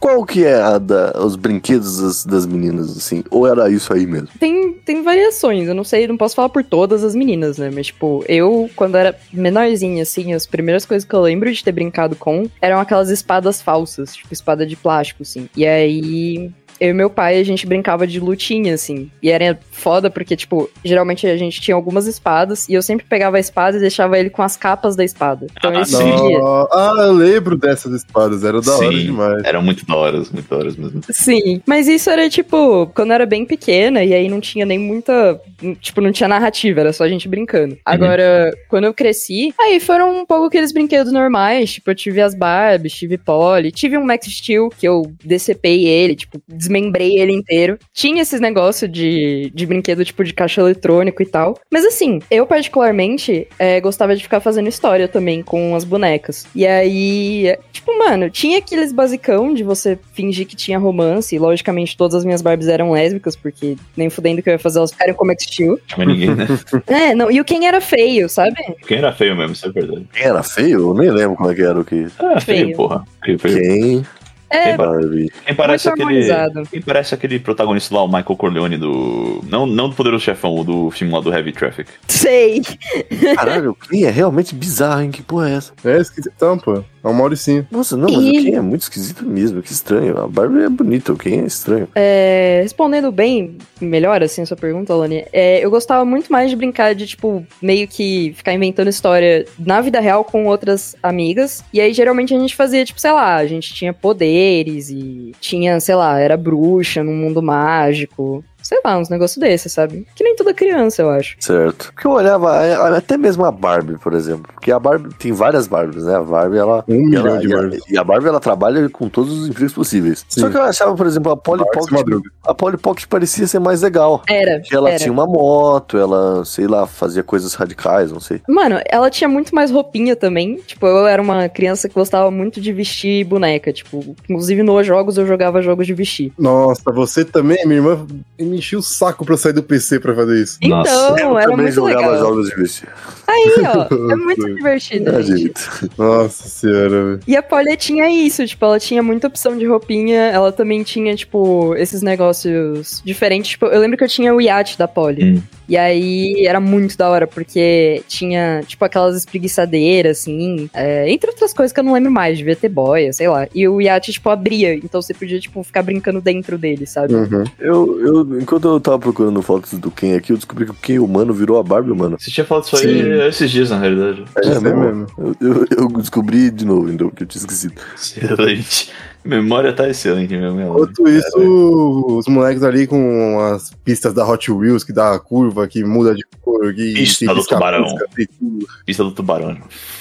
Speaker 2: Qual que é a da- os brinquedos das, das meninas, assim? Ou era isso aí mesmo?
Speaker 4: Tem, tem variações, eu não sei, não posso falar por todas as meninas, né? Mas, tipo, eu, quando era menorzinha, assim, as primeiras coisas que eu lembro de ter brincado com eram aquelas espadas falsas, tipo, espada de plástico, assim. E aí, eu e meu pai, a gente brincava de lutinha, assim. E era foda porque, tipo, geralmente a gente tinha algumas espadas e eu sempre pegava a espada e deixava ele com as capas da espada. Então,
Speaker 3: Ah,
Speaker 4: ele
Speaker 3: sim.
Speaker 4: fugia.
Speaker 1: Nó- Ah, eu lembro dessas espadas, era da hora
Speaker 3: Sim.
Speaker 1: demais.
Speaker 3: Eram muito da hora, muito da hora mesmo.
Speaker 4: Sim, mas isso era tipo, quando eu era bem pequena, e aí não tinha nem muita. Tipo, não tinha narrativa, era só a gente brincando. Agora, quando eu cresci, aí foram um pouco aqueles brinquedos normais, tipo, eu tive as Barbies, tive Polly, tive um Max Steel que eu decepei ele, tipo, desmembrei ele inteiro. Tinha esses negócios de, de brinquedo, tipo, de caixa eletrônico e tal. Mas assim, eu particularmente é, gostava de ficar fazendo história também com as bonecas. E aí, Tipo, mano, tinha aqueles basicão de você fingir que tinha romance, e logicamente todas as minhas Barbies eram lésbicas, porque nem fudendo que eu ia fazer elas ficarem como Steel.
Speaker 3: Chama ninguém, né?
Speaker 4: É, não, e o quem era feio, sabe?
Speaker 3: Quem era feio mesmo, isso é verdade.
Speaker 2: Quem era feio? Eu nem lembro como é que era o que.
Speaker 3: Ah, feio,
Speaker 4: Feio.
Speaker 3: porra. Feio, feio.
Speaker 2: Quem?
Speaker 4: É,
Speaker 2: Barbie.
Speaker 3: Quem parece
Speaker 4: muito
Speaker 3: aquele.
Speaker 4: harmonizado.
Speaker 3: Quem parece aquele protagonista lá, o Michael Corleone do. Não, não do Poderoso Chefão, o do filme lá do Heavy Traffic.
Speaker 4: sei.
Speaker 2: Caralho, quem é realmente bizarro, hein? Que porra é essa?
Speaker 1: É esquisitão, pô. É um Mauricinho.
Speaker 2: Nossa, não, mas
Speaker 4: E-
Speaker 2: o Ken é muito esquisito mesmo. Que estranho. A Barbie é bonita, o Ken é estranho.
Speaker 4: É, respondendo bem, melhor assim a sua pergunta, Alane, é, eu gostava muito mais de brincar de, tipo, meio que ficar inventando história na vida real com outras amigas. E aí, geralmente, a gente fazia, tipo, sei lá, a gente tinha poderes e tinha, sei lá, era bruxa num mundo mágico. Sei lá, uns negócios desses, sabe? Que nem toda criança, eu acho.
Speaker 2: Certo. Porque eu olhava, a- a- até mesmo a Barbie, por exemplo. Porque a Barbie tem várias Barbies, né? A Barbie, ela.
Speaker 1: Um
Speaker 2: E
Speaker 1: milhão
Speaker 2: ela,
Speaker 1: de
Speaker 2: e, a,
Speaker 1: Barbies.
Speaker 2: e a Barbie ela trabalha com todos os empregos possíveis. Só
Speaker 1: Sim. é
Speaker 2: que eu achava, por exemplo, a Polly
Speaker 1: Barbies
Speaker 2: Pocket,
Speaker 1: Madruga.
Speaker 2: a Polly Pocket parecia ser mais legal.
Speaker 4: Era.
Speaker 2: Que ela
Speaker 4: era.
Speaker 2: tinha um uma moto, ela, sei lá, fazia coisas radicais, não sei.
Speaker 4: Mano, ela tinha muito mais roupinha também. Tipo, eu era uma criança que gostava muito de vestir boneca. Tipo, inclusive nos jogos eu jogava jogos de vestir.
Speaker 1: Nossa, você também, minha irmã, me encheu o saco pra eu sair do PC pra fazer isso.
Speaker 3: Nossa.
Speaker 4: então, era
Speaker 2: também
Speaker 4: muito
Speaker 2: jogava
Speaker 4: legal.
Speaker 2: jogos de vestir.
Speaker 4: Aí, ó, é muito divertido,
Speaker 2: É,
Speaker 4: gente.
Speaker 2: gente.
Speaker 1: Nossa senhora, velho.
Speaker 4: E a Polly tinha isso, tipo, ela tinha muita opção de roupinha, ela também tinha, tipo, esses negócios diferentes. Tipo, eu lembro que eu tinha o iate da Polly.
Speaker 3: Hum.
Speaker 4: E aí era muito da hora, porque tinha, tipo, aquelas espreguiçadeiras, assim, é, entre outras coisas que eu não lembro mais, devia ter boia, sei lá. E o iate, tipo, abria, então você podia, tipo, ficar brincando dentro dele, sabe?
Speaker 2: Hum.
Speaker 1: Uhum.
Speaker 2: Eu, eu, enquanto eu tava procurando fotos do Ken aqui, eu descobri que o Ken humano virou a Barbie humana.
Speaker 3: Você tinha falado isso aí
Speaker 4: Sim.
Speaker 3: esses dias, na realidade.
Speaker 1: É,
Speaker 2: É,
Speaker 1: é
Speaker 2: mesmo.
Speaker 1: mesmo.
Speaker 2: Eu, eu- eu descobri de novo, então, que eu tinha esquecido.
Speaker 3: Excelente. Memória tá excelente mesmo, ela.
Speaker 1: Enquanto isso, os moleques ali com as pistas da Hot Wheels, que dá a curva, que muda de cor, que
Speaker 3: Pista
Speaker 1: tem
Speaker 3: do
Speaker 1: pisca-
Speaker 3: tubarão.
Speaker 1: pisca, tem tudo.
Speaker 3: Pista do tubarão.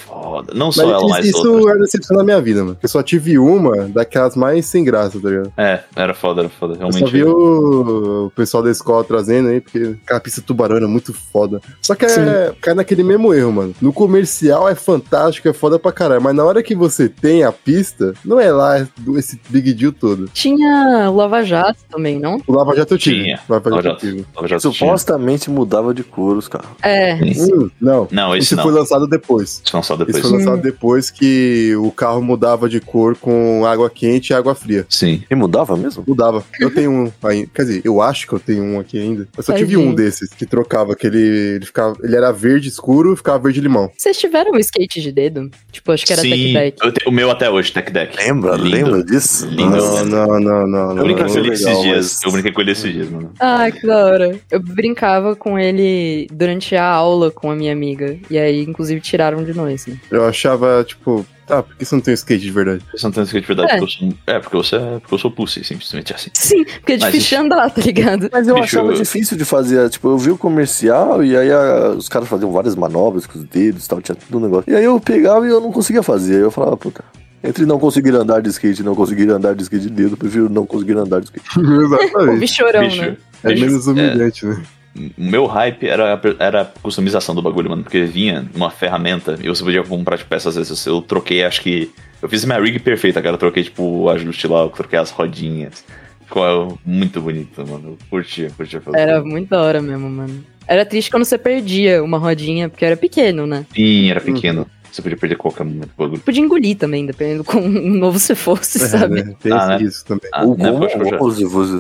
Speaker 3: foda. Não só ela,
Speaker 1: Mas
Speaker 3: mas
Speaker 1: isso,
Speaker 3: outras.
Speaker 1: isso é decepção na minha vida, mano. Eu só tive uma daquelas mais sem graça, tá ligado?
Speaker 3: É, era foda, era foda.
Speaker 1: Eu
Speaker 3: Realmente. é.
Speaker 1: só vi o, o pessoal da escola trazendo aí, porque aquela pista tubarão era muito foda. Só que é, cai naquele mesmo erro, mano. No comercial é fantástico, é foda pra caralho. Mas na hora que você tem a pista, não é lá esse big deal todo.
Speaker 4: Tinha Lava Jato também, não?
Speaker 1: O Lava Jato eu tive.
Speaker 3: Tinha.
Speaker 1: Lava Jato eu
Speaker 3: Lava Jato.
Speaker 1: tive.
Speaker 3: Eu já assisti.
Speaker 2: Supostamente mudava de couro os carros.
Speaker 4: É.
Speaker 3: Sim.
Speaker 1: Hum, não.
Speaker 3: Não, esse
Speaker 1: Isso
Speaker 3: não.
Speaker 1: foi lançado depois.
Speaker 3: Isso não só
Speaker 1: Isso
Speaker 3: depois.
Speaker 1: foi lançado depois que o carro mudava de cor com água quente e água fria.
Speaker 3: Sim.
Speaker 2: E mudava mesmo?
Speaker 1: Mudava. Eu tenho um ainda. Quer dizer, eu acho que eu tenho um aqui ainda. Eu só
Speaker 4: Ai,
Speaker 1: tive um
Speaker 4: gente.
Speaker 1: desses que trocava, que ele, ele ficava. Ele era verde escuro e ficava verde limão.
Speaker 4: Vocês tiveram um skate de dedo? Tipo, acho que era
Speaker 3: Sim,
Speaker 4: tech-deck.
Speaker 3: eu tenho o meu até hoje, Tech Deck.
Speaker 2: Lembra?
Speaker 3: Lindo.
Speaker 2: Lembra disso?
Speaker 3: Lindo.
Speaker 2: Nossa.
Speaker 1: Não, não, não, não. não,
Speaker 3: Eu brinquei
Speaker 1: não, é
Speaker 3: com ele
Speaker 1: não,
Speaker 3: esses
Speaker 2: legal,
Speaker 3: dias.
Speaker 2: mas-
Speaker 3: Eu brinquei com ele esses dias, mano.
Speaker 4: Ah, que da hora. Eu brincava com ele durante a aula com a minha amiga. E aí, inclusive, tiraram de nós, né?
Speaker 1: Eu achava, tipo, tá, por que você não tem um skate de verdade?
Speaker 3: Você não tem skate de verdade
Speaker 4: É.
Speaker 3: porque eu sou. É, porque você é. Porque eu sou pussy, simplesmente assim.
Speaker 4: Sim, porque é
Speaker 3: Mas
Speaker 4: difícil de andar, tá ligado?
Speaker 2: Mas eu
Speaker 3: Bicho,
Speaker 2: achava
Speaker 3: eu-
Speaker 2: difícil de fazer. Tipo, eu vi o comercial e aí a- os caras faziam várias manobras com os dedos e tal, tinha tudo um negócio. E aí eu pegava e eu não conseguia fazer. Aí eu falava, puta. Entre não conseguir andar de skate e não conseguir andar de skate de dedo, eu prefiro não conseguir andar de skate.
Speaker 4: O
Speaker 1: Exatamente.
Speaker 4: bichorão,
Speaker 3: bicho,
Speaker 4: né?
Speaker 1: É
Speaker 3: bicho,
Speaker 1: menos humilhante, né?
Speaker 3: O meu hype era, a- era a customização do bagulho, mano. Porque vinha uma ferramenta e você podia comprar tipo, peças extras. Eu troquei, acho que. Eu fiz minha rig perfeita, cara. Eu troquei, tipo, o ajuste lá, eu troquei as rodinhas. Ficou muito bonito, mano. Eu curtia, curtia fazer.
Speaker 4: Era muito da hora mesmo, mano. Era triste quando você perdia uma rodinha, porque eu era pequeno, né?
Speaker 3: Sim,
Speaker 2: Uhum.
Speaker 3: era pequeno. Você podia perder qualquer momento do bagulho.
Speaker 4: Podia engolir também, dependendo do quão novo você fosse,
Speaker 1: É,
Speaker 4: sabe?
Speaker 1: né? Tem
Speaker 3: Ah, né?
Speaker 1: isso também.
Speaker 3: Ah, na, época, eu acho que eu já,
Speaker 2: ou se fosse-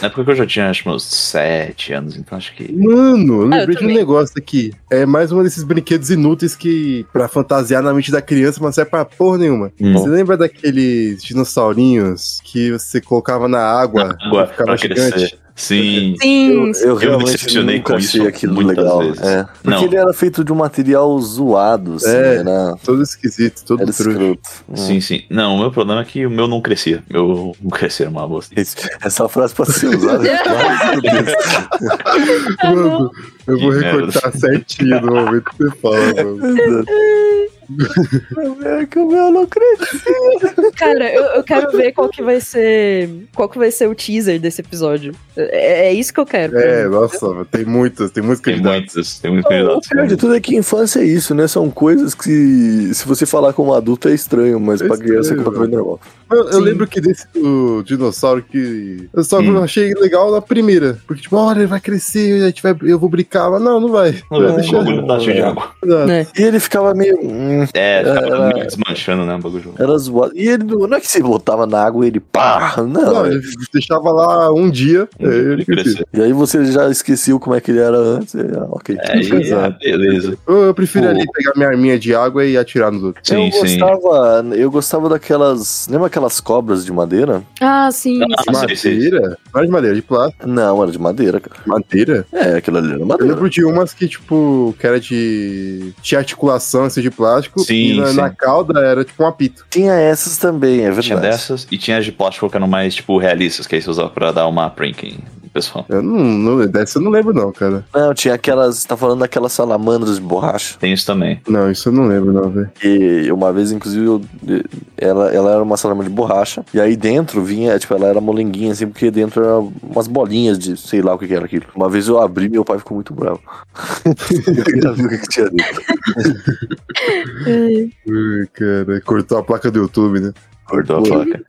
Speaker 3: na época que eu já tinha, acho, meus 7 anos, então acho que.
Speaker 1: Uhum. Mano, eu
Speaker 4: Ah, eu
Speaker 1: lembrei de um
Speaker 4: também.
Speaker 1: negócio aqui. É mais um desses brinquedos inúteis que, pra fantasiar na mente da criança, mas não serve pra porra nenhuma.
Speaker 3: Não.
Speaker 1: Você lembra daqueles dinossaurinhos que você colocava na água
Speaker 3: Agora,
Speaker 1: e ficava
Speaker 3: pra
Speaker 1: gigante?
Speaker 3: crescer. Sim.
Speaker 4: Sim,
Speaker 2: Eu, eu
Speaker 3: me
Speaker 2: realmente
Speaker 3: decepcionei
Speaker 2: nunca
Speaker 3: com
Speaker 2: achei
Speaker 3: isso
Speaker 2: aquilo
Speaker 3: muitas
Speaker 2: legal.
Speaker 3: vezes.
Speaker 2: É. Porque
Speaker 3: Não.
Speaker 2: ele era feito de um material zoado, assim,
Speaker 1: É.
Speaker 2: era,
Speaker 1: Todo esquisito, todo
Speaker 2: era
Speaker 1: truque.
Speaker 2: escroto. Hum.
Speaker 3: Sim, sim. Não, o meu problema é que o meu não crescia. Meu não crescia era uma bosta.
Speaker 2: Esse- Essa frase pode ser usada. É várias vezes.
Speaker 1: Mano, eu vou
Speaker 3: Que merda.
Speaker 1: recortar certinho no momento que você fala, mano.
Speaker 2: é que o meu não acredito.
Speaker 4: Cara, eu, eu quero ver qual que vai ser. Qual que vai ser o teaser desse episódio. É, é isso que eu quero.
Speaker 1: É, nossa, mano, tem muitas, tem muitos
Speaker 3: Tem
Speaker 1: candidatos.
Speaker 3: muitos, tem muitos
Speaker 2: O
Speaker 3: candidatos.
Speaker 2: pior de tudo é que infância é isso, né? São coisas que, se você falar como adulto, é estranho, mas
Speaker 1: É
Speaker 2: pra criança é
Speaker 1: estranho,
Speaker 2: completamente normal.
Speaker 1: Eu, eu
Speaker 4: Sim.
Speaker 1: lembro que desse do dinossauro que. Eu só
Speaker 3: Hum.
Speaker 1: achei legal na primeira. Porque, tipo, olha, ele vai crescer, a gente vai, eu vou brincar. Mas não, não vai.
Speaker 3: Não, velho,
Speaker 1: Deixa
Speaker 3: o bagulho tá cheio de
Speaker 2: é.
Speaker 3: água.
Speaker 1: eu-
Speaker 4: Né?
Speaker 2: E ele ficava meio. hum,
Speaker 3: É,
Speaker 2: Era-
Speaker 3: tava meio desmanchando, né? O bagulho.
Speaker 2: era zoado. E ele não não é que você botava na água e ele pá! Não.
Speaker 1: Não,
Speaker 2: é-
Speaker 1: ele deixava lá um dia.
Speaker 3: É,
Speaker 1: aí ele crescia.
Speaker 3: crescer.
Speaker 2: E aí você já esqueceu como é que ele era antes. e, ah, ok.
Speaker 3: É, e-
Speaker 2: Exato.
Speaker 3: ah, beleza.
Speaker 1: Eu, eu prefiro
Speaker 2: Pô.
Speaker 1: ali pegar minha arminha de água e atirar nos outros.
Speaker 3: Sim,
Speaker 2: eu
Speaker 3: sim.
Speaker 2: gostava, eu gostava daquelas, lembra aquelas cobras de madeira?
Speaker 4: Ah, sim.
Speaker 3: Ah, sei, sei.
Speaker 1: Madeira? Não era de madeira, de plástico.
Speaker 2: Não, era de madeira, cara.
Speaker 1: Madeira?
Speaker 2: É, aquilo ali era
Speaker 1: Eu
Speaker 2: madeira.
Speaker 1: lembro de umas que, tipo, que era de. tinha articulação assim, de plástico.
Speaker 3: Sim,
Speaker 1: e na,
Speaker 3: sim.
Speaker 1: na cauda era tipo um apito.
Speaker 2: Tinha essas também, é
Speaker 3: Tinha
Speaker 2: verdade.
Speaker 3: dessas e tinha as de plástico que eram mais, tipo, realistas, que aí você usava pra dar uma pranking no pessoal.
Speaker 1: Eu não, não- dessa eu não lembro, não, cara.
Speaker 2: Não, tinha aquelas, você tá falando daquelas salamandras de borracha.
Speaker 3: Tem isso também.
Speaker 1: Não, isso eu não lembro, não, velho.
Speaker 2: E uma vez, inclusive, eu- ela, ela era uma salamandra de borracha. E aí dentro vinha, tipo, ela era molenguinha, assim, porque dentro era umas bolinhas de sei lá o que, que era aquilo. Uma vez eu abri meu pai ficou muito bravo. eu queria ver o que, que tinha dentro.
Speaker 1: Ui, cara, cortou a placa do YouTube, né?
Speaker 3: Cortou a placa.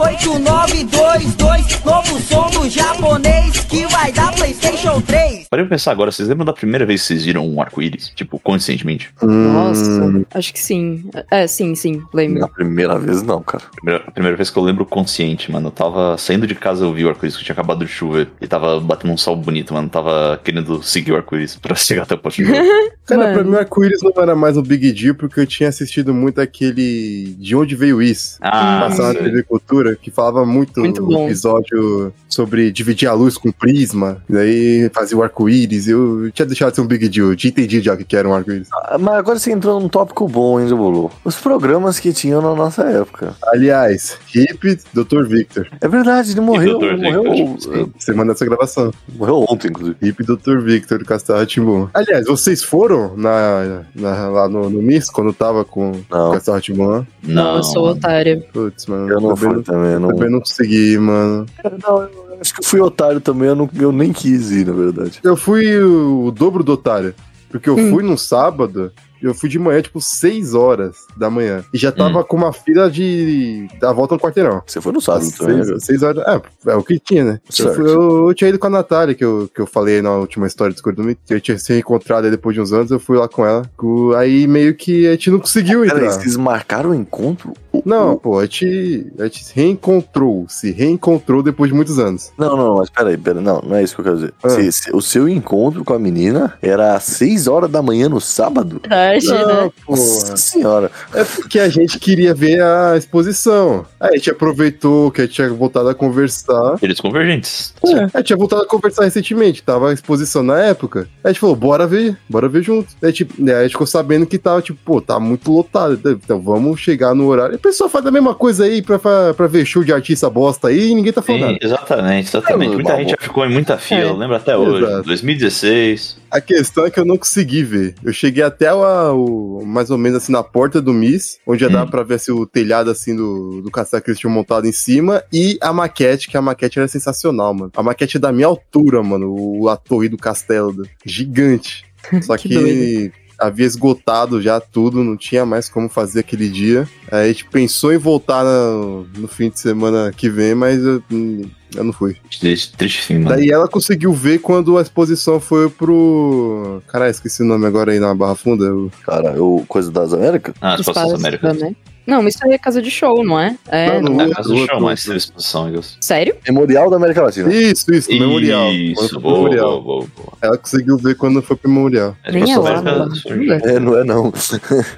Speaker 5: 4002892, novo som do japonês que vai dar PlayStation 3.
Speaker 3: Parei pra pensar agora, vocês lembram da primeira vez que vocês viram um arco-íris? Tipo, conscientemente.
Speaker 4: Nossa,
Speaker 1: Hum,
Speaker 4: acho que sim. É, sim, sim, lembro.
Speaker 2: Na primeira vez, não, cara.
Speaker 3: Primeira, a primeira vez que eu lembro consciente, mano. Eu tava saindo de casa, eu vi o arco-íris que tinha acabado de chover. E tava batendo um sol bonito, mano. Tava querendo seguir o arco-íris pra chegar até o posto de luz.
Speaker 1: Cara,
Speaker 4: Mano.
Speaker 1: pra mim o arco-íris não era mais um big deal porque eu tinha assistido muito aquele De Onde Veio Isso?
Speaker 3: Ah,
Speaker 1: Passava na
Speaker 3: sim.
Speaker 1: TV Cultura, que falava muito,
Speaker 4: Muito
Speaker 1: no
Speaker 4: bom.
Speaker 1: episódio sobre dividir a luz com prisma, e daí fazia o arco-íris. Eu tinha deixado de ser um Big Deal, tinha entendido já o que era um arco-íris.
Speaker 2: Ah, Mas agora você entrou num tópico bom, hein, Zubulu? Os programas que tinham na nossa época.
Speaker 1: Aliás, hip Dr. Victor,
Speaker 2: É verdade, ele morreu.
Speaker 3: Dr.
Speaker 2: morreu,
Speaker 3: Victor?
Speaker 1: semana dessa gravação.
Speaker 2: morreu ontem, inclusive.
Speaker 1: Hip Dr. Victor do Castelo Timbom. Aliás, vocês foram na, na- lá no, no Miss quando tava com o
Speaker 2: Não,
Speaker 1: Castelo Timbom?
Speaker 3: Não.
Speaker 4: Eu sou otária.
Speaker 1: Putz, mano.
Speaker 2: eu não
Speaker 1: também,
Speaker 2: fui também. Não,
Speaker 1: também não consegui, mano.
Speaker 2: Não, eu acho que eu fui otário também, eu, não- eu nem quis ir, na verdade.
Speaker 1: Eu fui o, o dobro do otário. Porque eu
Speaker 4: Hum.
Speaker 1: fui no sábado, eu fui de manhã, tipo, 6 horas da manhã. E já tava com uma fila de. da volta no quarteirão.
Speaker 2: Você foi no sábado também. né?
Speaker 1: 6 horas. É, é o que tinha, né? Eu,
Speaker 2: Certo.
Speaker 1: fui- eu- eu tinha ido com a Natália, que eu, que eu falei na última história do Escuro do Mito. que Eu tinha se reencontrado aí depois de uns anos, eu fui lá com ela. com- Aí meio que a gente não conseguiu entrar.
Speaker 2: Peraí, vocês marcaram o encontro?
Speaker 1: Não, pô, a gente, a gente se reencontrou, se reencontrou depois de muitos anos.
Speaker 2: Não, não, mas peraí, peraí. Não, não é isso que eu quero dizer.
Speaker 1: Ah.
Speaker 2: Se- se- o seu encontro com a menina era às 6 horas da manhã no sábado?
Speaker 4: Tarde, né?
Speaker 1: pô.
Speaker 2: Nossa senhora.
Speaker 1: É porque a gente queria ver a exposição. Aí a gente aproveitou que a gente tinha voltado a conversar.
Speaker 3: Eles convergentes.
Speaker 1: É, a gente tinha voltado a conversar recentemente, tava a exposição na época. Aí a gente falou, bora ver, bora ver junto. Aí, tipo, né, a gente ficou sabendo que tava, tipo, pô, tá muito lotado, então vamos chegar no horário. E o pessoal faz a mesma coisa aí pra, pra, pra ver show de artista bosta aí e ninguém tá falando
Speaker 3: Sim,
Speaker 1: nada.
Speaker 3: exatamente, exatamente.
Speaker 2: É,
Speaker 3: Muita
Speaker 2: babu.
Speaker 3: gente já ficou em muita fila,
Speaker 4: É.
Speaker 3: eu lembro até hoje.
Speaker 1: Exato.
Speaker 3: 2016.
Speaker 1: A questão é que eu não consegui ver. Eu cheguei até lá, o, mais ou menos assim na porta do Miss, onde já dava pra ver assim, o telhado assim do, do castelo que eles tinham montado em cima e a maquete, que a maquete era sensacional, mano. A maquete é da minha altura, mano, o, a torre do castelo, do- gigante. Só que,
Speaker 4: Que doido.
Speaker 1: havia esgotado já tudo, não tinha mais como fazer aquele dia. Aí a gente pensou em voltar no, no fim de semana que vem, mas eu, hum, eu não fui.
Speaker 3: Triste, triste fim, mano.
Speaker 1: Daí ela conseguiu ver quando a exposição foi pro. Caralho, esqueci o nome agora aí na Barra Funda. Eu-
Speaker 2: Cara, eu, coisa das Américas?
Speaker 3: ah, as Coisas
Speaker 4: Espaço,
Speaker 3: Américas.
Speaker 4: né? Não, isso é casa de show, não é? É.
Speaker 1: Não, é.
Speaker 4: não-
Speaker 1: não.
Speaker 3: É, casa
Speaker 1: Outro,
Speaker 3: de show, mas
Speaker 1: outro.
Speaker 3: teve exposição, eu gosto.
Speaker 4: Sério?
Speaker 2: Memorial da América Latina.
Speaker 1: Isso, isso, memorial. Quando
Speaker 3: Isso,
Speaker 1: foi pro
Speaker 3: boa,
Speaker 1: memorial.
Speaker 3: boa, boa, boa.
Speaker 1: Ela conseguiu ver quando foi pro memorial.
Speaker 3: É,
Speaker 4: Nem
Speaker 3: Costa
Speaker 4: é lá,
Speaker 3: América
Speaker 4: mano.
Speaker 3: surgiu.
Speaker 2: É, não é não.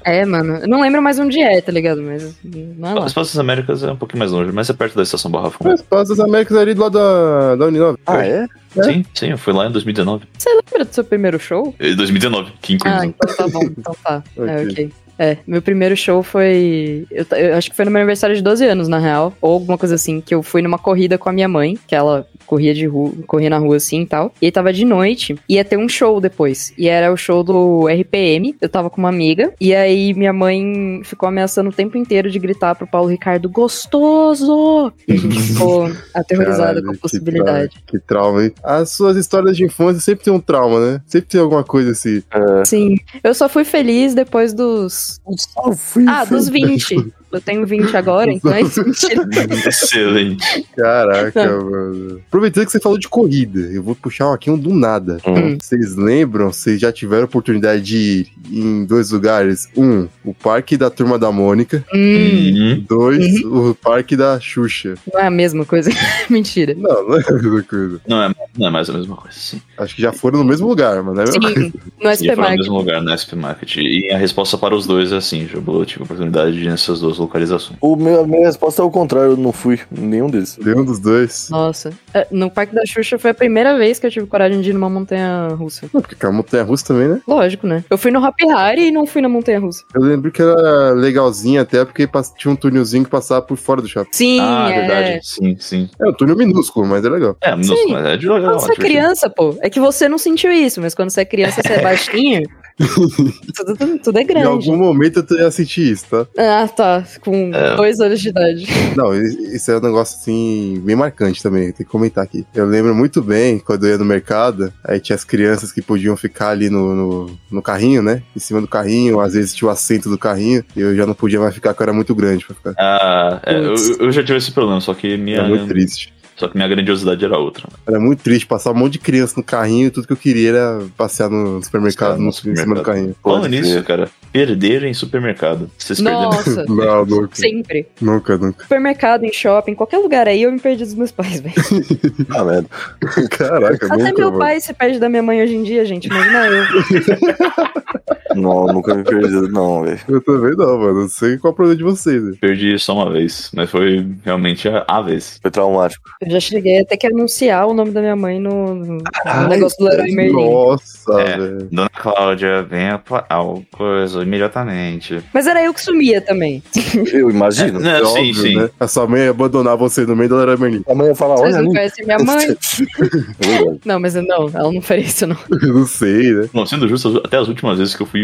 Speaker 4: É, mano. Eu não lembro mais onde é, tá ligado? Mas não é lá.
Speaker 3: As Passas Américas é um pouquinho mais longe, mas é perto da Estação Barra Funda.
Speaker 1: Mas passa das Américas ali do lado da, da Uninove.
Speaker 2: Ah, é?
Speaker 1: É.
Speaker 3: Sim, sim, eu fui lá em 2019.
Speaker 4: Você lembra do seu primeiro show?
Speaker 3: Eh, 2019, que
Speaker 4: Ah,
Speaker 3: inclusive.
Speaker 4: então tá bom. Então tá. É,
Speaker 1: Ok.
Speaker 4: ok. É, meu primeiro show foi. Eu, ta- eu acho que foi no meu aniversário de 12 anos, na real. Ou alguma coisa assim, que eu fui numa corrida com a minha mãe, que ela corria de rua, corria na rua assim e tal. E aí tava de noite, ia ter um show depois. E era o show do RPM. Eu tava com uma amiga. E aí minha mãe ficou ameaçando o tempo inteiro de gritar pro Paulo Ricardo: gostoso! E a gente ficou aterrorizada
Speaker 1: Caralho,
Speaker 4: com a
Speaker 1: que
Speaker 4: possibilidade.
Speaker 1: trauma, Que trauma, hein? As suas histórias de infância sempre tem um trauma, né? Sempre tem alguma coisa assim.
Speaker 4: Sim. Eu só fui feliz depois dos.
Speaker 2: Eu fui
Speaker 4: Ah, dos
Speaker 2: feliz.
Speaker 4: 20. Eu tenho 20 agora, então é isso. Mentira.
Speaker 3: Excelente.
Speaker 1: Caraca, mano. Aproveitando que você falou de corrida, eu vou puxar um aqui um do nada.
Speaker 2: Hum.
Speaker 1: Vocês lembram? Vocês já tiveram oportunidade de ir em dois lugares? Um, o parque da turma da Mônica.
Speaker 4: Hum,
Speaker 3: Uhum.
Speaker 1: Dois, o parque da Xuxa.
Speaker 4: não é a mesma coisa. Mentira.
Speaker 1: Não, não é a mesma coisa.
Speaker 3: Não, é, não é mais a mesma coisa, sim.
Speaker 1: Acho que já foram no mesmo lugar, mano. É a mesma coisa.
Speaker 4: Sim, no
Speaker 3: E foram no
Speaker 4: SPMark.
Speaker 3: mesmo lugar no SP Market. E a resposta para os dois é assim, Jobu. Eu tive a oportunidade de ir nessas duas localizações.
Speaker 2: O meu, a minha resposta é o contrário, eu não fui em nenhum desses.
Speaker 1: Nenhum um dos dois.
Speaker 4: Nossa. É, No Parque da Xuxa foi a primeira vez que eu tive coragem de ir numa montanha russa.
Speaker 1: Não, porque a montanha russa também, né?
Speaker 4: Lógico, né? Eu fui no Happy Hari e não fui na montanha russa.
Speaker 1: Eu lembro que era legalzinho até, porque pass- tinha um túnelzinho que passava por fora do shopping.
Speaker 4: Sim,
Speaker 3: ah,
Speaker 4: é.
Speaker 3: verdade. Sim, sim.
Speaker 1: É um túnel minúsculo, mas é legal.
Speaker 3: É, não,
Speaker 4: Sim.
Speaker 3: mas é de legal.
Speaker 4: Quando você é
Speaker 3: divertido.
Speaker 4: criança, pô, é que você não sentiu isso, mas quando você é criança, você é baixinho. tudo, tudo- tudo é
Speaker 1: Em
Speaker 4: grande.
Speaker 1: algum momento eu já senti isso, tá?
Speaker 4: Ah, tá. Com
Speaker 3: É.
Speaker 4: dois anos de idade.
Speaker 1: Não, i- isso é um negócio assim, bem marcante também, tem que comentar aqui. Eu lembro muito bem quando eu ia no mercado, aí tinha as crianças que podiam ficar ali no, no, no carrinho, né? Em cima do carrinho, às vezes tinha o assento do carrinho, e eu já não podia mais ficar, porque eu era muito grande pra ficar.
Speaker 3: Ah, é, eu,
Speaker 4: Putz.
Speaker 3: eu já tive esse problema, só que minha.
Speaker 1: Era É muito triste.
Speaker 3: Só que minha grandiosidade era outra. né?
Speaker 1: Era muito triste passar um monte de criança no carrinho e tudo que eu queria era passear no supermercado,
Speaker 3: Passear no
Speaker 1: no, em cima do
Speaker 3: supermercado.
Speaker 1: carrinho.
Speaker 3: Falando
Speaker 2: Pode
Speaker 3: nisso,
Speaker 2: ser.
Speaker 3: cara, perder em supermercado. Vocês perderam.
Speaker 4: Nossa,
Speaker 1: Não, nunca,
Speaker 4: sempre.
Speaker 1: nunca, nunca.
Speaker 4: Supermercado, em shopping, qualquer lugar aí eu me perdi dos meus pais, velho.
Speaker 2: Ah, merda.
Speaker 1: Caraca,
Speaker 4: Até
Speaker 1: nunca,
Speaker 4: meu
Speaker 1: mano.
Speaker 4: pai se perde da minha mãe hoje em dia, gente. Imagina eu.
Speaker 2: Não, nunca me perdi, não, velho.
Speaker 1: Eu também não, mano. Não sei qual é o problema de vocês. né?
Speaker 3: Perdi só uma vez, mas foi realmente a, a vez.
Speaker 2: Foi traumático.
Speaker 4: Eu já cheguei até que anunciar o nome da minha mãe no, no
Speaker 2: Ah,
Speaker 4: Um negócio
Speaker 2: é-
Speaker 4: do Leroy Merlin.
Speaker 1: Nossa,
Speaker 3: É.
Speaker 1: velho.
Speaker 3: Dona Cláudia, venha pra- ao coisa imediatamente.
Speaker 4: Mas era eu que sumia também.
Speaker 2: Eu imagino.
Speaker 3: Não,
Speaker 1: É
Speaker 3: sim,
Speaker 1: óbvio,
Speaker 3: sim.
Speaker 1: né? A sua mãe ia abandonar você no meio da Leroy Merlin.
Speaker 2: Amanhã eu falo,
Speaker 4: Vocês
Speaker 2: olha
Speaker 4: não
Speaker 2: ali.
Speaker 4: conhecem minha mãe?
Speaker 2: É verdade.
Speaker 4: Não, mas eu- não, ela não faria isso, não.
Speaker 1: Eu não sei, né?
Speaker 3: Não, sendo justo, até as últimas vezes que eu fui,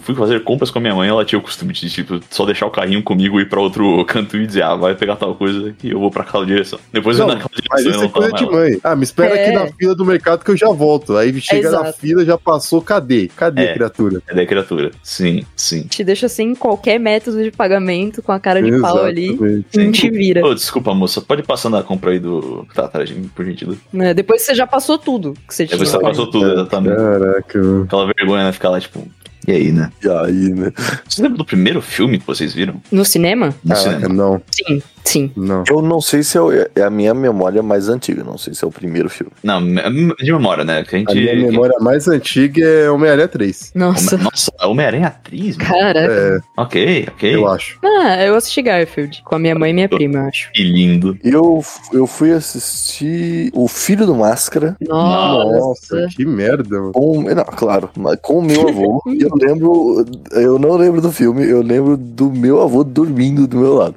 Speaker 3: fui fazer compras com a minha mãe, ela tinha o costume de, tipo, só deixar o carrinho comigo e ir pra outro canto e dizer, ah, vai pegar tal coisa e eu vou pra aquela direção. Depois eu
Speaker 1: Não,
Speaker 3: vou naquela
Speaker 1: Mas
Speaker 3: direção
Speaker 1: isso
Speaker 3: e
Speaker 1: é
Speaker 3: não
Speaker 1: coisa
Speaker 3: falo
Speaker 1: de
Speaker 3: mais.
Speaker 1: mãe. Ah, me espera
Speaker 4: É.
Speaker 1: aqui na fila do mercado que eu já volto. Aí chega na
Speaker 4: exato.
Speaker 1: fila, já passou, cadê? Cadê,
Speaker 3: É.
Speaker 1: criatura?
Speaker 3: É da criatura. Sim, sim.
Speaker 4: Te deixa assim, qualquer método de pagamento, com a cara Tá de pau ali,
Speaker 1: Exatamente.
Speaker 4: e não te vira.
Speaker 3: Ô, desculpa, moça, pode passar na compra aí do. Tá, tá, gente, por gentileza.
Speaker 4: né? Depois você já passou tudo que você tinha.
Speaker 3: Depois você passou tudo, exatamente.
Speaker 1: Caraca, mano.
Speaker 3: Aquela vergonha, né? Ficar lá, tipo. E aí, né?
Speaker 2: E aí, né?
Speaker 3: Vocês lembram do primeiro filme que vocês viram?
Speaker 4: No cinema?
Speaker 3: No
Speaker 1: Caraca,
Speaker 3: cinema?
Speaker 1: É, não,
Speaker 4: Sim, sim.
Speaker 1: não.
Speaker 2: Eu não sei se é, o- é a minha memória mais antiga. Não sei se é o primeiro filme.
Speaker 3: Não, me- de memória, né? Que a gente.
Speaker 1: A minha memória mais antiga é Homem-Aranha 3.
Speaker 4: Nossa,
Speaker 3: Home- Nossa, é Homem-Aranha atriz, mano.
Speaker 4: cara.
Speaker 1: É,
Speaker 3: Ok, ok.
Speaker 1: eu acho.
Speaker 4: Ah, eu assisti Garfield com a minha mãe e minha prima, eu acho.
Speaker 3: Que lindo.
Speaker 2: E eu, eu fui assistir O Filho do Máscara.
Speaker 4: Nossa.
Speaker 1: Nossa, que merda, mano.
Speaker 2: Com, não, claro, mas com o meu avô. e eu lembro. Eu não lembro do filme, eu lembro do meu avô dormindo do meu lado.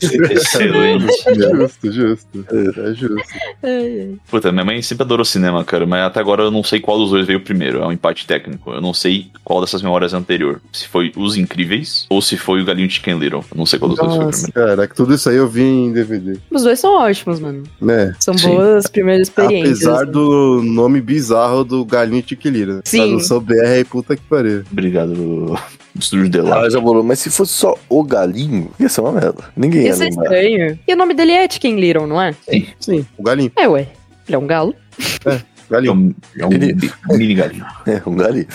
Speaker 3: Excelente.
Speaker 1: É Justo, justo. É justo.
Speaker 4: Ai, ai.
Speaker 3: Puta, minha mãe sempre adorou cinema, cara, mas até agora eu não sei qual dos dois veio primeiro. É um empate técnico. Eu não sei qual dessas memórias é anterior. Se foi Os Incríveis ou se foi o Galinho de Ken Little. Eu não sei qual dos dois foi
Speaker 4: Nossa.
Speaker 3: primeiro.
Speaker 1: Caraca, tudo isso aí eu vi em DVD.
Speaker 4: Os dois são ótimos, mano.
Speaker 1: Né?
Speaker 4: São
Speaker 3: Sim.
Speaker 4: boas primeiras experiências.
Speaker 1: Apesar do nome bizarro do Galinho Tiquilira.
Speaker 4: Sim.
Speaker 1: Tradução BR aí, puta que pariu.
Speaker 3: Obrigado, Estúdio Delar.
Speaker 2: Ah, já falou, mas se fosse só o galinho, ia ser uma merda. Ninguém ia
Speaker 4: Isso é
Speaker 2: lembrar.
Speaker 4: estranho. E o nome dele é Chicken Little, não é?
Speaker 1: Sim, o galinho.
Speaker 4: É, ué. Ele é um galo.
Speaker 3: É
Speaker 1: Galinho.
Speaker 3: um, é um
Speaker 2: Ele-
Speaker 3: bi- mini galinho.
Speaker 2: É, um galinho.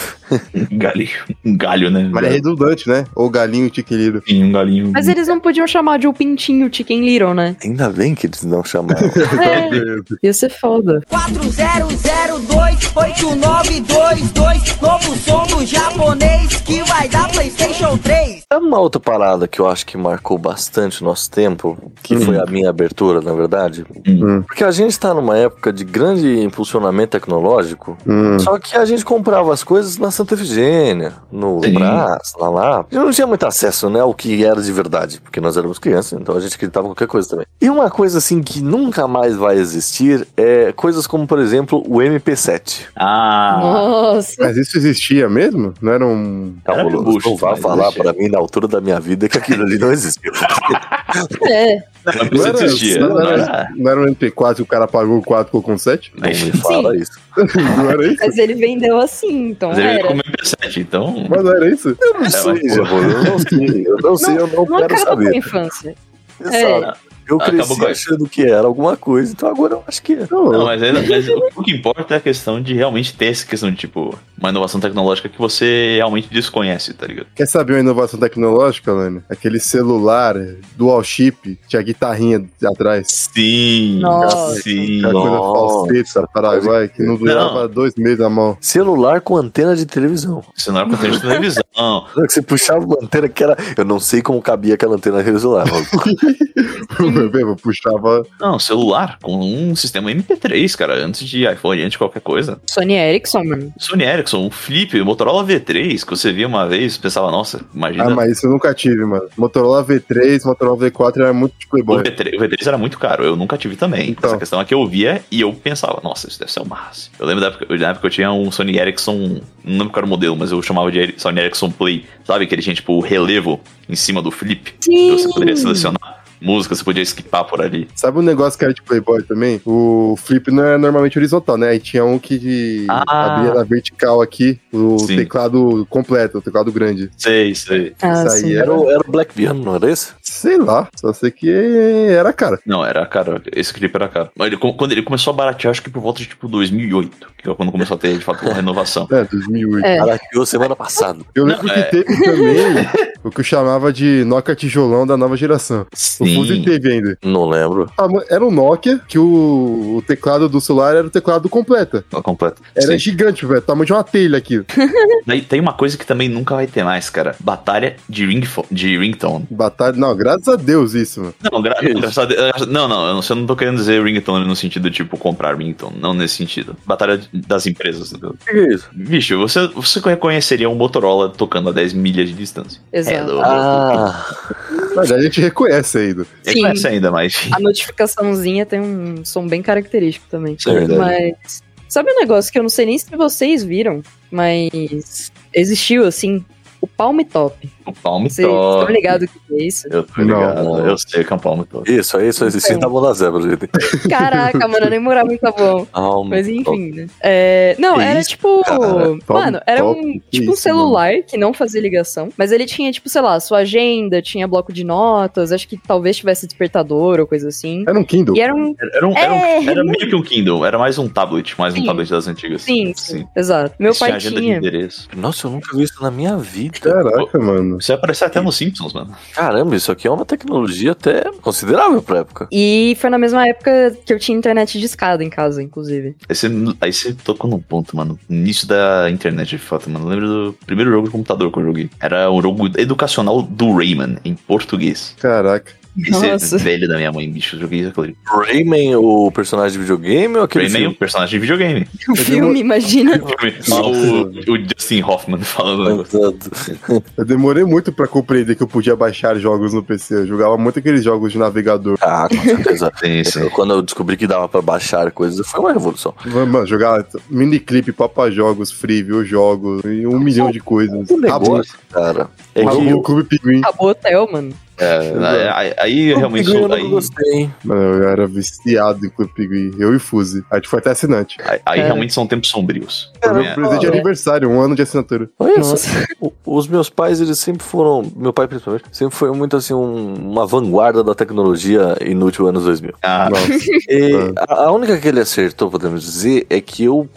Speaker 3: Um galho. Um galho, né?
Speaker 1: Mas é redundante, né? O galinho tiquiliro.
Speaker 3: Sim, um galinho.
Speaker 4: Mas eles não podiam chamar de o pintinho Chicken Little, né?
Speaker 2: Ainda bem que eles não chamaram.
Speaker 4: É, ia ser foda.
Speaker 5: 4002892, novo som do japonês que vai dar PlayStation 3.
Speaker 2: Sabe uma outra parada que eu acho que marcou bastante o nosso tempo, que
Speaker 3: Hum.
Speaker 2: foi a minha abertura, na verdade?
Speaker 1: Hum.
Speaker 2: Porque a gente tá numa época de grande impulsionamento tecnológico,
Speaker 1: Hum.
Speaker 2: só que a gente comprava as coisas na Santa Efigênia, no
Speaker 3: Sim.
Speaker 2: Brás, lá lá. A gente não tinha muito acesso, né, ao que era de verdade, porque nós éramos crianças, então a gente acreditava em qualquer coisa também. E uma coisa, assim, que nunca mais vai existir é coisas como, por exemplo, o MP7.
Speaker 3: Ah,
Speaker 4: Nossa.
Speaker 1: Mas isso existia mesmo? Não era um.
Speaker 3: Era
Speaker 2: Cabuloso,
Speaker 3: bucho,
Speaker 2: Tá não vá
Speaker 3: mas
Speaker 2: falar
Speaker 3: existia.
Speaker 2: pra mim na altura da minha vida que aquilo ali não existiu.
Speaker 4: É.
Speaker 3: não precisa
Speaker 1: era-
Speaker 3: desistir.
Speaker 1: não
Speaker 3: Não,
Speaker 1: era-
Speaker 3: era-
Speaker 1: não era um MP4 que o cara pagou 4 com 7?
Speaker 2: Não me
Speaker 3: Mas
Speaker 2: fala isso.
Speaker 1: Não era isso?
Speaker 4: Mas ele vendeu assim, então
Speaker 3: ele veio
Speaker 4: era.
Speaker 3: com o MP7, então.
Speaker 1: Mas não era isso?
Speaker 2: Eu não sei,
Speaker 3: mas,
Speaker 2: Jabô, É, eu não sei, eu não sei, eu não,
Speaker 4: Não
Speaker 2: quero
Speaker 4: acaba com a
Speaker 2: saber.
Speaker 4: infância.
Speaker 2: Sabe? Eu
Speaker 3: Acabou É, com
Speaker 2: cresci
Speaker 3: a-
Speaker 2: achando que era alguma coisa, então agora eu acho que é.
Speaker 1: Não,
Speaker 3: Não, mas, ainda- mas o que importa é a questão de realmente ter essa questão de, tipo, uma inovação tecnológica que você realmente desconhece, tá ligado?
Speaker 1: Quer saber uma inovação tecnológica, Lani? Aquele celular dual chip, tinha guitarrinha de atrás.
Speaker 3: Sim.
Speaker 4: Nossa.
Speaker 3: Sim.
Speaker 1: Aquela coisa
Speaker 2: Nossa,
Speaker 1: falseta do Paraguai que não durava dois meses na mão.
Speaker 2: Celular com antena de televisão.
Speaker 3: Isso não era conteúdo de televisão.
Speaker 2: Você puxava uma antena que era. Eu não sei como cabia aquela antena regular.
Speaker 1: Eu puxava.
Speaker 3: Não, celular com um sistema MP3, cara, antes de iPhone, antes de qualquer coisa.
Speaker 4: Sony Ericsson, mano.
Speaker 3: Sony Ericsson, um Flip, o Motorola V3, que você via uma vez, pensava, nossa, imagina.
Speaker 1: Ah, mas isso eu nunca tive, mano. Motorola V3, Motorola V4 era muito de
Speaker 3: O
Speaker 1: playboy.
Speaker 3: V3, o V3 era muito caro, eu nunca tive também.
Speaker 1: Então.
Speaker 3: Essa questão é que eu via e eu pensava, nossa, isso deve ser o máximo. Eu lembro da época, da época eu tinha um Sony Ericsson, não lembro qual era o modelo, mas eu chamava de Eri- Sony Ericsson Play, sabe? Que ele tinha tipo o relevo em cima do flip, que
Speaker 4: Sim.
Speaker 3: você poderia selecionar. música, você podia skipar por ali.
Speaker 1: Sabe um negócio que era de Playboy também? O flip não era normalmente horizontal, né? E tinha um que de-
Speaker 3: Ah.
Speaker 1: abria na vertical aqui, o
Speaker 3: Sim.
Speaker 1: teclado completo, o teclado grande.
Speaker 3: Sei, sei.
Speaker 4: Ah,
Speaker 1: Isso aí
Speaker 4: sim.
Speaker 2: Era o, era o Black Piano, não era esse?
Speaker 1: Sei lá, só sei que era, cara.
Speaker 3: Não, era caro. Esse clipe era caro. Mas ele, quando ele começou a baratear, acho que por volta de tipo 2008, que é quando começou a ter de fato uma renovação.
Speaker 1: É, 2008.
Speaker 4: É.
Speaker 2: Barateou semana passada.
Speaker 1: Eu lembro
Speaker 3: Não,
Speaker 1: que
Speaker 3: é.
Speaker 1: teve também o que eu chamava de Nokia tijolão da nova geração. O Fuse
Speaker 3: Sim.
Speaker 1: teve ainda.
Speaker 2: Não lembro.
Speaker 1: Ah, mas Era um Nokia que o, o teclado do celular era o teclado completo.
Speaker 3: Tá completo.
Speaker 1: Era
Speaker 3: Sim.
Speaker 1: gigante, velho. Tamanho de uma telha aqui.
Speaker 3: Daí tem uma coisa que também nunca vai ter mais, cara. Batalha de, ringfo- de ringtone.
Speaker 1: Batalha. Não, graças a Deus isso, mano.
Speaker 3: Não, gra-
Speaker 2: Isso.
Speaker 3: engraçado- eh, Não, não, eu não, eu não tô querendo dizer ringtone no sentido tipo comprar ringtone. Não nesse sentido. Batalha de- das empresas. entendeu?
Speaker 2: O que é isso?
Speaker 3: Bicho, você, você reconheceria um Motorola tocando a 10 milhas de distância.
Speaker 4: Exato.
Speaker 2: Ah,
Speaker 1: Mas a gente reconhece ainda.
Speaker 3: É
Speaker 4: Sim.
Speaker 3: conhece ainda, mas.
Speaker 4: A notificaçãozinha tem um som bem característico também.
Speaker 3: Isso é verdade.
Speaker 4: Mas. Sabe um negócio que eu não sei nem se vocês viram, mas existiu assim. O Palm Top.
Speaker 3: O palmo
Speaker 4: Vocês estão ligados o que é isso?
Speaker 3: Um Eu tô
Speaker 1: Não,
Speaker 3: ligado.
Speaker 2: não.
Speaker 3: Eu sei que é um palmo top.
Speaker 2: isso aí só existia na Bola Zebra, gente.
Speaker 4: Caraca, mano, eu nem morava muito bom.
Speaker 2: Ah,
Speaker 4: Mas enfim, né? É, não,
Speaker 3: Que
Speaker 4: era
Speaker 3: isso,
Speaker 4: tipo.
Speaker 3: cara?
Speaker 4: mano, era
Speaker 1: Top,
Speaker 4: um.
Speaker 1: que
Speaker 4: Tipo um
Speaker 1: isso, mano.
Speaker 4: celular que não fazia ligação. Mas ele tinha, tipo, sei lá, sua agenda, tinha bloco de notas, acho que talvez tivesse despertador ou coisa assim.
Speaker 1: Era um Kindle.
Speaker 4: E era um.
Speaker 3: Era, era um- era um-
Speaker 4: É,
Speaker 3: era meio que um Kindle, era mais um tablet, mais um
Speaker 4: Sim.
Speaker 3: tablet das antigas.
Speaker 4: Sim, sim, exato. Meu
Speaker 3: Isso
Speaker 4: pai
Speaker 3: agenda
Speaker 4: tinha.
Speaker 3: de endereço.
Speaker 2: Nossa, eu nunca vi isso na minha vida.
Speaker 1: Caraca, mano.
Speaker 3: Isso ia aparecer até nos Simpsons, mano.
Speaker 2: Caramba, isso aqui é uma tecnologia até considerável pra época.
Speaker 4: E foi na mesma época que eu tinha internet de escada em casa, inclusive.
Speaker 3: Aí você, aí você tocou num ponto, mano. No início da internet, de fato, mano. Eu lembro do primeiro jogo de computador que eu joguei. Era um jogo educacional do Rayman, em português.
Speaker 1: Caraca.
Speaker 3: Esse
Speaker 4: Nossa.
Speaker 3: é velho da minha mãe, bicho. Eu joguei aquele.
Speaker 2: Rayman, o personagem de videogame ou aquele
Speaker 3: Rayman é um personagem de videogame.
Speaker 4: O
Speaker 1: dei
Speaker 4: filme,
Speaker 1: uma-
Speaker 4: imagina.
Speaker 3: Só o, o Justin Hoffman falando o
Speaker 2: filme?
Speaker 3: negócio.
Speaker 2: Exato.
Speaker 1: Eu demorei muito pra compreender que eu podia baixar jogos no PC. Eu jogava muito aqueles jogos de navegador.
Speaker 2: Ah, com certeza.
Speaker 3: Tem isso.
Speaker 2: Eu- Quando eu descobri que dava pra baixar coisas, foi uma revolução.
Speaker 1: Mano, mano, jogava miniclip, papajogos, free, viu, jogos, e um milhão de coisas.
Speaker 2: O
Speaker 1: Rabu,
Speaker 2: negócio, cara. É
Speaker 1: Rabu,
Speaker 2: que eu,
Speaker 1: Clube Pinguim.
Speaker 4: Acabou o hotel, mano.
Speaker 3: É, aí, aí realmente.
Speaker 2: eu não
Speaker 3: aí-
Speaker 2: gostei, hein?
Speaker 1: Mano, eu era viciado em Clube Pinguim. Eu e Fuse. A gente foi até assinante.
Speaker 3: Aí, aí
Speaker 4: É.
Speaker 3: realmente são tempos sombrios.
Speaker 1: Foi meu
Speaker 3: É.
Speaker 1: presente de
Speaker 4: Ah, é.
Speaker 1: aniversário, um ano de assinatura.
Speaker 2: Olha só,
Speaker 4: Nossa.
Speaker 2: o- os meus pais, eles sempre foram, meu pai principalmente, sempre foi muito assim, um- uma vanguarda da tecnologia inútil anos 2000.
Speaker 3: Ah,
Speaker 1: Nossa.
Speaker 2: E
Speaker 1: Ah.
Speaker 2: a, a única que ele acertou, podemos dizer, é que eu,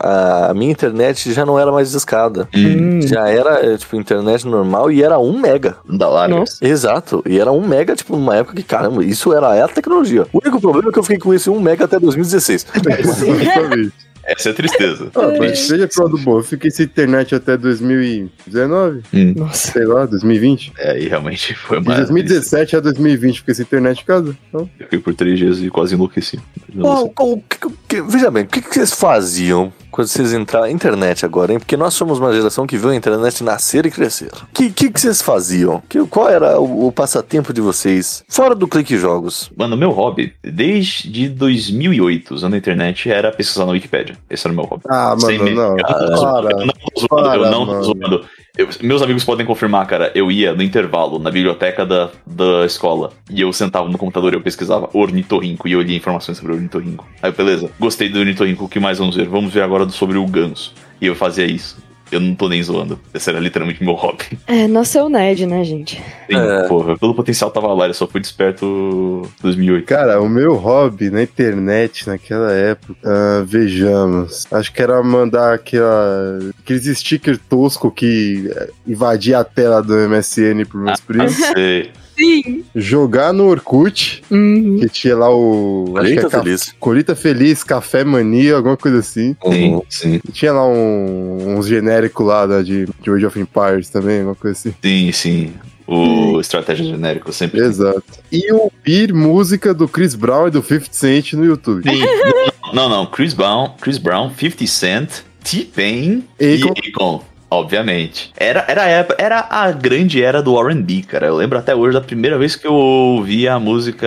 Speaker 2: a, a minha internet já não era mais de escada.
Speaker 3: hum,
Speaker 2: Já era, é, tipo, internet normal e era 1 mega.
Speaker 3: da larga.
Speaker 4: Nossa.
Speaker 2: Exato. E era 1 mega, tipo, numa época que, caramba, isso era é a tecnologia. O único problema é que eu fiquei com esse 1 mega até 2016.
Speaker 1: Exatamente.
Speaker 3: Essa é a tristeza.
Speaker 1: Ah, mas seja pro lado bom, eu fiquei sem internet até 2019,
Speaker 3: Hum,
Speaker 4: Nossa.
Speaker 1: sei lá, 2020.
Speaker 3: é, aí realmente foi
Speaker 1: De
Speaker 3: mais.
Speaker 1: 2017 a 2020, fiquei sem internet em casa. Então,
Speaker 3: Eu fiquei por três dias e quase enlouqueci.
Speaker 2: Qual- qual- que- que- veja bem, o que, que vocês faziam quando vocês entraram na internet agora, hein? Porque nós somos uma geração que viu a internet nascer e crescer. O que, que, que vocês faziam? Que- qual era o, o passatempo de vocês? Fora do clique jogos.
Speaker 3: Mano, meu hobby, desde 2008, usando a internet, era pesquisar na Wikipédia. Esse era o meu hobby.
Speaker 1: Ah,
Speaker 3: Sem
Speaker 1: mano,
Speaker 3: medo.
Speaker 1: não.
Speaker 3: Eu não tô zoando,
Speaker 1: Para.
Speaker 3: eu não tô zoando, eu
Speaker 1: Para,
Speaker 3: não tô
Speaker 1: mano.
Speaker 3: zoando. Eu- meus amigos podem confirmar, cara. Eu ia no intervalo na biblioteca da, da escola e eu sentava no computador e eu pesquisava ornitorrinco e eu lia informações sobre ornitorrinco. Aí, eu, beleza, gostei do ornitorrinco, o que mais vamos ver? Vamos ver agora sobre o ganso. E eu fazia isso. Eu não tô nem zoando. Esse era literalmente meu hobby.
Speaker 4: É, nossa, é o nerd, né, gente?
Speaker 3: Sim,
Speaker 2: É.
Speaker 3: porra, todo o potencial tava lá, eu só fui desperto em 2008.
Speaker 1: Cara, o meu hobby na internet naquela época, ah, vejamos, acho que era mandar aquela, aqueles sticker tosco que eh, invadia a tela do MSN pros
Speaker 3: Ah.
Speaker 1: meus primos,
Speaker 3: Sei.
Speaker 4: Sim.
Speaker 1: jogar no Orkut,
Speaker 4: Uhum.
Speaker 1: que tinha lá o... acho que é
Speaker 2: Eita,
Speaker 1: ca-
Speaker 2: feliz.
Speaker 1: Colita Feliz, Café Mania, alguma coisa assim.
Speaker 3: Sim, sim,
Speaker 1: E tinha lá um, uns genérico lá da, de, de Age of Empires também, alguma coisa assim.
Speaker 3: sim, sim. O estratégia genérica eu sempre.
Speaker 1: Exato. E ouvir música do Chris Brown e do 50 Cent no YouTube.
Speaker 3: Sim. não, não, Chris Brown, Chris Brown, 50 Cent, T-Pain e
Speaker 1: Akon.
Speaker 3: Akon. Obviamente. Era, era, a época- era a grande era do RB, cara. Eu lembro até hoje da primeira vez que eu ouvi a música.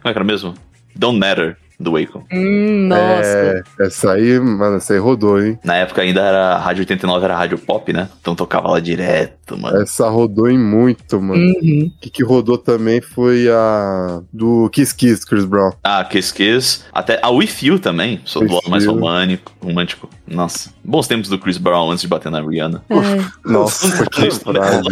Speaker 3: Como é que era mesmo? Don't Matter. do Wacom.
Speaker 4: Hum, nossa.
Speaker 1: É, essa aí, mano, essa aí rodou, hein?
Speaker 3: Na época ainda era a Rádio 89, era a Rádio Pop, né? Então tocava lá direto, mano.
Speaker 1: Essa rodou em muito, mano.
Speaker 4: Uhum.
Speaker 1: O que, que rodou também foi a do Kiss Kiss, Chris Brown.
Speaker 3: Ah, Kiss Kiss. Até a With You também. Sou
Speaker 1: With
Speaker 3: do lado mais
Speaker 1: You.
Speaker 3: romântico, romântico. Nossa. Bons tempos do Chris Brown antes de bater na Rihanna.
Speaker 4: É.
Speaker 1: Nossa, que frase.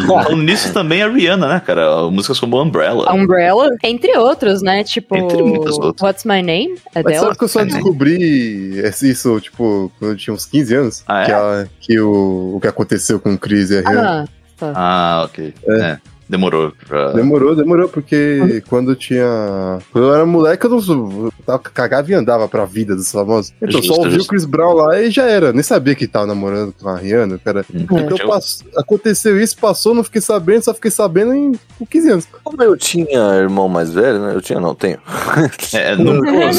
Speaker 3: Falando nisso também a Rihanna, né, cara? Músicas como
Speaker 4: A
Speaker 3: Umbrella.
Speaker 4: Umbrella, entre outros, né? Tipo,
Speaker 3: Entre muitas outras.
Speaker 4: What's My Name? É
Speaker 1: Mas
Speaker 4: dela?
Speaker 1: sabe que eu só
Speaker 3: Também.
Speaker 1: descobri esse- isso, tipo, quando eu tinha uns 15 anos?
Speaker 3: Ah, é?
Speaker 1: Que, ela- que o, o que aconteceu com o Chris e a Rihanna.
Speaker 4: Ah,
Speaker 3: Ah, ok. É. Demorou pra.
Speaker 1: Demorou, demorou, porque quando eu tinha. Quando eu era moleque, eu, não, eu tava, cagava e andava pra vida dos famosos. Então
Speaker 3: Justo,
Speaker 1: só ouvi
Speaker 3: justo.
Speaker 1: o Chris Brown lá e já era. Nem sabia que tava namorando com a Rihanna, cara.
Speaker 3: Hum.
Speaker 1: Então
Speaker 2: um-
Speaker 1: pass- aconteceu isso, passou, não fiquei sabendo, só fiquei sabendo em com 15 anos.
Speaker 2: Como eu tinha irmão mais velho, né? Eu tinha, não, tenho.
Speaker 3: É, não-
Speaker 2: né?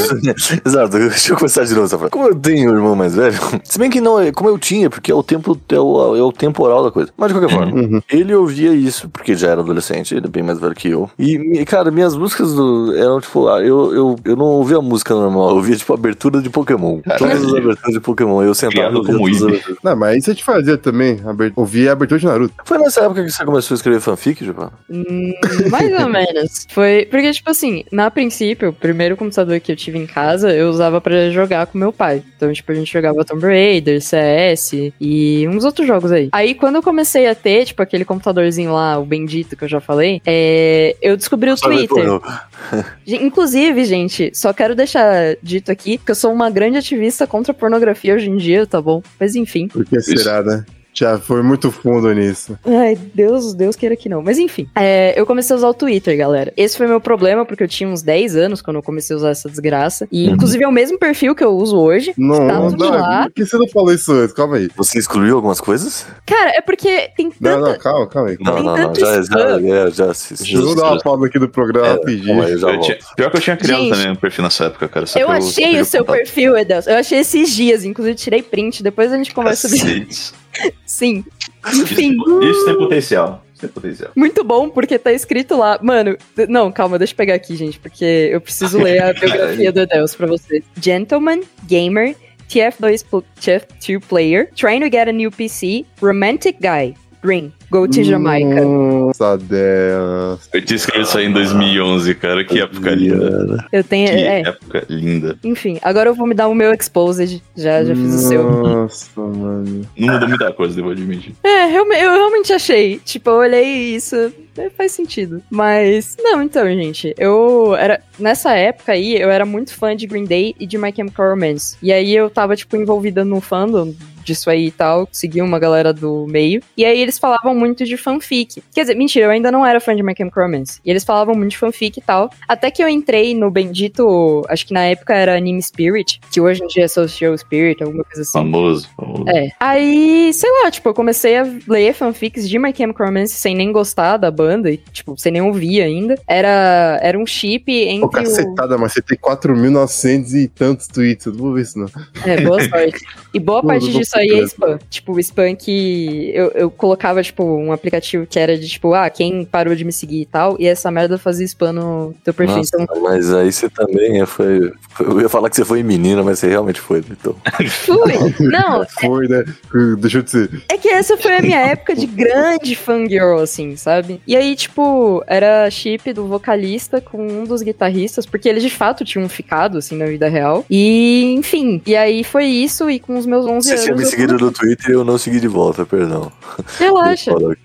Speaker 2: Exato, deixa eu começar de novo essa frase. Como eu tenho um irmão mais velho, se bem que não, é como eu tinha, porque é o tempo, é o, é o temporal da coisa. Mas de qualquer forma,
Speaker 1: Uhum.
Speaker 2: ele ouvia isso, porque já era adolescente, ele é bem mais velho que eu. E, me- cara, minhas músicas do- eram tipo, ah, eu, eu, eu não ouvia música normal, eu ouvia tipo abertura de Pokémon.
Speaker 3: Caralho.
Speaker 2: Todas as aberturas de Pokémon, eu sentava
Speaker 3: Criado
Speaker 2: e ouvia
Speaker 3: como
Speaker 2: todas as
Speaker 3: Ibe.
Speaker 2: aberturas.
Speaker 1: Não, mas isso a gente fazia também. Aber... Ouvia a abertura de Naruto.
Speaker 2: Foi nessa época que você começou a escrever fanfic, Jupan?
Speaker 4: Hum, Mais ou menos. Foi. Porque, tipo assim, na princípio, o primeiro computador que eu tive em casa, eu usava pra jogar com meu pai. Então, tipo, a gente jogava Tomb Raider, CS e uns outros jogos aí. Aí, quando eu comecei a ter, tipo, aquele computadorzinho lá, o bendito que eu já falei, é, eu descobri o Twitter. Gen- Inclusive, gente, só quero deixar dito aqui que eu sou uma grande ativista contra a pornografia hoje em dia, tá bom? Mas enfim.
Speaker 1: Porque será, né? Já foi muito fundo nisso.
Speaker 4: Ai, Deus, Deus queira que não. Mas enfim, é, eu comecei a usar o Twitter, galera. Esse foi meu problema, porque eu tinha uns 10 anos quando eu comecei a usar essa desgraça. E,
Speaker 2: Uhum.
Speaker 4: inclusive, é o mesmo perfil que eu uso hoje.
Speaker 1: Não,
Speaker 4: Tá
Speaker 1: não,
Speaker 4: tudo lá.
Speaker 1: por que você não falou isso antes? Calma aí.
Speaker 2: Você excluiu algumas coisas?
Speaker 4: Cara, é porque tem tanta.
Speaker 1: Não, não, calma, calma aí.
Speaker 2: Não,
Speaker 4: Tem
Speaker 2: não, não.
Speaker 4: tanto
Speaker 2: Já, já,
Speaker 4: spam.
Speaker 2: já, já se
Speaker 1: Deixa eu dar uma pausa aqui do programa
Speaker 2: É,
Speaker 1: rapidinho.
Speaker 2: Calma aí, eu já
Speaker 3: Eu
Speaker 2: volto.
Speaker 3: tinha- pior que eu tinha criado
Speaker 4: Gente,
Speaker 3: também um perfil nessa época, cara. só
Speaker 4: Eu
Speaker 3: que
Speaker 4: achei o seu perfil, Edelson. Eu achei esses dias, inclusive tirei print, depois a gente conversa sobre isso.
Speaker 3: Cacete. Isso,
Speaker 4: Sim. Enfim.
Speaker 3: isso tem potencial. Isso tem potencial.
Speaker 4: Muito bom, porque tá escrito lá. Mano, d- não, calma, deixa eu pegar aqui, gente, porque eu preciso ler a biografia do Edelso pra vocês. Gentleman, gamer, TF2, pl- TF2 player, trying to get a new PC, romantic guy, green, go to Jamaica.
Speaker 1: Hum. Nossa, Deus.
Speaker 3: Eu tinha escrito isso aí em 2011, cara. Que época linda.
Speaker 4: Eu tenho.
Speaker 3: Que
Speaker 4: É,
Speaker 3: época linda.
Speaker 4: enfim, agora eu vou me dar o meu exposed. Já, já fiz o seu.
Speaker 1: Nossa, mano.
Speaker 3: Não mudou muita coisa, devo admitir.
Speaker 4: É, realme- eu realmente achei. Tipo, eu olhei isso. é, Faz sentido. Mas. Não, então, gente. Eu era. Nessa época aí, eu era muito fã de Green Day e de My Chemical Romance. E aí eu tava, tipo, envolvida no fandom disso aí e tal. Segui uma galera do meio. E aí eles falavam muito de fanfic. Quer dizer, mentira, eu ainda não era fã de My Chemical Romance. E eles falavam muito de fanfic e tal. Até que eu entrei no bendito. Acho que na época era Anime Spirit, que hoje em dia é Social Spirit, alguma coisa assim.
Speaker 3: Famoso, famoso.
Speaker 4: É. Aí, sei lá, tipo, eu comecei a ler fanfics de My Chemical Romance sem nem gostar da banda e, tipo, sem nem ouvir ainda. Era, era um chip entre
Speaker 1: Ô,
Speaker 4: o...
Speaker 1: cacetada, mas você tem 4.900 e tantos tweets. Eu não vou ver isso, não.
Speaker 4: É, boa sorte. E boa
Speaker 1: Tudo
Speaker 4: parte
Speaker 1: do
Speaker 4: disso aí é
Speaker 1: programa.
Speaker 4: spam. Tipo, o spam que eu, eu colocava, tipo, um aplicativo que era de, tipo, ah, quem parou de me seguir e tal, e essa merda fazia spam no teu perfil.
Speaker 2: Nossa,
Speaker 4: Então,
Speaker 2: mas aí você também é, foi. foi- Eu ia falar que você foi menina, mas você realmente foi, então.
Speaker 4: fui! Não,
Speaker 1: Foi, né? Deixa eu dizer.
Speaker 4: É que essa foi a minha época de grande fangirl, assim, sabe? E aí, tipo, era chip do vocalista com um dos guitarristas, porque eles de fato tinham ficado, assim, na vida real. E, enfim, e aí foi isso, e com os meus 11
Speaker 2: Você
Speaker 4: anos.
Speaker 2: tinha me
Speaker 4: eu
Speaker 2: seguido no Twitter e eu não segui de volta, perdão. Deixa
Speaker 4: Relaxa,
Speaker 2: eu falar aqui.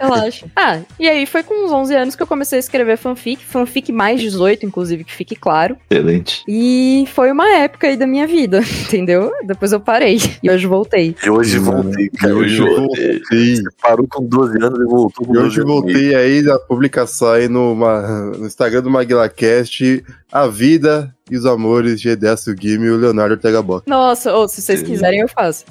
Speaker 4: relaxa. Ah, e aí foi com os 11 anos que eu comecei a escrever fanfic, fanfic mais 18, inclusive, que fique claro.
Speaker 3: Excelente.
Speaker 4: E foi uma época aí da minha vida, entendeu? Depois eu parei, e hoje voltei.
Speaker 2: E hoje
Speaker 1: Mano,
Speaker 2: voltei, cara.
Speaker 1: e hoje
Speaker 2: Hoje
Speaker 1: eu
Speaker 2: voltei.
Speaker 1: voltei.
Speaker 2: Você parou com 12 anos e voltou com
Speaker 1: E
Speaker 2: 12
Speaker 1: hoje eu
Speaker 2: anos.
Speaker 1: voltei aí da publicação aí no, ma- no Instagram do MaguilaCast, a vida e os amores de Edécio Guime e o Leonardo Ortega Bock.
Speaker 4: Nossa, ou se vocês
Speaker 3: Sim. Ah,
Speaker 4: quiserem, eu faço.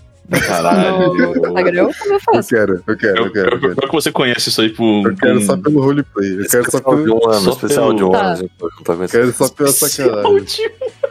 Speaker 3: Caralho.
Speaker 4: No Instagram eu
Speaker 1: Eu
Speaker 4: faço.
Speaker 1: quero, eu quero, eu
Speaker 3: Eu,
Speaker 1: quero. Eu quero,
Speaker 3: pior que você conhece isso aí, tipo.
Speaker 1: eu quero
Speaker 3: um-
Speaker 1: só pelo roleplay. Eu quero só
Speaker 2: Especial de
Speaker 1: pelo.
Speaker 2: um ano,
Speaker 3: só
Speaker 2: especial de um
Speaker 4: pelo-
Speaker 2: ano, a gente vai contar com
Speaker 1: Eu quero
Speaker 2: esse-
Speaker 1: só pela sacanagem.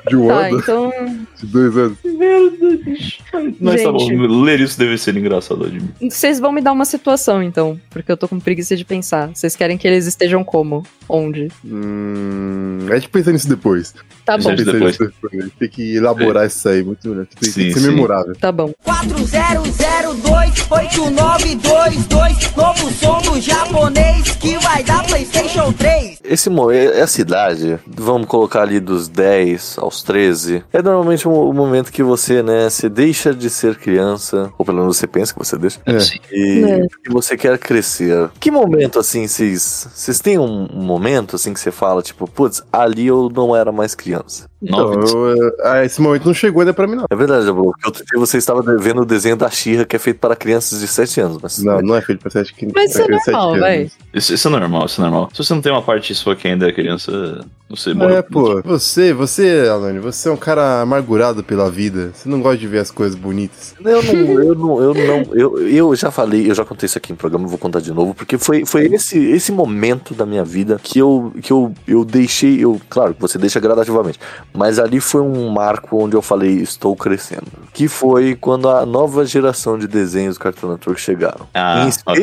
Speaker 1: de um
Speaker 4: Tá,
Speaker 1: ano,
Speaker 4: então.
Speaker 1: de dois anos.
Speaker 3: Meu Deus. Mas tá bom,
Speaker 4: Gente.
Speaker 3: ler isso deve ser engraçado de mim.
Speaker 4: Vocês vão me dar uma situação, então. Porque eu tô com preguiça de pensar. Vocês querem que eles estejam como? Onde?
Speaker 1: Hum, a gente pensa nisso depois.
Speaker 4: Tá
Speaker 1: A
Speaker 4: bom,
Speaker 1: gente
Speaker 3: Gente,
Speaker 1: pensa
Speaker 3: depois.
Speaker 1: nisso depois. A gente Tem que elaborar isso aí muito melhor. Tem, que- tem que
Speaker 3: Sim,
Speaker 1: ser
Speaker 3: sim.
Speaker 1: memorável.
Speaker 4: tá bom.
Speaker 5: 40028922 Novo som do japonês que vai dar Playstation 3
Speaker 2: Esse mo- é- essa idade, vamos colocar ali dos 10 aos 13, é normalmente o o momento que você, né, você deixa de ser criança, ou pelo menos você pensa que você deixa,
Speaker 1: É.
Speaker 3: Sim.
Speaker 2: e
Speaker 4: É.
Speaker 2: que você quer crescer. Que momento, assim, vocês vocês têm um um momento, assim, que você fala, tipo, putz, ali eu não era mais criança.
Speaker 1: Então,
Speaker 3: Nove.
Speaker 1: eu, eu- ah, esse momento não chegou ainda pra mim, não.
Speaker 2: É verdade, Dabu, porque outro dia você estava vendo o desenho da Xirra, que é feito para crianças de 7 anos, mas...
Speaker 1: Não, não é feito pra sete que
Speaker 4: Mas isso é
Speaker 1: pra sete
Speaker 4: normal,
Speaker 1: anos.
Speaker 4: véi.
Speaker 3: Isso, isso é normal, isso é normal. Se você não tem uma parte sua que ainda é criança, você
Speaker 1: É, pô, você, você, Alane, você é um cara amargurado pela vida. Você não gosta de ver as coisas bonitas.
Speaker 2: Eu não, eu não, eu não, eu, eu já falei, eu já contei isso aqui no programa, eu vou contar de novo, porque foi, foi esse, esse momento da minha vida que eu, que eu, eu deixei, eu, claro, que você deixa gradativamente, mas ali foi um marco onde eu falei, estou crescendo, que foi quando a nova geração de desenhos do Cartoon Network chegaram.
Speaker 3: Ah,
Speaker 2: E
Speaker 3: ok.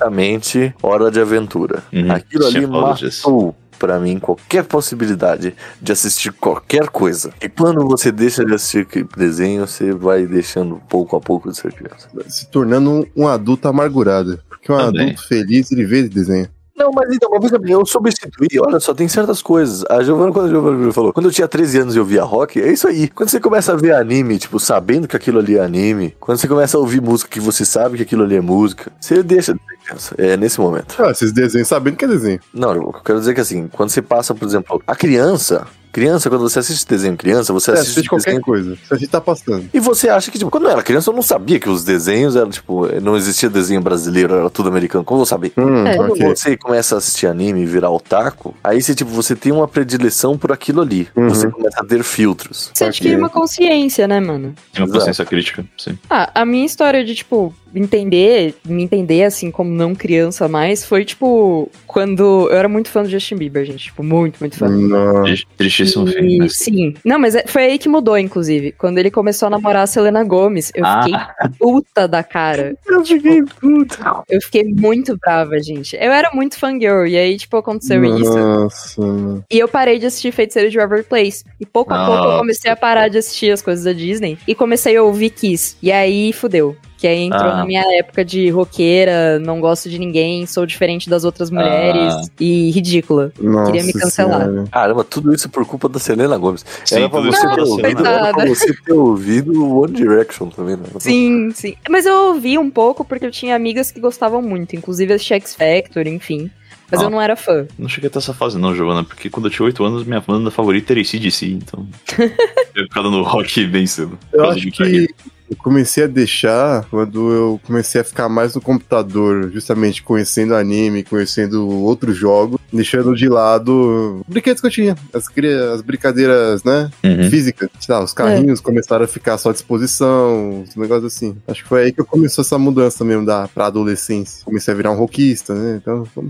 Speaker 2: especificamente, Hora de Aventura.
Speaker 3: Uhum,
Speaker 2: Aquilo ali
Speaker 3: tinha falado
Speaker 2: matou
Speaker 3: disso.
Speaker 2: pra mim qualquer possibilidade de assistir qualquer coisa. E quando você deixa de assistir que- desenho, você vai deixando pouco a pouco de ser criança.
Speaker 1: Se tornando um, um adulto amargurado. Porque um
Speaker 3: Também.
Speaker 1: adulto feliz, ele vê esse desenho.
Speaker 2: Não, mas então, mas veja bem, eu substituí. Olha só, tem certas coisas. A Giovana, quando a Giovana falou, quando eu tinha 13 anos e eu via rock, é isso aí. Quando você começa a ver anime, tipo, sabendo que aquilo ali é anime, quando você começa a ouvir música que você sabe que aquilo ali é música, você deixa de ser criança. É nesse momento.
Speaker 1: Ah, esses desenhos sabendo que é desenho.
Speaker 2: Não, eu quero dizer que assim, quando você passa, por exemplo, a criança, criança, quando você assiste desenho criança,
Speaker 1: Você
Speaker 2: você assiste,
Speaker 1: É, assiste qualquer
Speaker 2: desenho
Speaker 1: coisa. Você assiste tá passando.
Speaker 2: e você acha que, tipo, quando eu era criança, eu não sabia que os desenhos eram, tipo, não existia desenho brasileiro, era tudo americano. Como eu vou saber?
Speaker 1: Hum,
Speaker 4: É.
Speaker 2: Quando
Speaker 1: ok.
Speaker 2: você começa a assistir anime e virar otaku, aí você, tipo, você tem uma predileção por aquilo ali.
Speaker 1: Uhum.
Speaker 2: Você começa a ter filtros.
Speaker 4: Você adquire uma consciência, né, mano?
Speaker 3: Tem uma
Speaker 2: Exato.
Speaker 3: consciência crítica, sim.
Speaker 4: Ah, a minha história de, tipo, entender, me entender, assim, como não criança mais, foi, tipo, quando eu era muito fã do Justin Bieber, gente. Tipo, muito, muito fã.
Speaker 1: Não.
Speaker 3: Tri- Tristíssimo né?
Speaker 4: E-
Speaker 3: fim, mas...
Speaker 4: Sim. Não, mas é- foi aí que mudou, inclusive. Quando ele começou a namorar a Selena Gomes, eu
Speaker 3: Ah.
Speaker 4: fiquei puta da cara. Tipo,
Speaker 2: Eu fiquei puto.
Speaker 4: Eu fiquei muito brava, gente. Eu era muito fangirl, e aí, tipo, aconteceu isso.
Speaker 1: Nossa, mano.
Speaker 4: E eu parei de assistir Feiticeiro de Waverly Place. E pouco a pouco eu
Speaker 3: Nossa.
Speaker 4: comecei a parar de assistir as coisas da Disney. E comecei a ouvir Kiss. E aí, fudeu. Que aí entrou
Speaker 3: Ah.
Speaker 4: na minha época de roqueira, não gosto de ninguém, sou diferente das outras mulheres.
Speaker 3: Ah.
Speaker 4: E ridícula.
Speaker 1: Nossa
Speaker 4: Queria me cancelar.
Speaker 1: senhora.
Speaker 2: Caramba, tudo isso é por culpa da Selena Gomes.
Speaker 3: Sim,
Speaker 2: era pra
Speaker 3: tudo
Speaker 2: você
Speaker 3: isso
Speaker 2: ter
Speaker 3: pra né?
Speaker 4: Não,
Speaker 2: ouvido,
Speaker 3: Selena.
Speaker 2: era pra
Speaker 4: coitada.
Speaker 2: você ter ouvido One Direction também, né?
Speaker 4: Sim, sim. Mas eu ouvi um pouco porque eu tinha amigas que gostavam muito, inclusive as X Factor, enfim. Mas
Speaker 3: Ah.
Speaker 4: eu não era fã.
Speaker 3: Não cheguei até essa fase não, Giovana, porque quando eu tinha 8 anos, minha banda favorita era ACDC, então... eu ia ficar dando rock bem cedo.
Speaker 1: Eu
Speaker 3: Causa
Speaker 1: acho
Speaker 3: de
Speaker 1: que eu comecei a deixar quando eu comecei a ficar mais no computador, justamente conhecendo anime, conhecendo outros jogos, deixando de lado brinquedos que eu tinha, as, cri- as brincadeiras, né,
Speaker 3: Uhum.
Speaker 1: físicas. Sei lá, os carrinhos
Speaker 4: É.
Speaker 1: começaram a ficar só à disposição, os negócios assim. Acho que foi aí que eu começou essa mudança mesmo da, pra adolescência. Comecei a virar um rockista, né, então como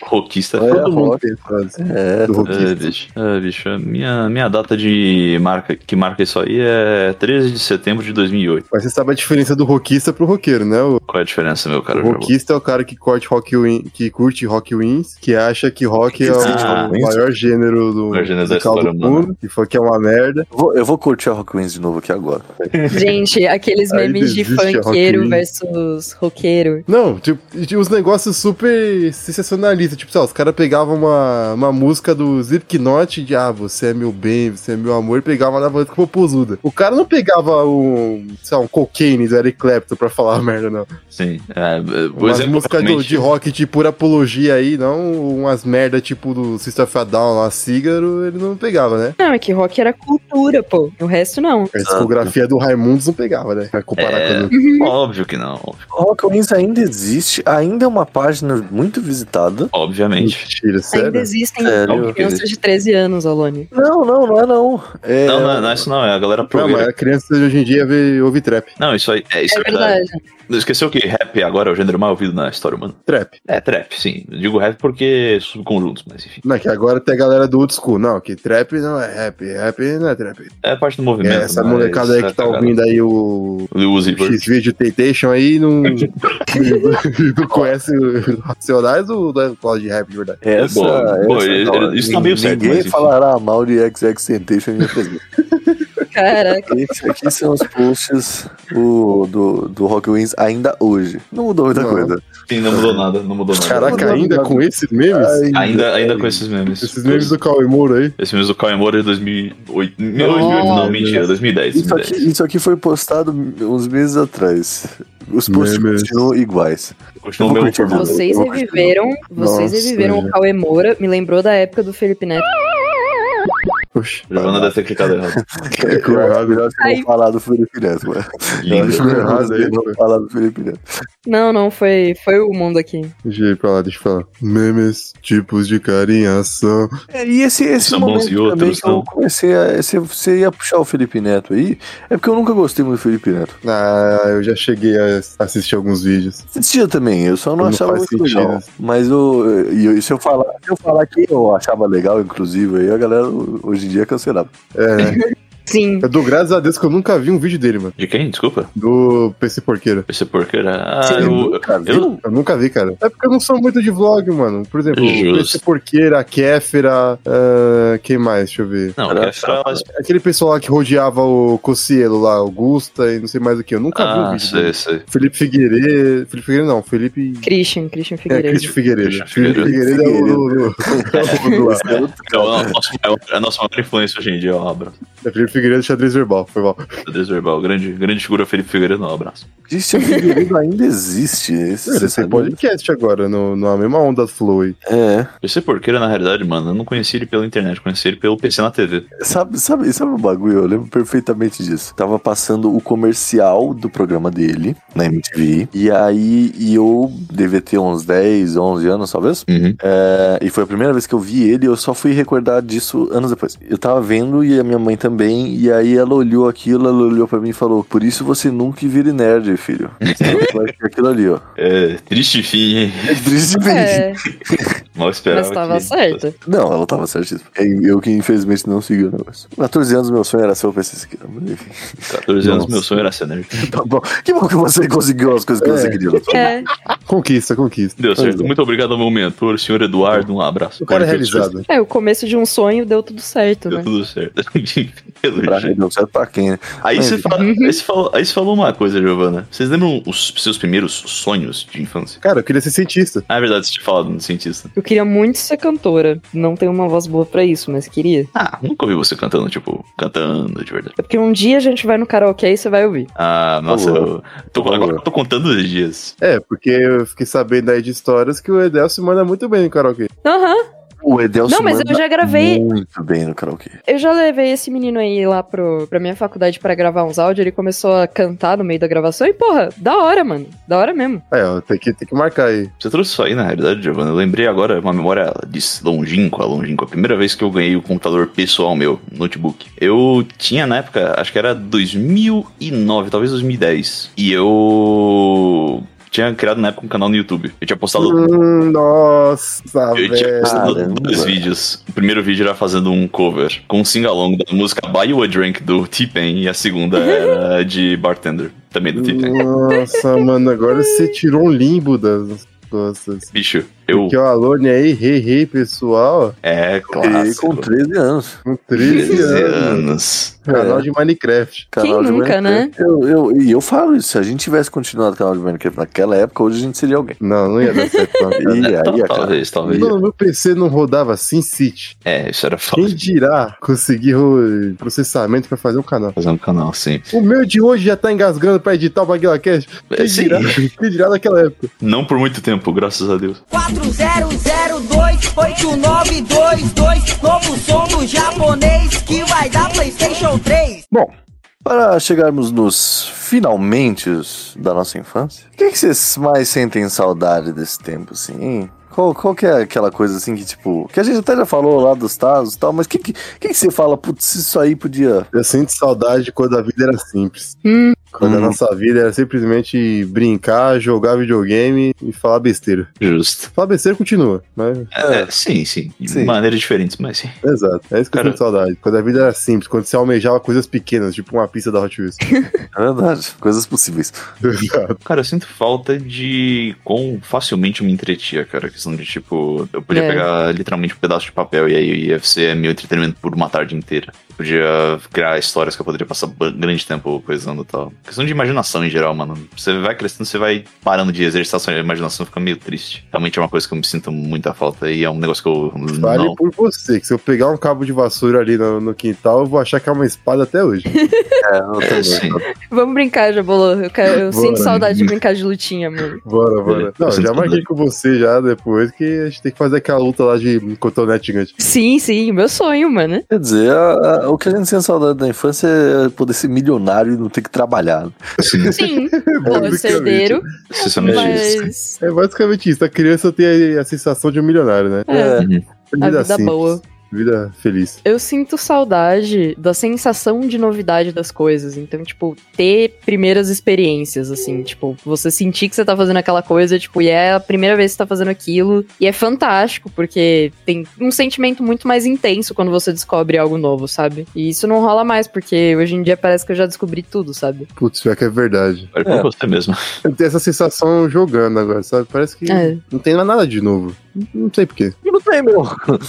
Speaker 3: Rockista.
Speaker 2: É,
Speaker 1: todo mundo
Speaker 2: rock.
Speaker 1: tem essa fase
Speaker 2: É,
Speaker 1: do
Speaker 3: É,
Speaker 1: rockista.
Speaker 3: bicho. É, bicho. A Minha, minha data de marca que marca isso aí é 13 de setembro de 2008.
Speaker 1: Mas você sabe a diferença do rockista pro roqueiro, né? O-
Speaker 3: Qual é a diferença, meu cara?
Speaker 1: O rockista é o cara que, corte rock win, que curte rock wins, que acha que rock é o,
Speaker 2: Existe rock wins?
Speaker 1: maior gênero do,
Speaker 3: Maior gênero da
Speaker 1: musical do
Speaker 3: história humana.
Speaker 1: mundo, que foi que é uma merda.
Speaker 2: Eu vou, eu vou curtir a Rock Queens de novo aqui agora.
Speaker 4: Gente, aqueles
Speaker 1: Aí
Speaker 4: memes de
Speaker 1: desiste, é
Speaker 4: funkeiro
Speaker 1: roqueiro.
Speaker 4: versus roqueiro.
Speaker 1: Não, tipo, e tinha uns negócios super sensacionalistas. Tipo, sei lá, os caras pegavam uma, uma música do Slipknot de Ah, você é meu bem, você é meu amor, e pegava na voz com popozuda. O cara não pegava um, sei lá, um cocaine do Eric Clapton pra falar merda, não.
Speaker 3: Sim. É, é, o
Speaker 1: Umas
Speaker 3: exemplo
Speaker 1: músicas do-
Speaker 3: realmente-
Speaker 1: de rock de pura apologia aí, não umas merda tipo do Sister of a Down lá, Cígaro, ele não pegava, né?
Speaker 4: Não, é que rock era cultura, pô. O resto não.
Speaker 1: A discografia do Raimundos não pegava, né? Vai comparar
Speaker 3: É.
Speaker 1: com a do...
Speaker 3: Óbvio que não. óbvio-
Speaker 2: Rock Queens ainda existe, ainda é uma página muito visitada.
Speaker 3: Obviamente.
Speaker 1: Mentira,
Speaker 4: Ainda
Speaker 1: sério?
Speaker 4: existem
Speaker 2: Sério?
Speaker 4: crianças de 13 anos, Alone.
Speaker 2: Não, não, não é não. É,
Speaker 3: Não, não, não, isso não. É a galera
Speaker 1: Não, mas
Speaker 3: programa.
Speaker 1: a criança de hoje em dia vê, ouve teve trap.
Speaker 3: Não, isso aí é, isso é verdade. Não esqueceu que rap agora é o gênero mais ouvido na história humana?
Speaker 1: Trap.
Speaker 3: É, trap, sim. Eu digo rap porque subconjuntos, mas enfim.
Speaker 1: Não, que agora tem a galera do old school. Não, que trap não é rap. Rap não é trap.
Speaker 3: É parte do
Speaker 1: É,
Speaker 3: movimento.
Speaker 1: essa
Speaker 3: mas
Speaker 1: molecada aí
Speaker 3: é
Speaker 1: que tá
Speaker 3: cagada.
Speaker 1: ouvindo aí o
Speaker 3: Lil Uzi Vert.
Speaker 1: X-Video Temptation aí não, não conhece os racionais do, do college de rap, de verdade.
Speaker 2: Essa,
Speaker 3: Bom, bom, ele-
Speaker 2: não,
Speaker 3: isso tá meio certo,
Speaker 2: Ninguém
Speaker 3: mas enfim.
Speaker 2: falará mal de XXXTentacion em minha presença.
Speaker 4: Caraca.
Speaker 2: Esses aqui são os posts o- do, do Rock Wins ainda hoje. Não mudou muita
Speaker 1: Não.
Speaker 2: coisa.
Speaker 3: Sim, não mudou nada, não mudou nada.
Speaker 1: Caraca, ainda com esses memes?
Speaker 3: Ainda, ainda com esses memes.
Speaker 1: Esses memes do Cauê Moura aí?
Speaker 3: Esse mesmo é do Cauê Moura de 2008. Não,
Speaker 2: Nossa.
Speaker 3: 2008, não mentira, 2010.
Speaker 2: Isso aqui,
Speaker 3: 2010.
Speaker 2: isso aqui foi postado uns meses atrás. Os posts
Speaker 1: Memes.
Speaker 2: continuam iguais.
Speaker 3: Continua o mesmo formato.
Speaker 4: Vocês
Speaker 2: Eu acho que-
Speaker 4: reviveram, vocês
Speaker 1: Nossa,
Speaker 4: reviveram
Speaker 1: é.
Speaker 4: o Cauê Moura, me lembrou da época do Felipe Neto.
Speaker 1: Poxa,
Speaker 3: Giovana deve ter clicado errado.
Speaker 1: é que eu errado.
Speaker 2: Melhor que
Speaker 4: Ai.
Speaker 2: não falar do Felipe Neto, mano. Eu
Speaker 3: Lindo.
Speaker 2: acho
Speaker 1: Ficou errado
Speaker 2: melhor
Speaker 1: aí,
Speaker 2: não
Speaker 1: foi.
Speaker 2: falar do Felipe Neto.
Speaker 4: Não, não, foi, foi o mundo aqui.
Speaker 1: Deixa eu ir pra lá, deixa eu falar. Memes, tipos de carinhação.
Speaker 2: É, e esse, esse
Speaker 3: São bons
Speaker 2: momento
Speaker 3: e outros
Speaker 2: também que
Speaker 3: não.
Speaker 2: eu comecei a. Você, você ia puxar o Felipe Neto aí, é porque eu nunca gostei muito do Felipe Neto.
Speaker 1: Ah, eu já cheguei a assistir alguns vídeos.
Speaker 2: Assistia também, eu só não,
Speaker 1: Não
Speaker 2: achava
Speaker 1: faz
Speaker 2: muito
Speaker 1: sentido.
Speaker 2: legal. Mas eu, e eu- se, eu falar, se eu falar que eu achava legal, inclusive, aí a galera hoje em dia cancelava.
Speaker 1: É, né?
Speaker 4: Sim.
Speaker 1: eu dou graças a Deus que eu nunca vi um vídeo dele, mano.
Speaker 3: De quem? Desculpa.
Speaker 1: Do PC Porqueira.
Speaker 3: Esse porqueira. Ah,
Speaker 2: Você
Speaker 3: eu,
Speaker 2: nunca
Speaker 3: eu,
Speaker 2: viu?
Speaker 1: Eu nunca vi, cara. É porque eu não sou muito de vlog, mano. Por exemplo,
Speaker 3: Justo.
Speaker 1: PC Porqueira, Kéfera, ah, quem mais? Deixa eu ver.
Speaker 3: Não,
Speaker 2: Era
Speaker 3: quero falar.
Speaker 1: Aquele pessoal lá que rodeava o Cocielo lá, Augusta e não sei mais o que. Eu nunca vi um
Speaker 3: Ah,
Speaker 1: vídeo dele.
Speaker 3: sei, sei.
Speaker 1: Felipe Figueiredo. Felipe Figueiredo não, Felipe.
Speaker 4: Christian, Christian
Speaker 1: É,
Speaker 4: Figueiredo.
Speaker 1: Cristo Figueiredo.
Speaker 3: Christian
Speaker 1: Felipe Figueiredo é o. do- do- do- do-
Speaker 2: Esse é outro
Speaker 3: É o nosso- é o- é a nossa maior influência hoje em dia, um abraço.
Speaker 1: É Felipe Figueiredo, xadrez verbal, foi mal.
Speaker 3: Deus verbal. Grande, grande figura Felipe Figueiredo, um abraço.
Speaker 2: Christian Figueiredo ainda existe. Esse,
Speaker 1: Cara,
Speaker 2: sabe?
Speaker 1: tem podcast agora, no, na mesma onda do Flow aí.
Speaker 2: É.
Speaker 3: Esse porqueira, na realidade, mano, eu não conheci ele pela internet, eu conheci ele pelo PC na TV.
Speaker 2: Sabe, sabe, sabe um bagulho? Eu lembro perfeitamente disso. Tava passando o comercial do programa dele na MTV. E aí e eu devia ter uns 10, 11 anos, talvez. É, e foi a primeira vez que eu vi ele. Eu só fui recordar disso anos depois. Eu tava vendo e a minha mãe também. E aí ela olhou aquilo, ela olhou pra mim e falou: Por isso você nunca vire nerd, filho. Você vai ser aquilo ali, ó.
Speaker 3: É, triste fim, hein?
Speaker 2: É triste de ver.
Speaker 4: É,
Speaker 3: Mal esperava.
Speaker 4: mas tava
Speaker 3: que-
Speaker 4: certo.
Speaker 2: Não, ela tava certíssima. Eu que infelizmente não segui o negócio. Com 14 anos, meu sonho era ser o PC Siqueira. mas enfim.
Speaker 3: 14 anos,
Speaker 1: Nossa.
Speaker 3: meu sonho era ser nerd.
Speaker 2: Tá bom. Que bom que você conseguiu as coisas que você
Speaker 1: É.
Speaker 2: queria. né? Lotão.
Speaker 4: É,
Speaker 1: Conquista, conquista.
Speaker 3: Deu certo.
Speaker 1: Pois é.
Speaker 3: Muito obrigado ao meu mentor, senhor Eduardo. Um abraço.
Speaker 1: O cara é
Speaker 3: Pode ter
Speaker 1: realizado.
Speaker 4: é, o começo de um sonho deu tudo certo,
Speaker 3: Deu
Speaker 4: né?
Speaker 3: tudo certo. Pelo
Speaker 2: Pra,
Speaker 3: jeito.
Speaker 2: não serve pra quem, né?
Speaker 3: aí,
Speaker 2: Mas,
Speaker 3: você
Speaker 1: Uhum.
Speaker 2: enfim.
Speaker 3: fala, aí, você falou, aí você falou uma coisa, Giovana. Vocês lembram os seus primeiros sonhos de infância?
Speaker 1: Cara, eu queria ser cientista.
Speaker 3: Ah, é verdade, você tinha falado no cientista.
Speaker 4: Eu queria muito ser cantora. Não tenho uma voz boa pra isso, mas queria.
Speaker 3: Ah, nunca ouvi você cantando, tipo, cantando de verdade.
Speaker 4: É porque um dia a gente vai no karaokê e você vai ouvir.
Speaker 3: Ah, nossa,
Speaker 2: Boa.
Speaker 3: eu tô, agora eu tô contando os dias.
Speaker 1: É, porque eu fiquei sabendo aí de histórias que o Edel se manda muito bem no karaokê.
Speaker 4: Aham.
Speaker 2: O Edelson.
Speaker 4: Não, mas eu
Speaker 2: manda
Speaker 4: já gravei.
Speaker 2: Muito bem no karaokê.
Speaker 4: Eu já levei esse menino aí lá pro, pra minha faculdade pra gravar uns áudios. Ele começou a cantar no meio da gravação. E, porra, da hora, mano. Da hora mesmo.
Speaker 1: É, ó, tem que, tem que marcar aí.
Speaker 3: Você trouxe isso aí, na realidade, Giovana. Eu lembrei agora uma memória dis- longínqua, longínqua. A primeira vez que eu ganhei o computador pessoal meu, um notebook. Eu tinha na época, acho que era 2009, talvez 2010. E eu tinha criado na época um canal no YouTube. Eu tinha postado.
Speaker 1: Hum, nossa,
Speaker 3: Eu tinha
Speaker 1: velho.
Speaker 3: postado
Speaker 2: Caramba.
Speaker 3: dois vídeos. O primeiro vídeo era fazendo um cover com um sing-along da música Buy You a Drink do T-Pain e a segunda era de Bartender, também do
Speaker 1: Hum.
Speaker 3: T-Pain.
Speaker 1: Nossa, mano, agora você tirou um limbo das costas.
Speaker 3: Bicho, eu.
Speaker 1: Que é o Alone aí, rei, rei, pessoal,
Speaker 3: É,
Speaker 2: E com
Speaker 3: clássico.
Speaker 2: 13 anos.
Speaker 1: com 13 anos.
Speaker 3: anos.
Speaker 1: Canal de Minecraft.
Speaker 2: Canal de
Speaker 4: nunca, né?
Speaker 2: Minecraft. Eu, eu, e eu falo isso. Se a gente tivesse continuado o canal de Minecraft naquela época, hoje a gente seria alguém.
Speaker 1: Não, não ia dar certo. não, cara.
Speaker 2: E
Speaker 3: É,
Speaker 2: aí,
Speaker 3: tal-
Speaker 2: a cara.
Speaker 3: talvez, talvez.
Speaker 1: Mano, meu PC não rodava SimCity.
Speaker 3: É, isso era fácil.
Speaker 1: Quem dirá conseguir o processamento pra fazer um canal?
Speaker 3: Fazer um canal assim.
Speaker 1: O meu de hoje já tá engasgando pra editar o BaguilaCast. Quem
Speaker 3: É, sim.
Speaker 1: dirá, quem dirá naquela época?
Speaker 3: Não por muito tempo, graças a Deus.
Speaker 5: 40028922 Novo som do japonês que vai dar Playstation 3
Speaker 2: Bom, para chegarmos nos finalmente da nossa infância, o que, é que vocês mais sentem saudade desse tempo, assim? hein? Qual, qual que é aquela coisa assim que, tipo, que a gente até já falou lá dos Tazos e tal, mas o que, que, que, que você fala, putz, isso aí podia.
Speaker 1: Eu sinto saudade quando a vida era simples.
Speaker 4: Hum,
Speaker 1: Quando
Speaker 3: Uhum.
Speaker 1: a nossa vida era simplesmente brincar, jogar videogame e falar besteira.
Speaker 3: Justo.
Speaker 1: Falar besteira continua, né?
Speaker 3: É, sim, sim. De
Speaker 2: Sim.
Speaker 3: maneiras diferentes, mas sim.
Speaker 1: Exato. É isso que eu
Speaker 3: Cara-
Speaker 1: sinto saudade. Quando a vida era simples, quando você almejava coisas pequenas, tipo uma pista da Hot Wheels.
Speaker 2: É verdade. Coisas possíveis.
Speaker 1: Exato.
Speaker 3: Cara, eu sinto falta de quão facilmente eu me entretia, cara. A questão de, tipo, eu podia
Speaker 4: É.
Speaker 3: pegar literalmente um pedaço de papel e aí o IFC é meu entretenimento por uma tarde inteira. Eu podia criar histórias que eu poderia passar ba- grande tempo coisando e tal. Questão de imaginação em geral, mano. Você vai crescendo, você vai parando de exercitar sua imaginação, fica meio triste. Realmente é uma coisa que eu me sinto muita falta e é um negócio que eu
Speaker 1: Vale
Speaker 3: não...
Speaker 1: por você, que se eu pegar um cabo de vassoura ali no, no quintal, eu vou achar que é uma espada até hoje.
Speaker 2: É, não
Speaker 3: É,
Speaker 2: tem
Speaker 3: sim.
Speaker 4: Vamos brincar, Jabolo. Eu, quero- eu
Speaker 1: Bora.
Speaker 4: sinto saudade de brincar de lutinha, mano.
Speaker 1: Bora, bora.
Speaker 3: Eu
Speaker 1: Não,
Speaker 3: sinto
Speaker 1: já marquei
Speaker 3: saudade.
Speaker 1: com você já depois que a gente tem que fazer aquela luta lá de cotonete gigante.
Speaker 4: Sim, sim, meu sonho, mano.
Speaker 2: Quer dizer, a- a- o que a gente sente saudade da infância é poder ser milionário e não ter que trabalhar.
Speaker 3: Sim,
Speaker 4: Sim, pô, ser herdeiro,
Speaker 3: sinceramente isso.
Speaker 4: mas.
Speaker 1: É basicamente É isso. A criança tem a, a sensação de um milionário, né?
Speaker 4: É,
Speaker 2: É,
Speaker 4: a vida boa.
Speaker 1: Vida feliz.
Speaker 4: Eu sinto saudade da sensação de novidade das coisas. Então, tipo, ter primeiras experiências, assim, tipo, você sentir que você tá fazendo aquela coisa, tipo, e é a primeira vez que você tá fazendo aquilo. E é fantástico, porque tem um sentimento muito mais intenso quando você descobre algo novo, sabe? E isso não rola mais, porque hoje em dia parece que eu já descobri tudo, sabe?
Speaker 1: Putz, pior que é verdade.
Speaker 3: Vale por você mesmo.
Speaker 1: Eu tenho essa sensação jogando agora, sabe? Parece que
Speaker 4: É.
Speaker 1: não tem mais nada de novo. Não sei porquê.
Speaker 2: Eu não tenho, meu.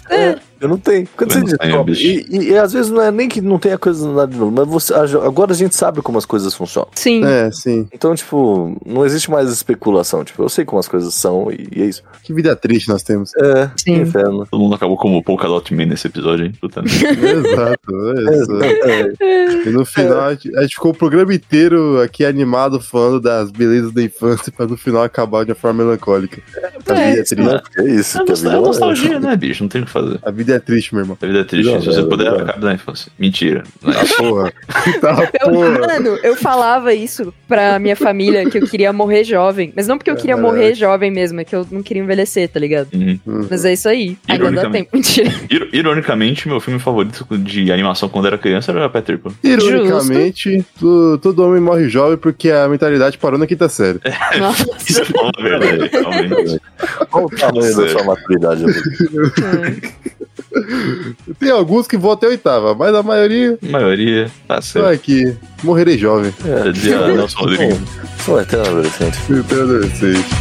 Speaker 4: É.
Speaker 2: Eu não tenho. Quando
Speaker 3: Eu
Speaker 2: você
Speaker 3: não tenho,
Speaker 2: descobre.
Speaker 3: bicho.
Speaker 2: E, e- e às vezes não é nem que não tenha coisa nada de novo, mas você, a- agora a gente sabe como as coisas funcionam.
Speaker 4: Sim.
Speaker 1: É, sim.
Speaker 2: Então, tipo, não existe mais especulação. Tipo, eu sei como as coisas são e, e é isso.
Speaker 1: Que vida triste nós temos.
Speaker 2: É,
Speaker 4: Sim.
Speaker 2: que inferno.
Speaker 3: Todo mundo acabou como o Polkadot Man nesse episódio, hein? Puta merda.
Speaker 1: Exato, é isso.
Speaker 2: É, é.
Speaker 1: E no final, a gente a gente ficou o programa inteiro aqui animado, falando das belezas da infância, pra no final acabar de uma forma melancólica. A
Speaker 4: É.
Speaker 1: vida é triste.
Speaker 2: É isso.
Speaker 3: É
Speaker 2: que a
Speaker 3: nostal-
Speaker 2: vida
Speaker 3: é
Speaker 2: uma-
Speaker 3: nostalgia, né, bicho? Não tem o que fazer.
Speaker 1: A vida é triste, meu irmão.
Speaker 3: A vida é triste.
Speaker 2: Não,
Speaker 3: Se você
Speaker 2: velho,
Speaker 3: puder,
Speaker 2: não.
Speaker 3: acabe na infância. Mentira.
Speaker 1: Tá porra. Tá
Speaker 4: Eu,
Speaker 1: porra.
Speaker 4: mano, eu falava isso pra minha família, que eu queria morrer jovem. Mas não porque eu queria morrer jovem mesmo, é que eu não queria envelhecer, tá ligado?
Speaker 3: Uhum.
Speaker 1: Hum.
Speaker 4: Mas é isso aí. Ainda dá
Speaker 3: Ironicamente.
Speaker 4: tempo. Mentira.
Speaker 3: Ir- Ironicamente, meu filme favorito de animação quando era criança era Peter Pan.
Speaker 1: Ironicamente, tu- todo homem morre jovem porque a mentalidade parou na quinta série.
Speaker 3: Isso
Speaker 4: Nossa.
Speaker 3: é uma verdade, realmente.
Speaker 2: Qual o tamanho da sua maturidade? amigo?
Speaker 1: Tem alguns que vão até a oitava, mas a maioria
Speaker 3: A maioria tá
Speaker 1: só
Speaker 3: certo.
Speaker 1: aqui. Morrerei jovem.
Speaker 3: Dizia Nelson Rodrigues.
Speaker 2: Sou um eterno adolescente.
Speaker 1: Eu tenho adolescente.